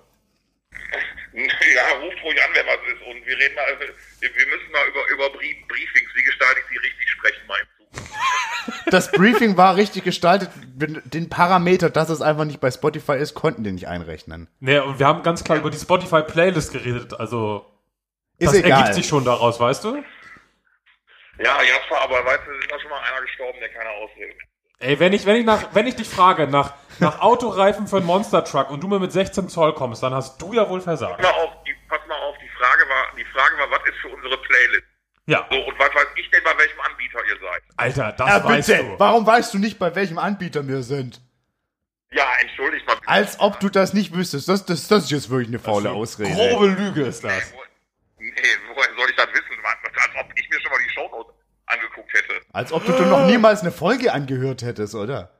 S4: Ja, ruft ruhig an, wenn was ist. Und wir reden mal, wir wir müssen mal über, über Brie- Briefings, wie gestalte ich sie richtig sprechen, mal im Zug.
S2: Das Briefing war richtig gestaltet. Den Parameter, dass es einfach nicht bei Spotify ist, konnten die nicht einrechnen.
S3: Nee, und wir haben ganz klar über die Spotify-Playlist geredet, also
S2: Ist
S3: das
S2: egal.
S3: ergibt sich schon daraus, weißt du?
S4: Ja, Jasper, aber weißt du, es ist auch schon mal einer gestorben, der keine Ausrede. mehr-
S3: Ey, wenn ich, wenn ich, nach, wenn ich dich frage nach, nach Autoreifen für einen Monster Truck und du mir mit 16 Zoll kommst, dann hast du ja wohl versagt.
S4: Pass mal auf, die, pass mal auf, die Frage war, die Frage war, was ist für unsere Playlist?
S3: Ja,
S4: So, und was weiß ich denn, bei welchem Anbieter ihr seid?
S3: Alter, das
S2: Ja,
S3: weißt
S2: bitte.
S3: du.
S2: Warum weißt du nicht, bei welchem Anbieter wir sind?
S4: Ja, entschuldigt mal. bitte.
S2: Als ob du das nicht wüsstest. Das, das, das ist jetzt wirklich eine faule Ausrede.
S3: Also, Grobe Lüge ist das.
S4: Wo- Nee, woher soll ich das wissen? Mann? Als ob ich mir schon mal die Shownotes angeguckt hätte.
S2: Als ob du, du noch niemals eine Folge angehört hättest, oder?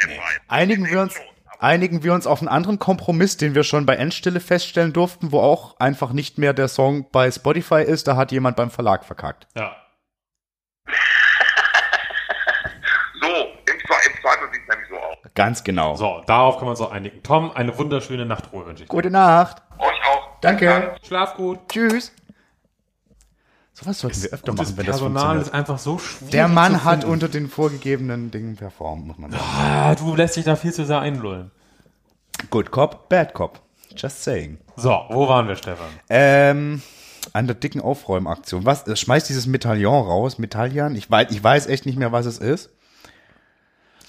S4: FM rein.
S2: Einigen
S4: Ich
S2: wir,
S4: denke
S2: uns,
S4: schon, aber-
S2: einigen wir uns auf einen anderen Kompromiss, den wir schon bei Endstille feststellen durften, wo auch einfach nicht mehr der Song bei Spotify ist. Da hat jemand beim Verlag verkackt.
S3: Ja.
S4: So, im, Zwe- im Zweifel sieht es nämlich so aus.
S2: Ganz genau.
S3: So, darauf können wir uns auch einigen. Tom, eine wunderschöne Nachtruhe wünsche ich dir.
S2: Gute Nacht.
S4: Euch auch.
S2: Danke.
S3: Schlaf gut.
S2: Tschüss. Sowas sollten wir öfter
S3: Gutes
S2: machen, wenn das
S3: Personal
S2: funktioniert.
S3: ist einfach so schwierig.
S2: Der
S3: zu
S2: Mann hat
S3: finden.
S2: unter den vorgegebenen Dingen performt, muss man sagen.
S3: Ah, du lässt dich da viel zu sehr einlullen.
S2: Good Cop, Bad Cop. Just saying.
S3: So, wo waren wir, Stefan?
S2: Ähm, an der dicken Aufräumaktion. Was? äh, Schmeißt dieses Medaillon raus? Medaillan? Ich weiß, ich weiß echt nicht mehr, was es ist.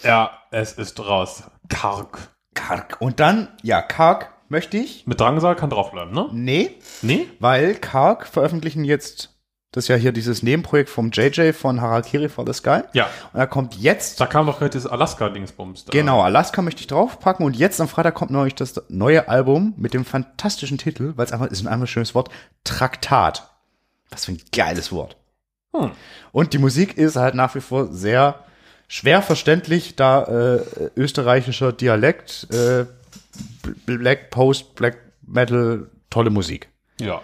S3: Ja, es ist raus. Karg.
S2: Kark. Und dann, ja, Kark möchte ich.
S3: Mit Drangsal kann draufbleiben, ne?
S2: Nee,
S3: Nee?
S2: weil Kark veröffentlichen jetzt, das ist ja hier dieses Nebenprojekt vom JJ von Harakiri for the Sky.
S3: Ja.
S2: Und da kommt jetzt,
S3: Da kam doch gerade dieses Alaska-Dingsbums. da.
S2: genau, Alaska möchte ich draufpacken und jetzt am Freitag kommt neulich das neue Album mit dem fantastischen Titel, weil es einfach ist ein einfach schönes Wort, Traktat. Was für ein geiles Wort.
S3: Hm.
S2: Und die Musik ist halt nach wie vor sehr schwer verständlich, da äh, österreichischer Dialekt, äh, B- Black Post, Black Metal, tolle Musik.
S3: Ja.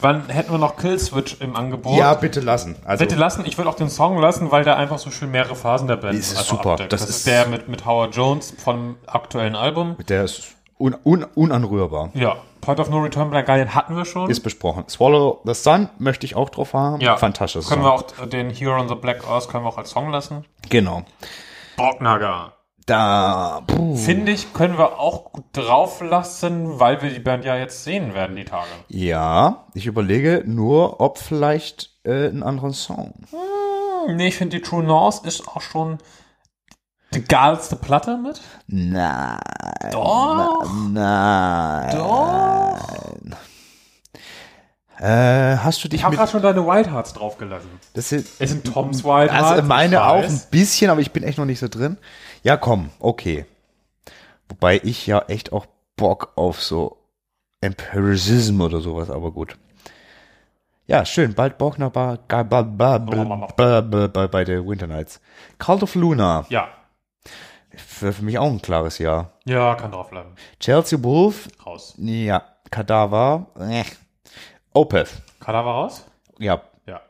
S3: Wann hätten wir noch Killswitch im Angebot?
S2: Ja, bitte lassen. Also,
S3: Bitte lassen, ich würde auch den Song lassen, weil der einfach so schön mehrere Phasen der Band
S2: Das ist
S3: einfach
S2: super.
S3: abdeckt.
S2: Das
S3: Das, ist
S2: ist-
S3: der mit, mit Howard Jones vom aktuellen Album.
S2: der ist un un unanrührbar.
S3: Ja, Point of No Return Blind Guardian hatten wir schon.
S2: Ist besprochen. Swallow the Sun möchte ich auch drauf haben.
S3: ja,
S2: Fantastisch.
S3: Können wir auch den Hero on the Black Earth können wir auch als Song lassen.
S2: Genau.
S3: Borgnagar.
S2: Da. Puh.
S3: Finde ich, können wir auch gut drauf lassen, weil wir die Band ja jetzt sehen werden, die Tage.
S2: Ja, ich überlege nur, ob vielleicht äh, einen anderen Song.
S3: Hm, nee, ich finde die True North ist auch schon die geilste Platte mit.
S2: Nein.
S3: Doch.
S2: Nein.
S3: Doch.
S2: Äh, hast du dich
S3: Ich habe
S2: mit.
S3: gerade schon deine Wild Hearts draufgelassen.
S2: Das ist,
S3: Es sind Toms Wild Hearts.
S2: also
S3: ich
S2: meine auch ein
S3: weiß.
S2: bisschen, aber ich bin echt noch nicht so drin. Ja, komm, okay. Wobei ich ja echt auch Bock auf so Empiricism oder sowas, aber gut. Ja, schön. Bald Borgner bei, bei, bei, bei, bei, bei, bei, bei der Winter Nights. Cult of Luna.
S3: Ja.
S2: Für, für mich auch ein klares Ja.
S3: Ja, kann draufbleiben.
S2: Chelsea Wolf.
S3: Raus.
S2: Ja. Kadaver. Äh. Opeth.
S3: Kadaver raus?
S2: Ja.
S3: Ja.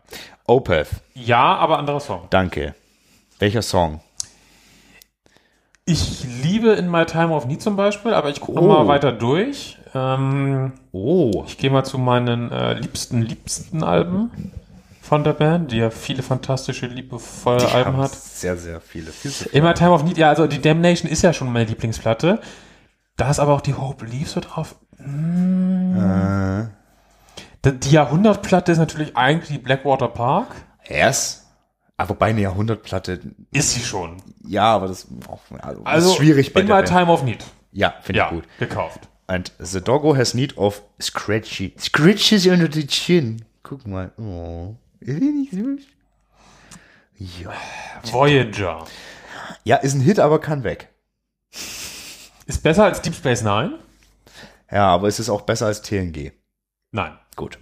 S2: Opeth.
S3: Ja, aber anderer Song.
S2: Danke. Welcher Song?
S3: Ich liebe In My Time of Need zum Beispiel, aber ich gucke
S2: Oh.
S3: mal weiter durch. Ähm,
S2: Oh.
S3: Ich gehe mal zu meinen äh, liebsten, liebsten Alben von der Band, die ja viele fantastische, liebevolle Alben hat.
S2: Sehr, sehr viele. Viel zu
S3: Immer Time of Need, ja, also die Damnation ist ja schon meine Lieblingsplatte. Da ist aber auch die Hope Leaves so drauf.
S2: Äh.
S3: Die- Die Jahrhundertplatte ist natürlich eigentlich die Blackwater Park.
S2: Yes. Aber bei einer Ah, Jahrhundertplatte,
S3: Ist sie schon.
S2: ja, aber das, auch, also, das
S3: Also
S2: ist schwierig bei
S3: In
S2: der
S3: My
S2: Band.
S3: Time of Need.
S2: Ja, finde
S3: Ja,
S2: ich gut.
S3: gekauft.
S2: And the doggo has need of scratchy. Scratches under the chin. Guck mal. Oh. Ist die nicht süß? Ja.
S3: Voyager.
S2: ja, ist ein Hit, aber kann weg.
S3: Ist besser als Deep Space Nine?
S2: Ja, aber es ist auch besser als TNG.
S3: Nein.
S2: Gut.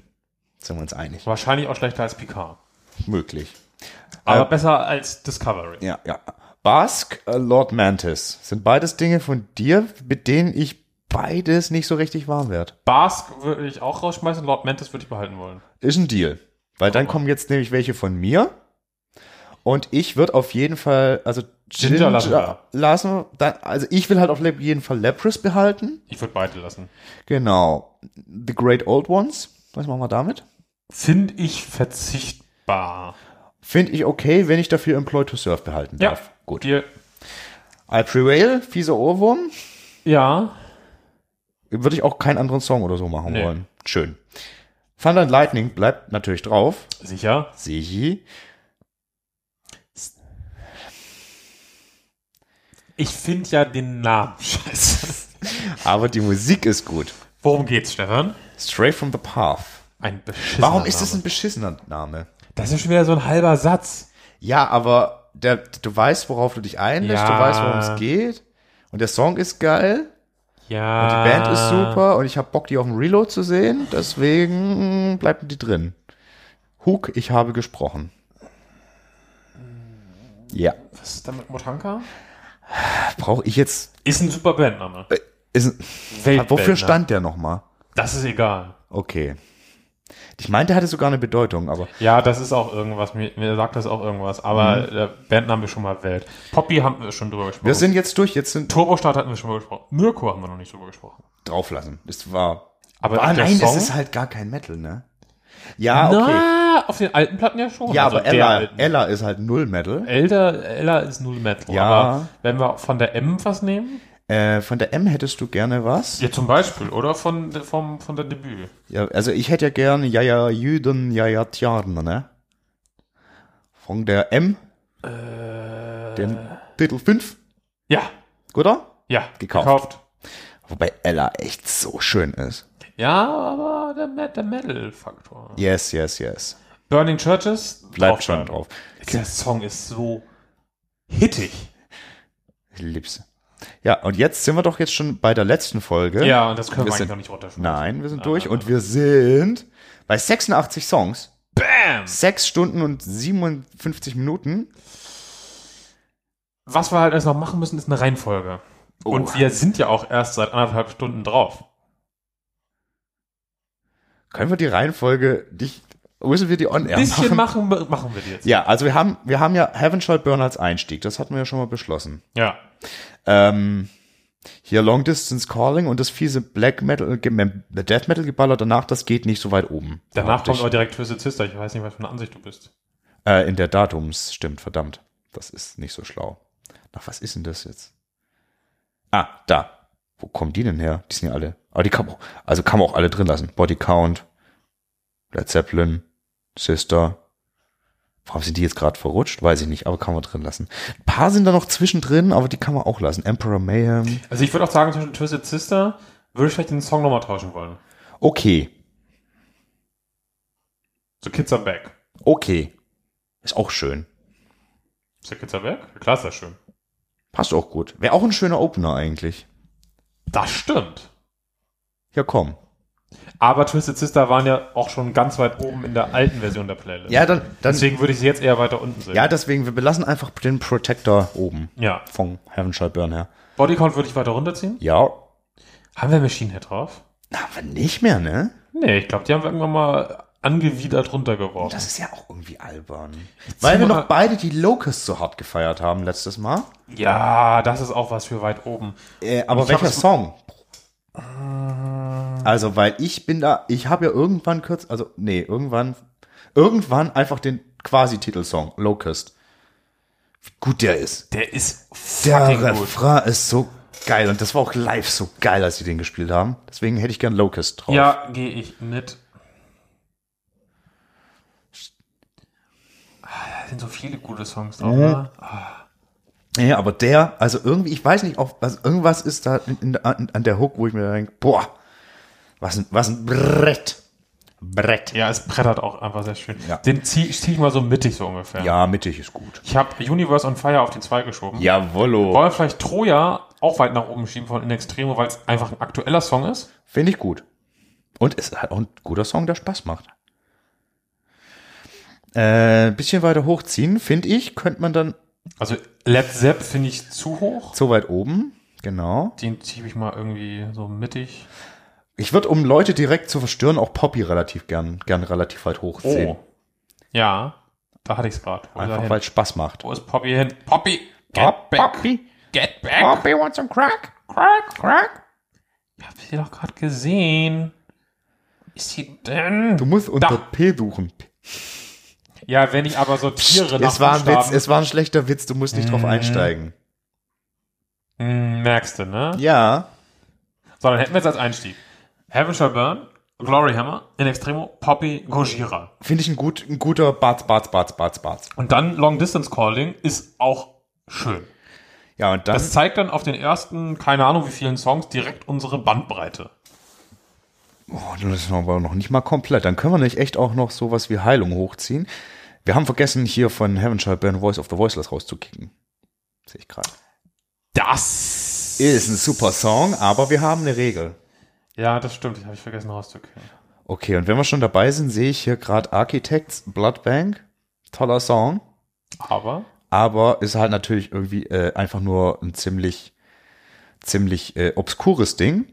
S2: Sind wir uns einig.
S3: Wahrscheinlich auch schlechter als Picard.
S2: Möglich.
S3: Aber
S2: Äh,
S3: besser als Discovery.
S2: Ja, ja. Basque, äh, Lord Mantis. Sind beides Dinge von dir, mit denen ich beides nicht so richtig warm werde.
S3: Basque würde ich auch rausschmeißen, Lord Mantis würde ich behalten wollen.
S2: Ist ein Deal. Weil
S3: Oh.
S2: dann kommen jetzt nämlich welche von mir. Und ich würde auf jeden Fall, also
S3: Ginger lassen wir.
S2: lassen wir dann, also ich will halt auf jeden Fall Lapras behalten.
S3: Ich würde beide lassen.
S2: Genau. The Great Old Ones. Was machen wir damit?
S3: Finde ich verzichtbar.
S2: Finde ich okay, wenn ich dafür Employ to Serve behalten
S3: Ja,
S2: darf. Gut.
S3: Dir,
S2: I Prevail, fieser Ohrwurm.
S3: ja,
S2: Würde ich auch keinen anderen Song oder so machen
S3: Nee.
S2: wollen. Schön. Thunder and Lightning bleibt natürlich drauf.
S3: sicher.
S2: Sichi.
S3: Ich finde ja
S2: *laughs*
S3: den Namen scheiße.
S2: Aber die Musik ist gut.
S3: Worum geht's, Stefan?
S2: Straight from the Path.
S3: Ein beschissener
S2: Warum ist das
S3: Name.
S2: ein beschissener Name?
S3: Das ist schon wieder so ein halber Satz.
S2: Ja, aber der, du weißt, worauf du dich einlässt,
S3: Ja.
S2: du weißt, worum es geht. Und der Song ist geil.
S3: Ja.
S2: Und die Band ist super. Und ich habe Bock, die auf dem Reload zu sehen. Deswegen bleiben die drin. Hook, ich habe gesprochen. Ja.
S3: Was ist da mit Motanka?
S2: Brauche ich jetzt.
S3: Ist ein super Bandname.
S2: äh, Ist,
S3: ne?
S2: wofür stand der nochmal?
S3: Das ist egal.
S2: Okay. Ich meinte, er hatte sogar eine Bedeutung, aber.
S3: Ja, das ist auch irgendwas. Mir, mir sagt das auch irgendwas. Aber der Bandname schon mal Welt. Poppy haben wir schon drüber gesprochen.
S2: Mhm. Wir sind jetzt durch, jetzt sind.
S3: Turbostart hatten wir schon mal gesprochen. Mirko haben wir noch nicht drüber gesprochen.
S2: Drauflassen. Das war.
S3: Aber
S2: ah,
S3: der
S2: nein, das
S3: Song?
S2: ist halt gar kein Metal, ne? Ja, okay.
S3: Na, auf den alten Platten ja schon.
S2: ja,
S3: Also
S2: aber
S3: der
S2: Ella,
S3: alten.
S2: Ella ist halt null Metal.
S3: Elder, Ella ist null Metal.
S2: Ja.
S3: Aber wenn wir von der M was nehmen?
S2: Äh, von der M hättest du gerne was?
S3: Ja, zum Beispiel. Oder von, vom, von der Debüt.
S2: Ja, also ich hätte ja gern Jaja Jüden, Jaja Tjarne, ne? Von der M, dem Titel 5,
S3: Äh, Ja.
S2: oder?
S3: Ja.
S2: Gekauft.
S3: gekauft.
S2: Wobei Ella echt so schön ist.
S3: Ja, aber der, Ma- der Metal-Faktor.
S2: Yes, yes, yes.
S3: Burning Churches.
S2: Bleibt
S3: drauf
S2: schon
S3: bleiben.
S2: drauf.
S3: Der Song ist so hittig.
S2: Ich lieb's. Ja, und jetzt sind wir doch jetzt schon bei der letzten Folge.
S3: Ja, und das
S2: Wir
S3: können wir, eigentlich
S2: sind-
S3: noch nicht runterschmeißen.
S2: Nein, wir sind
S3: Ah,
S2: durch
S3: ah,
S2: und wir sind bei 86 Songs.
S3: Bam!
S2: 6 Stunden und 57 Minuten.
S3: Was wir halt erst noch machen müssen, ist eine Reihenfolge.
S2: Oh.
S3: Und wir sind ja auch erst seit anderthalb Stunden drauf.
S2: Können wir die Reihenfolge nicht. Müssen wir die on-air machen?
S3: Bisschen machen, wir- machen wir die jetzt.
S2: Ja, also wir haben, wir haben ja Heaven Shall Burn als Einstieg. Das hatten wir ja schon mal beschlossen.
S3: Ja.
S2: Ähm, hier Long Distance Calling und das fiese Black Metal, Ge- Mem- Death Metal geballert. Danach, das geht nicht so weit oben.
S3: Danach kommt
S2: Praktisch.
S3: aber direkt Twisted Sister. Ich weiß nicht, was für eine Ansicht du bist.
S2: Äh, in der Datums, stimmt, verdammt. Das ist nicht so schlau. Nach was ist denn das jetzt? Ah, da. Wo kommen die denn her? Die sind ja alle. Aber die kann man auch, also kann man auch alle drin lassen. Body Count, Led Zeppelin, Sister. Warum sind die jetzt gerade verrutscht? Weiß ich nicht, aber kann man drin lassen. Ein paar sind da noch zwischendrin, aber die kann man auch lassen. Emperor Mayhem.
S3: Also ich würde auch sagen, zwischen Twisted Sister würde ich vielleicht den Song nochmal tauschen wollen.
S2: Okay,
S3: So Kids Are Back.
S2: okay. Ist auch schön.
S3: Ist der Kids Are Back? Klar ist das schön.
S2: Passt auch gut. Wäre auch ein schöner Opener eigentlich.
S3: Das stimmt.
S2: Ja, komm.
S3: Aber Twisted Sister waren ja auch schon ganz weit oben in der alten Version der Playlist.
S2: Ja, dann, dann
S3: Deswegen würde ich sie jetzt eher weiter unten sehen.
S2: Ja, deswegen, wir belassen einfach den Protector oben.
S3: ja.
S2: Von Heaven Shall Burn her.
S3: Bodycount würde ich weiter runterziehen.
S2: Ja.
S3: Haben wir Machine Head drauf?
S2: Aber nicht mehr, ne?
S3: Nee, ich glaube, die haben wir irgendwann mal angewidert runtergeworfen.
S2: Das ist ja auch irgendwie albern. Weil wir
S3: mal-
S2: noch beide die Locusts so hart gefeiert haben letztes Mal.
S3: Ja, das ist auch was für weit oben.
S2: Äh, aber
S3: Ich hab
S2: welcher
S3: das-
S2: Song? Also, weil ich bin da, ich habe ja irgendwann kurz, also, nee, irgendwann, irgendwann einfach den quasi Titelsong, Locust. Wie gut der ist.
S3: Der ist fucking
S2: Der
S3: gut.
S2: Refrain ist so geil und das war auch live so geil, als sie den gespielt haben. Deswegen hätte ich gern Locust drauf.
S3: Ja, gehe ich mit. Ah, Da sind so viele gute Songs
S2: Mhm.
S3: drauf. Ne?
S2: Ja, aber der, also irgendwie, ich weiß nicht, auf, also irgendwas ist da in, in, an, an der Hook, wo ich mir denke, boah, was ein, was ein Brett. Brett.
S3: Ja, es brettert auch einfach sehr schön.
S2: Ja.
S3: Den ziehe zieh ich mal so mittig so ungefähr.
S2: Ja, mittig ist gut.
S3: Ich habe Universe on Fire auf die 2 geschoben.
S2: Jawollo.
S3: Wollen wir vielleicht Troja auch weit nach oben schieben von In Extremo, weil es einfach ein aktueller Song ist?
S2: Finde ich gut. Und ist halt auch ein guter Song, der Spaß macht. Äh, ein bisschen weiter hochziehen, finde ich, könnte man dann
S3: Also Led Zepp finde ich zu hoch.
S2: so weit oben, genau.
S3: Den ziehe ich mal irgendwie so mittig.
S2: Ich würde, um Leute direkt zu verstören, auch Poppy relativ gern, gern relativ weit hochziehen.
S3: Oh. Ja, da hatte ich es gerade. Wo, ist er
S2: Einfach
S3: hin?
S2: weil es Spaß macht.
S3: Wo ist Poppy hin? Poppy! Get
S2: Pop-
S3: back!
S2: Poppy.
S3: Get back!
S2: Poppy wants some crack.
S3: Crack!
S2: Crack.
S3: Ich hab sie doch gerade gesehen. Wo Ist sie denn?
S2: Du musst unter
S3: Da.
S2: P suchen.
S3: Ja, wenn ich aber so Tiere
S2: es war ein Witz, es war ein schlechter Witz, du musst nicht drauf einsteigen.
S3: Hm, Merkst du, ne?
S2: Ja.
S3: So, dann hätten wir jetzt als Einstieg. Heaven Shall Burn, Glory Hammer, In Extremo, Poppy, Gojira.
S2: Finde ich ein, gut, ein guter Barz, Barz, Barz, Barz, Barz.
S3: Und dann Long Distance Calling ist auch schön.
S2: Ja, und dann,
S3: Das zeigt dann auf den ersten, keine Ahnung wie vielen Songs, direkt unsere Bandbreite.
S2: oh, das ist aber noch nicht mal komplett. Dann können wir nicht echt auch noch sowas wie Heilung hochziehen. Wir haben vergessen, hier von Heaven Shall Burn Voice of the Voiceless rauszukicken. Sehe ich gerade.
S3: Das
S2: Ist ein super Song, aber wir haben eine Regel.
S3: Ja, das stimmt. Ich habe ich vergessen rauszukriegen.
S2: Okay, und wenn wir schon dabei sind, sehe ich hier gerade Architects Blood Bank. Toller Song.
S3: Aber
S2: aber ist halt natürlich irgendwie äh, einfach nur ein ziemlich, ziemlich äh, obskures Ding.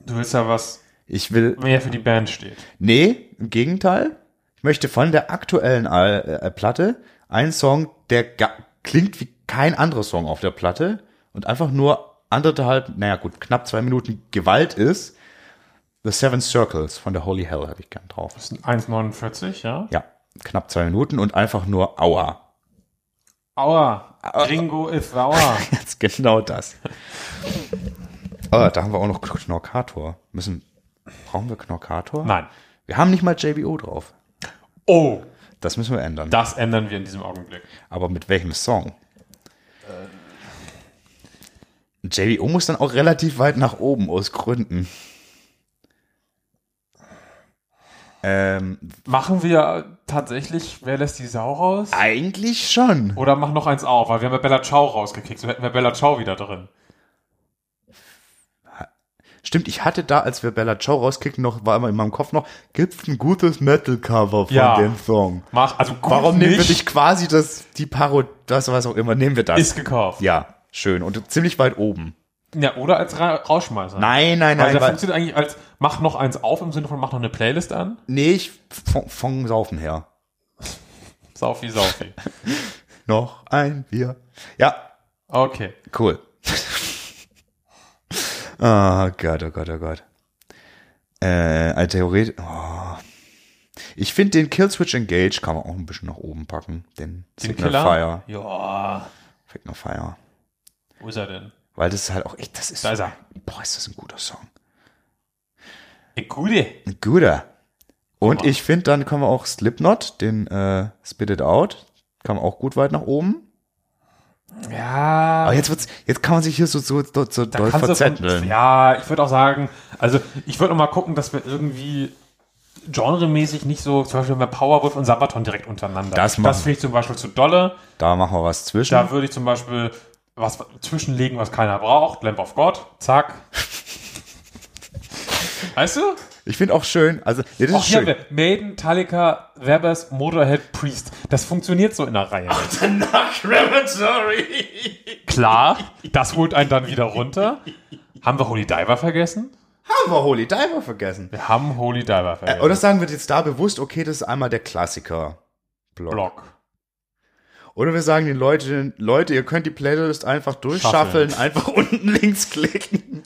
S3: Du willst ja was
S2: Ich will,
S3: mehr für die Band steht.
S2: nee, im Gegenteil. Ich möchte von der aktuellen Al äh, Platte einen Song, der ga- klingt wie kein anderer Song auf der Platte und einfach nur anderthalb, naja gut, knapp zwei Minuten Gewalt ist. The Seven Circles von der Holy Hell habe ich gern drauf.
S3: Das sind 1,49, ja?
S2: Ja, knapp zwei Minuten und einfach nur Aua.
S3: Aua, Gringo ist sauer.
S2: Jetzt genau das. Oh, da haben wir auch noch Knorkator. Müssen, brauchen wir Knorkator?
S3: *laughs* Nein.
S2: Wir haben nicht mal JBO drauf.
S3: Oh,
S2: Das müssen wir ändern.
S3: das ändern wir in diesem Augenblick.
S2: Aber mit welchem Song? JBO muss dann auch relativ weit nach oben aus Gründen. Ähm,
S3: Machen wir tatsächlich, wer lässt die Sau raus?
S2: eigentlich schon.
S3: Oder mach noch eins auf, weil wir haben ja Bella Ciao rausgekickt, so hätten wir Bella Ciao wieder drin.
S2: Stimmt, ich hatte da, als wir Bella Ciao rauskickten, noch, war immer in meinem Kopf noch, gibt's ein gutes Metal-Cover von
S3: Ja.
S2: dem Song?
S3: Mach, also gut
S2: Warum nehmen wir
S3: nicht,
S2: dich quasi das, die Paro, das, was auch immer, nehmen wir das?
S3: *laughs* ist gekauft.
S2: ja, schön. Und ziemlich weit oben.
S3: Ja, oder als Ra Rausschmeißer.
S2: Nein, nein,
S3: also
S2: nein.
S3: da
S2: Weil,
S3: funktioniert eigentlich als mach noch eins auf im Sinne von mach noch eine Playlist an.
S2: nee, ich von, von Saufen her.
S3: Saufi, Saufi.
S2: Noch ein Bier. Ja,
S3: Okay.
S2: cool. *laughs* Ah Gott, oh Gott, oh Gott. Äh, ein Theoret. Oh. Ich finde den Killswitch Engage kann man auch ein bisschen nach oben packen. Den,
S3: Den
S2: Signal
S3: Killer.
S2: Fire.
S3: Ja.
S2: Signal Fire.
S3: Wo ist er denn?
S2: Weil das ist halt auch echt, das ist.
S3: Da ist er.
S2: Boah, ist das ein guter Song.
S3: Ey, Gute.
S2: Ein Guter. Und ich finde, dann können wir auch Slipknot, den äh, Spit It Out, kann man auch gut weit nach oben.
S3: Ja.
S2: Aber jetzt wird's, jetzt kann man sich hier so, so, so, so doll
S3: kannst du von-
S2: Ah verzetteln.
S3: ja, ich würde auch sagen, also ich würde noch mal gucken, dass wir irgendwie genremäßig nicht so, zum Beispiel bei Powerwolf und Sabaton direkt untereinander.
S2: Das machen
S3: das finde ich zum Beispiel zu dolle.
S2: Da machen wir was zwischen.
S3: Da würde ich zum Beispiel was zwischenlegen, was keiner braucht. Lamp of God, zack. weißt du?
S2: ich finde auch schön, also, nee, das
S3: Auch
S2: ist
S3: hier haben
S2: schön.
S3: wir Maiden, Metallica, Webbers, Motorhead, Priest. Das funktioniert so in der Reihe.
S2: *laughs*
S1: Danach Repertory.
S3: Klar, das holt einen dann wieder runter. Haben wir Holy Diver vergessen?
S2: Haben wir Holy Diver vergessen.
S3: Wir haben Holy Diver vergessen.
S2: Äh, oder sagen wir jetzt da bewusst, okay, das ist einmal der Klassiker. Block.
S3: Block.
S2: Oder wir sagen den Leuten, Leute, ihr könnt die Playlist einfach durchschaffeln, einfach *laughs* unten links klicken.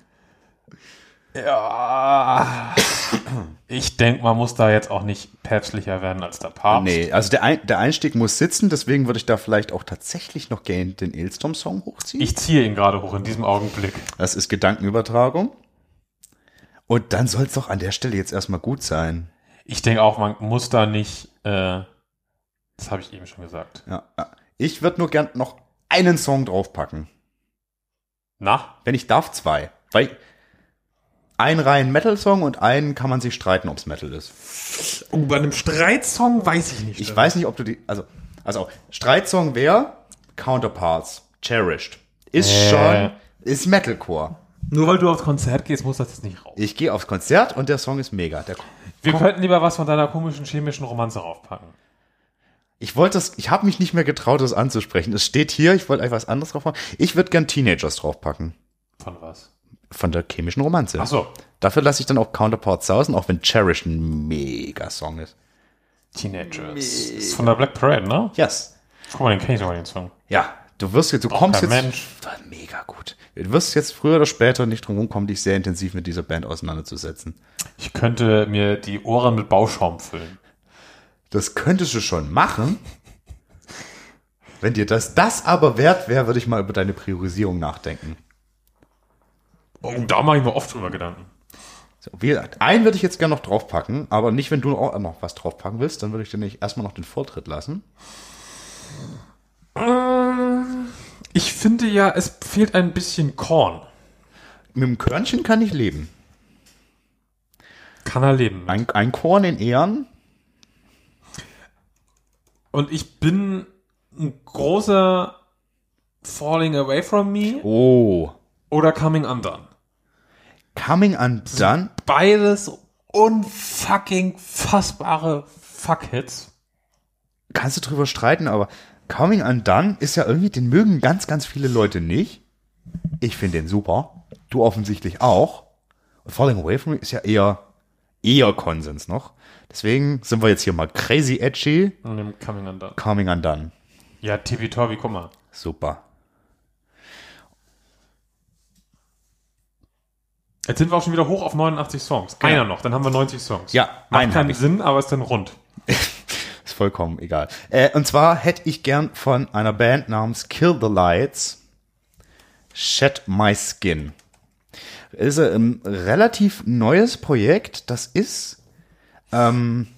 S3: Ja. *coughs* Ich denke, man muss da jetzt auch nicht päpstlicher werden als der Papst.
S2: Nee, also der, Ein der Einstieg muss sitzen, deswegen würde ich da vielleicht auch tatsächlich noch gern den Aylstorm-Song hochziehen.
S3: Ich ziehe ihn gerade hoch in diesem Augenblick.
S2: Das ist Gedankenübertragung. Und dann soll es doch an der Stelle jetzt erstmal gut sein.
S3: Ich denke auch, man muss da nicht. Äh, das habe ich eben schon gesagt.
S2: Ja. ja. Ich würde nur gern noch einen Song draufpacken.
S3: Na?
S2: Wenn ich darf, zwei. Weil einen reinen Metal-Song und einen kann man sich streiten, ob es Metal ist.
S3: Oh, bei einem Streitsong weiß ich nicht.
S2: Ich weiß nicht, ob du die. Also, also Streitsong wäre Counterparts, Cherished. Ist
S3: Äh.
S2: schon. Ist Metalcore.
S3: Nur weil du aufs Konzert gehst, muss das jetzt nicht raus.
S2: Ich gehe aufs Konzert und der Song ist mega. Der,
S3: Wir könnten lieber was von deiner komischen chemischen Romanze raufpacken.
S2: ich wollte das, ich habe mich nicht mehr getraut, das anzusprechen. Es steht hier, ich wollte etwas anderes drauf machen. Ich würde gern Teenagers draufpacken.
S3: Von was?
S2: Von der chemischen Romanze.
S3: Ach so,
S2: Dafür lasse ich dann auch Counterparts sausen, auch wenn Cherish ein mega Song ist.
S3: Teenagers. Ist von der Black Parade, ne?
S2: Yes.
S3: Guck mal, den kenn ich sogar den Song.
S2: Ja, du wirst jetzt, du kommst
S3: kein
S2: jetzt.
S3: Mensch.
S2: War mega gut. Du wirst jetzt früher oder später nicht drum rumkommen, dich sehr intensiv mit dieser Band auseinanderzusetzen.
S3: Ich könnte mir die Ohren mit Bauschaum füllen.
S2: Das könntest du schon machen. Wenn dir das, das aber wert wäre, würde ich mal über deine Priorisierung nachdenken.
S3: Oh, da mache ich mir oft drüber Gedanken.
S2: So, wie gesagt, einen würde ich jetzt gerne noch draufpacken, aber nicht, wenn du auch noch was draufpacken willst, dann würde ich dir nicht erstmal noch den Vortritt lassen.
S3: Äh, Ich finde ja, es fehlt ein bisschen Korn.
S2: Mit dem Körnchen kann ich leben.
S3: Kann er leben. ne?
S2: Ein, ein Korn in Ehren.
S3: Und ich bin ein großer Falling Away from Me
S2: Oh.
S3: oder Coming Undone.
S2: Coming Undone.
S3: Beides unfucking fassbare Fuckhits.
S2: Kannst du drüber streiten, aber Coming Undone ist ja irgendwie, den mögen ganz, ganz viele Leute nicht. Ich finde den super. Du offensichtlich auch. Und Falling Away From Me ist ja eher, eher Konsens noch. Deswegen sind wir jetzt hier mal crazy edgy.
S3: Und dem Coming Undone.
S2: Coming Undone.
S3: Ja, Tibi Torbi, guck mal.
S2: Super.
S3: Jetzt sind wir auch schon wieder hoch auf 89 Songs. Einer noch, dann haben wir 90 Songs.
S2: Genau. Ja,
S3: Macht
S2: einen hab
S3: keinen
S2: ich.
S3: Sinn, aber ist dann rund.
S2: Ist vollkommen egal. Äh, und zwar hätte ich gern von einer Band namens Kill the Lights Shed My Skin. Ist äh, ein relativ neues Projekt. Das ist ähm,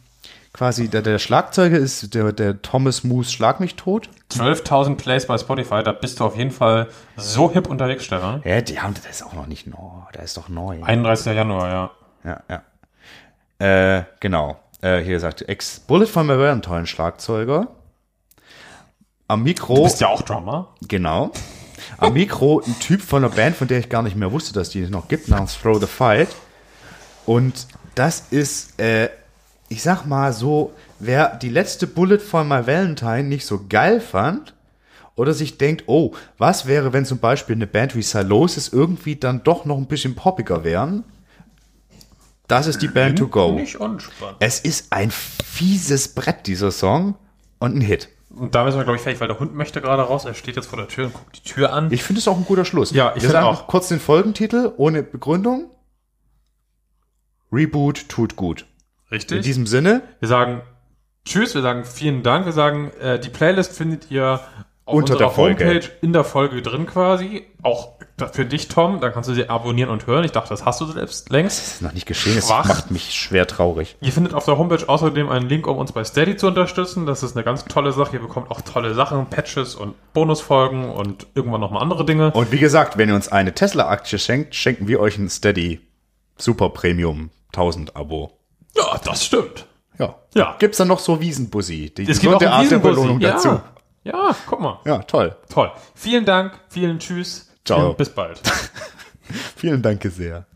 S2: quasi der, der Schlagzeuger ist der, der Thomas Moose Schlag mich tot.
S3: 12.000 Plays bei Spotify, da bist du auf jeden Fall so hip unterwegs, Stefan.
S2: Ja, die haben, der ist auch noch nicht neu. Der ist doch neu.
S3: 31. Januar, ja.
S2: Ja, ja. Äh, genau. Äh, hier sagt Ex Bullet von Maverick, einen tollen Schlagzeuger. Am Mikro.
S3: Du bist ja auch Drummer.
S2: Genau. Am Mikro ein Typ von einer Band, von der ich gar nicht mehr wusste, dass die es noch gibt, namens Throw the Fight. Und das ist, äh, ich sag mal so, wer die letzte Bullet for My Valentine nicht so geil fand oder sich denkt, oh, was wäre, wenn zum Beispiel eine Band wie Salosis irgendwie dann doch noch ein bisschen poppiger wären? Das ist die Band to go.
S3: unspannend.
S2: Es ist ein fieses Brett, dieser Song und ein Hit.
S3: Und da müssen wir, glaube ich, fertig, weil der Hund möchte gerade raus. Er steht jetzt vor der Tür und guckt die Tür an.
S2: Ich finde es auch ein guter Schluss.
S3: Ja, ich
S2: Wir
S3: finde
S2: sagen
S3: auch.
S2: noch kurz den Folgentitel ohne Begründung. Reboot tut gut.
S3: Richtig.
S2: In diesem Sinne,
S3: Wir sagen Tschüss, wir sagen vielen Dank, wir sagen, äh, die Playlist findet ihr auf
S2: Unter der Folge.
S3: Homepage in der Folge drin quasi. Auch da- für dich, Tom, da kannst du sie abonnieren und hören. Ich dachte, das hast du selbst längst.
S2: das ist noch nicht geschehen, es
S3: Schwach.
S2: macht mich schwer traurig.
S3: Ihr findet auf der Homepage außerdem einen Link, um uns bei Steady zu unterstützen. Das ist eine ganz tolle Sache. Ihr bekommt auch tolle Sachen, Patches und Bonusfolgen und irgendwann nochmal andere Dinge.
S2: Und wie gesagt, wenn ihr uns eine Tesla-Aktie schenkt, schenken wir euch ein Steady Super Premium 1000 Abo.
S3: Ja, das stimmt.
S2: Ja.
S3: Ja.
S2: Gibt's dann noch so Wiesenbussi? Die
S3: Es gibt auch
S2: gesunde
S3: einen
S2: Art der
S3: Wiesenbussi.
S2: Belohnung
S3: ja.
S2: dazu.
S3: Ja, guck mal.
S2: Ja, toll.
S3: Toll. Vielen Dank, vielen Tschüss.
S2: Ciao.
S3: Und bis bald.
S2: Vielen Dank sehr.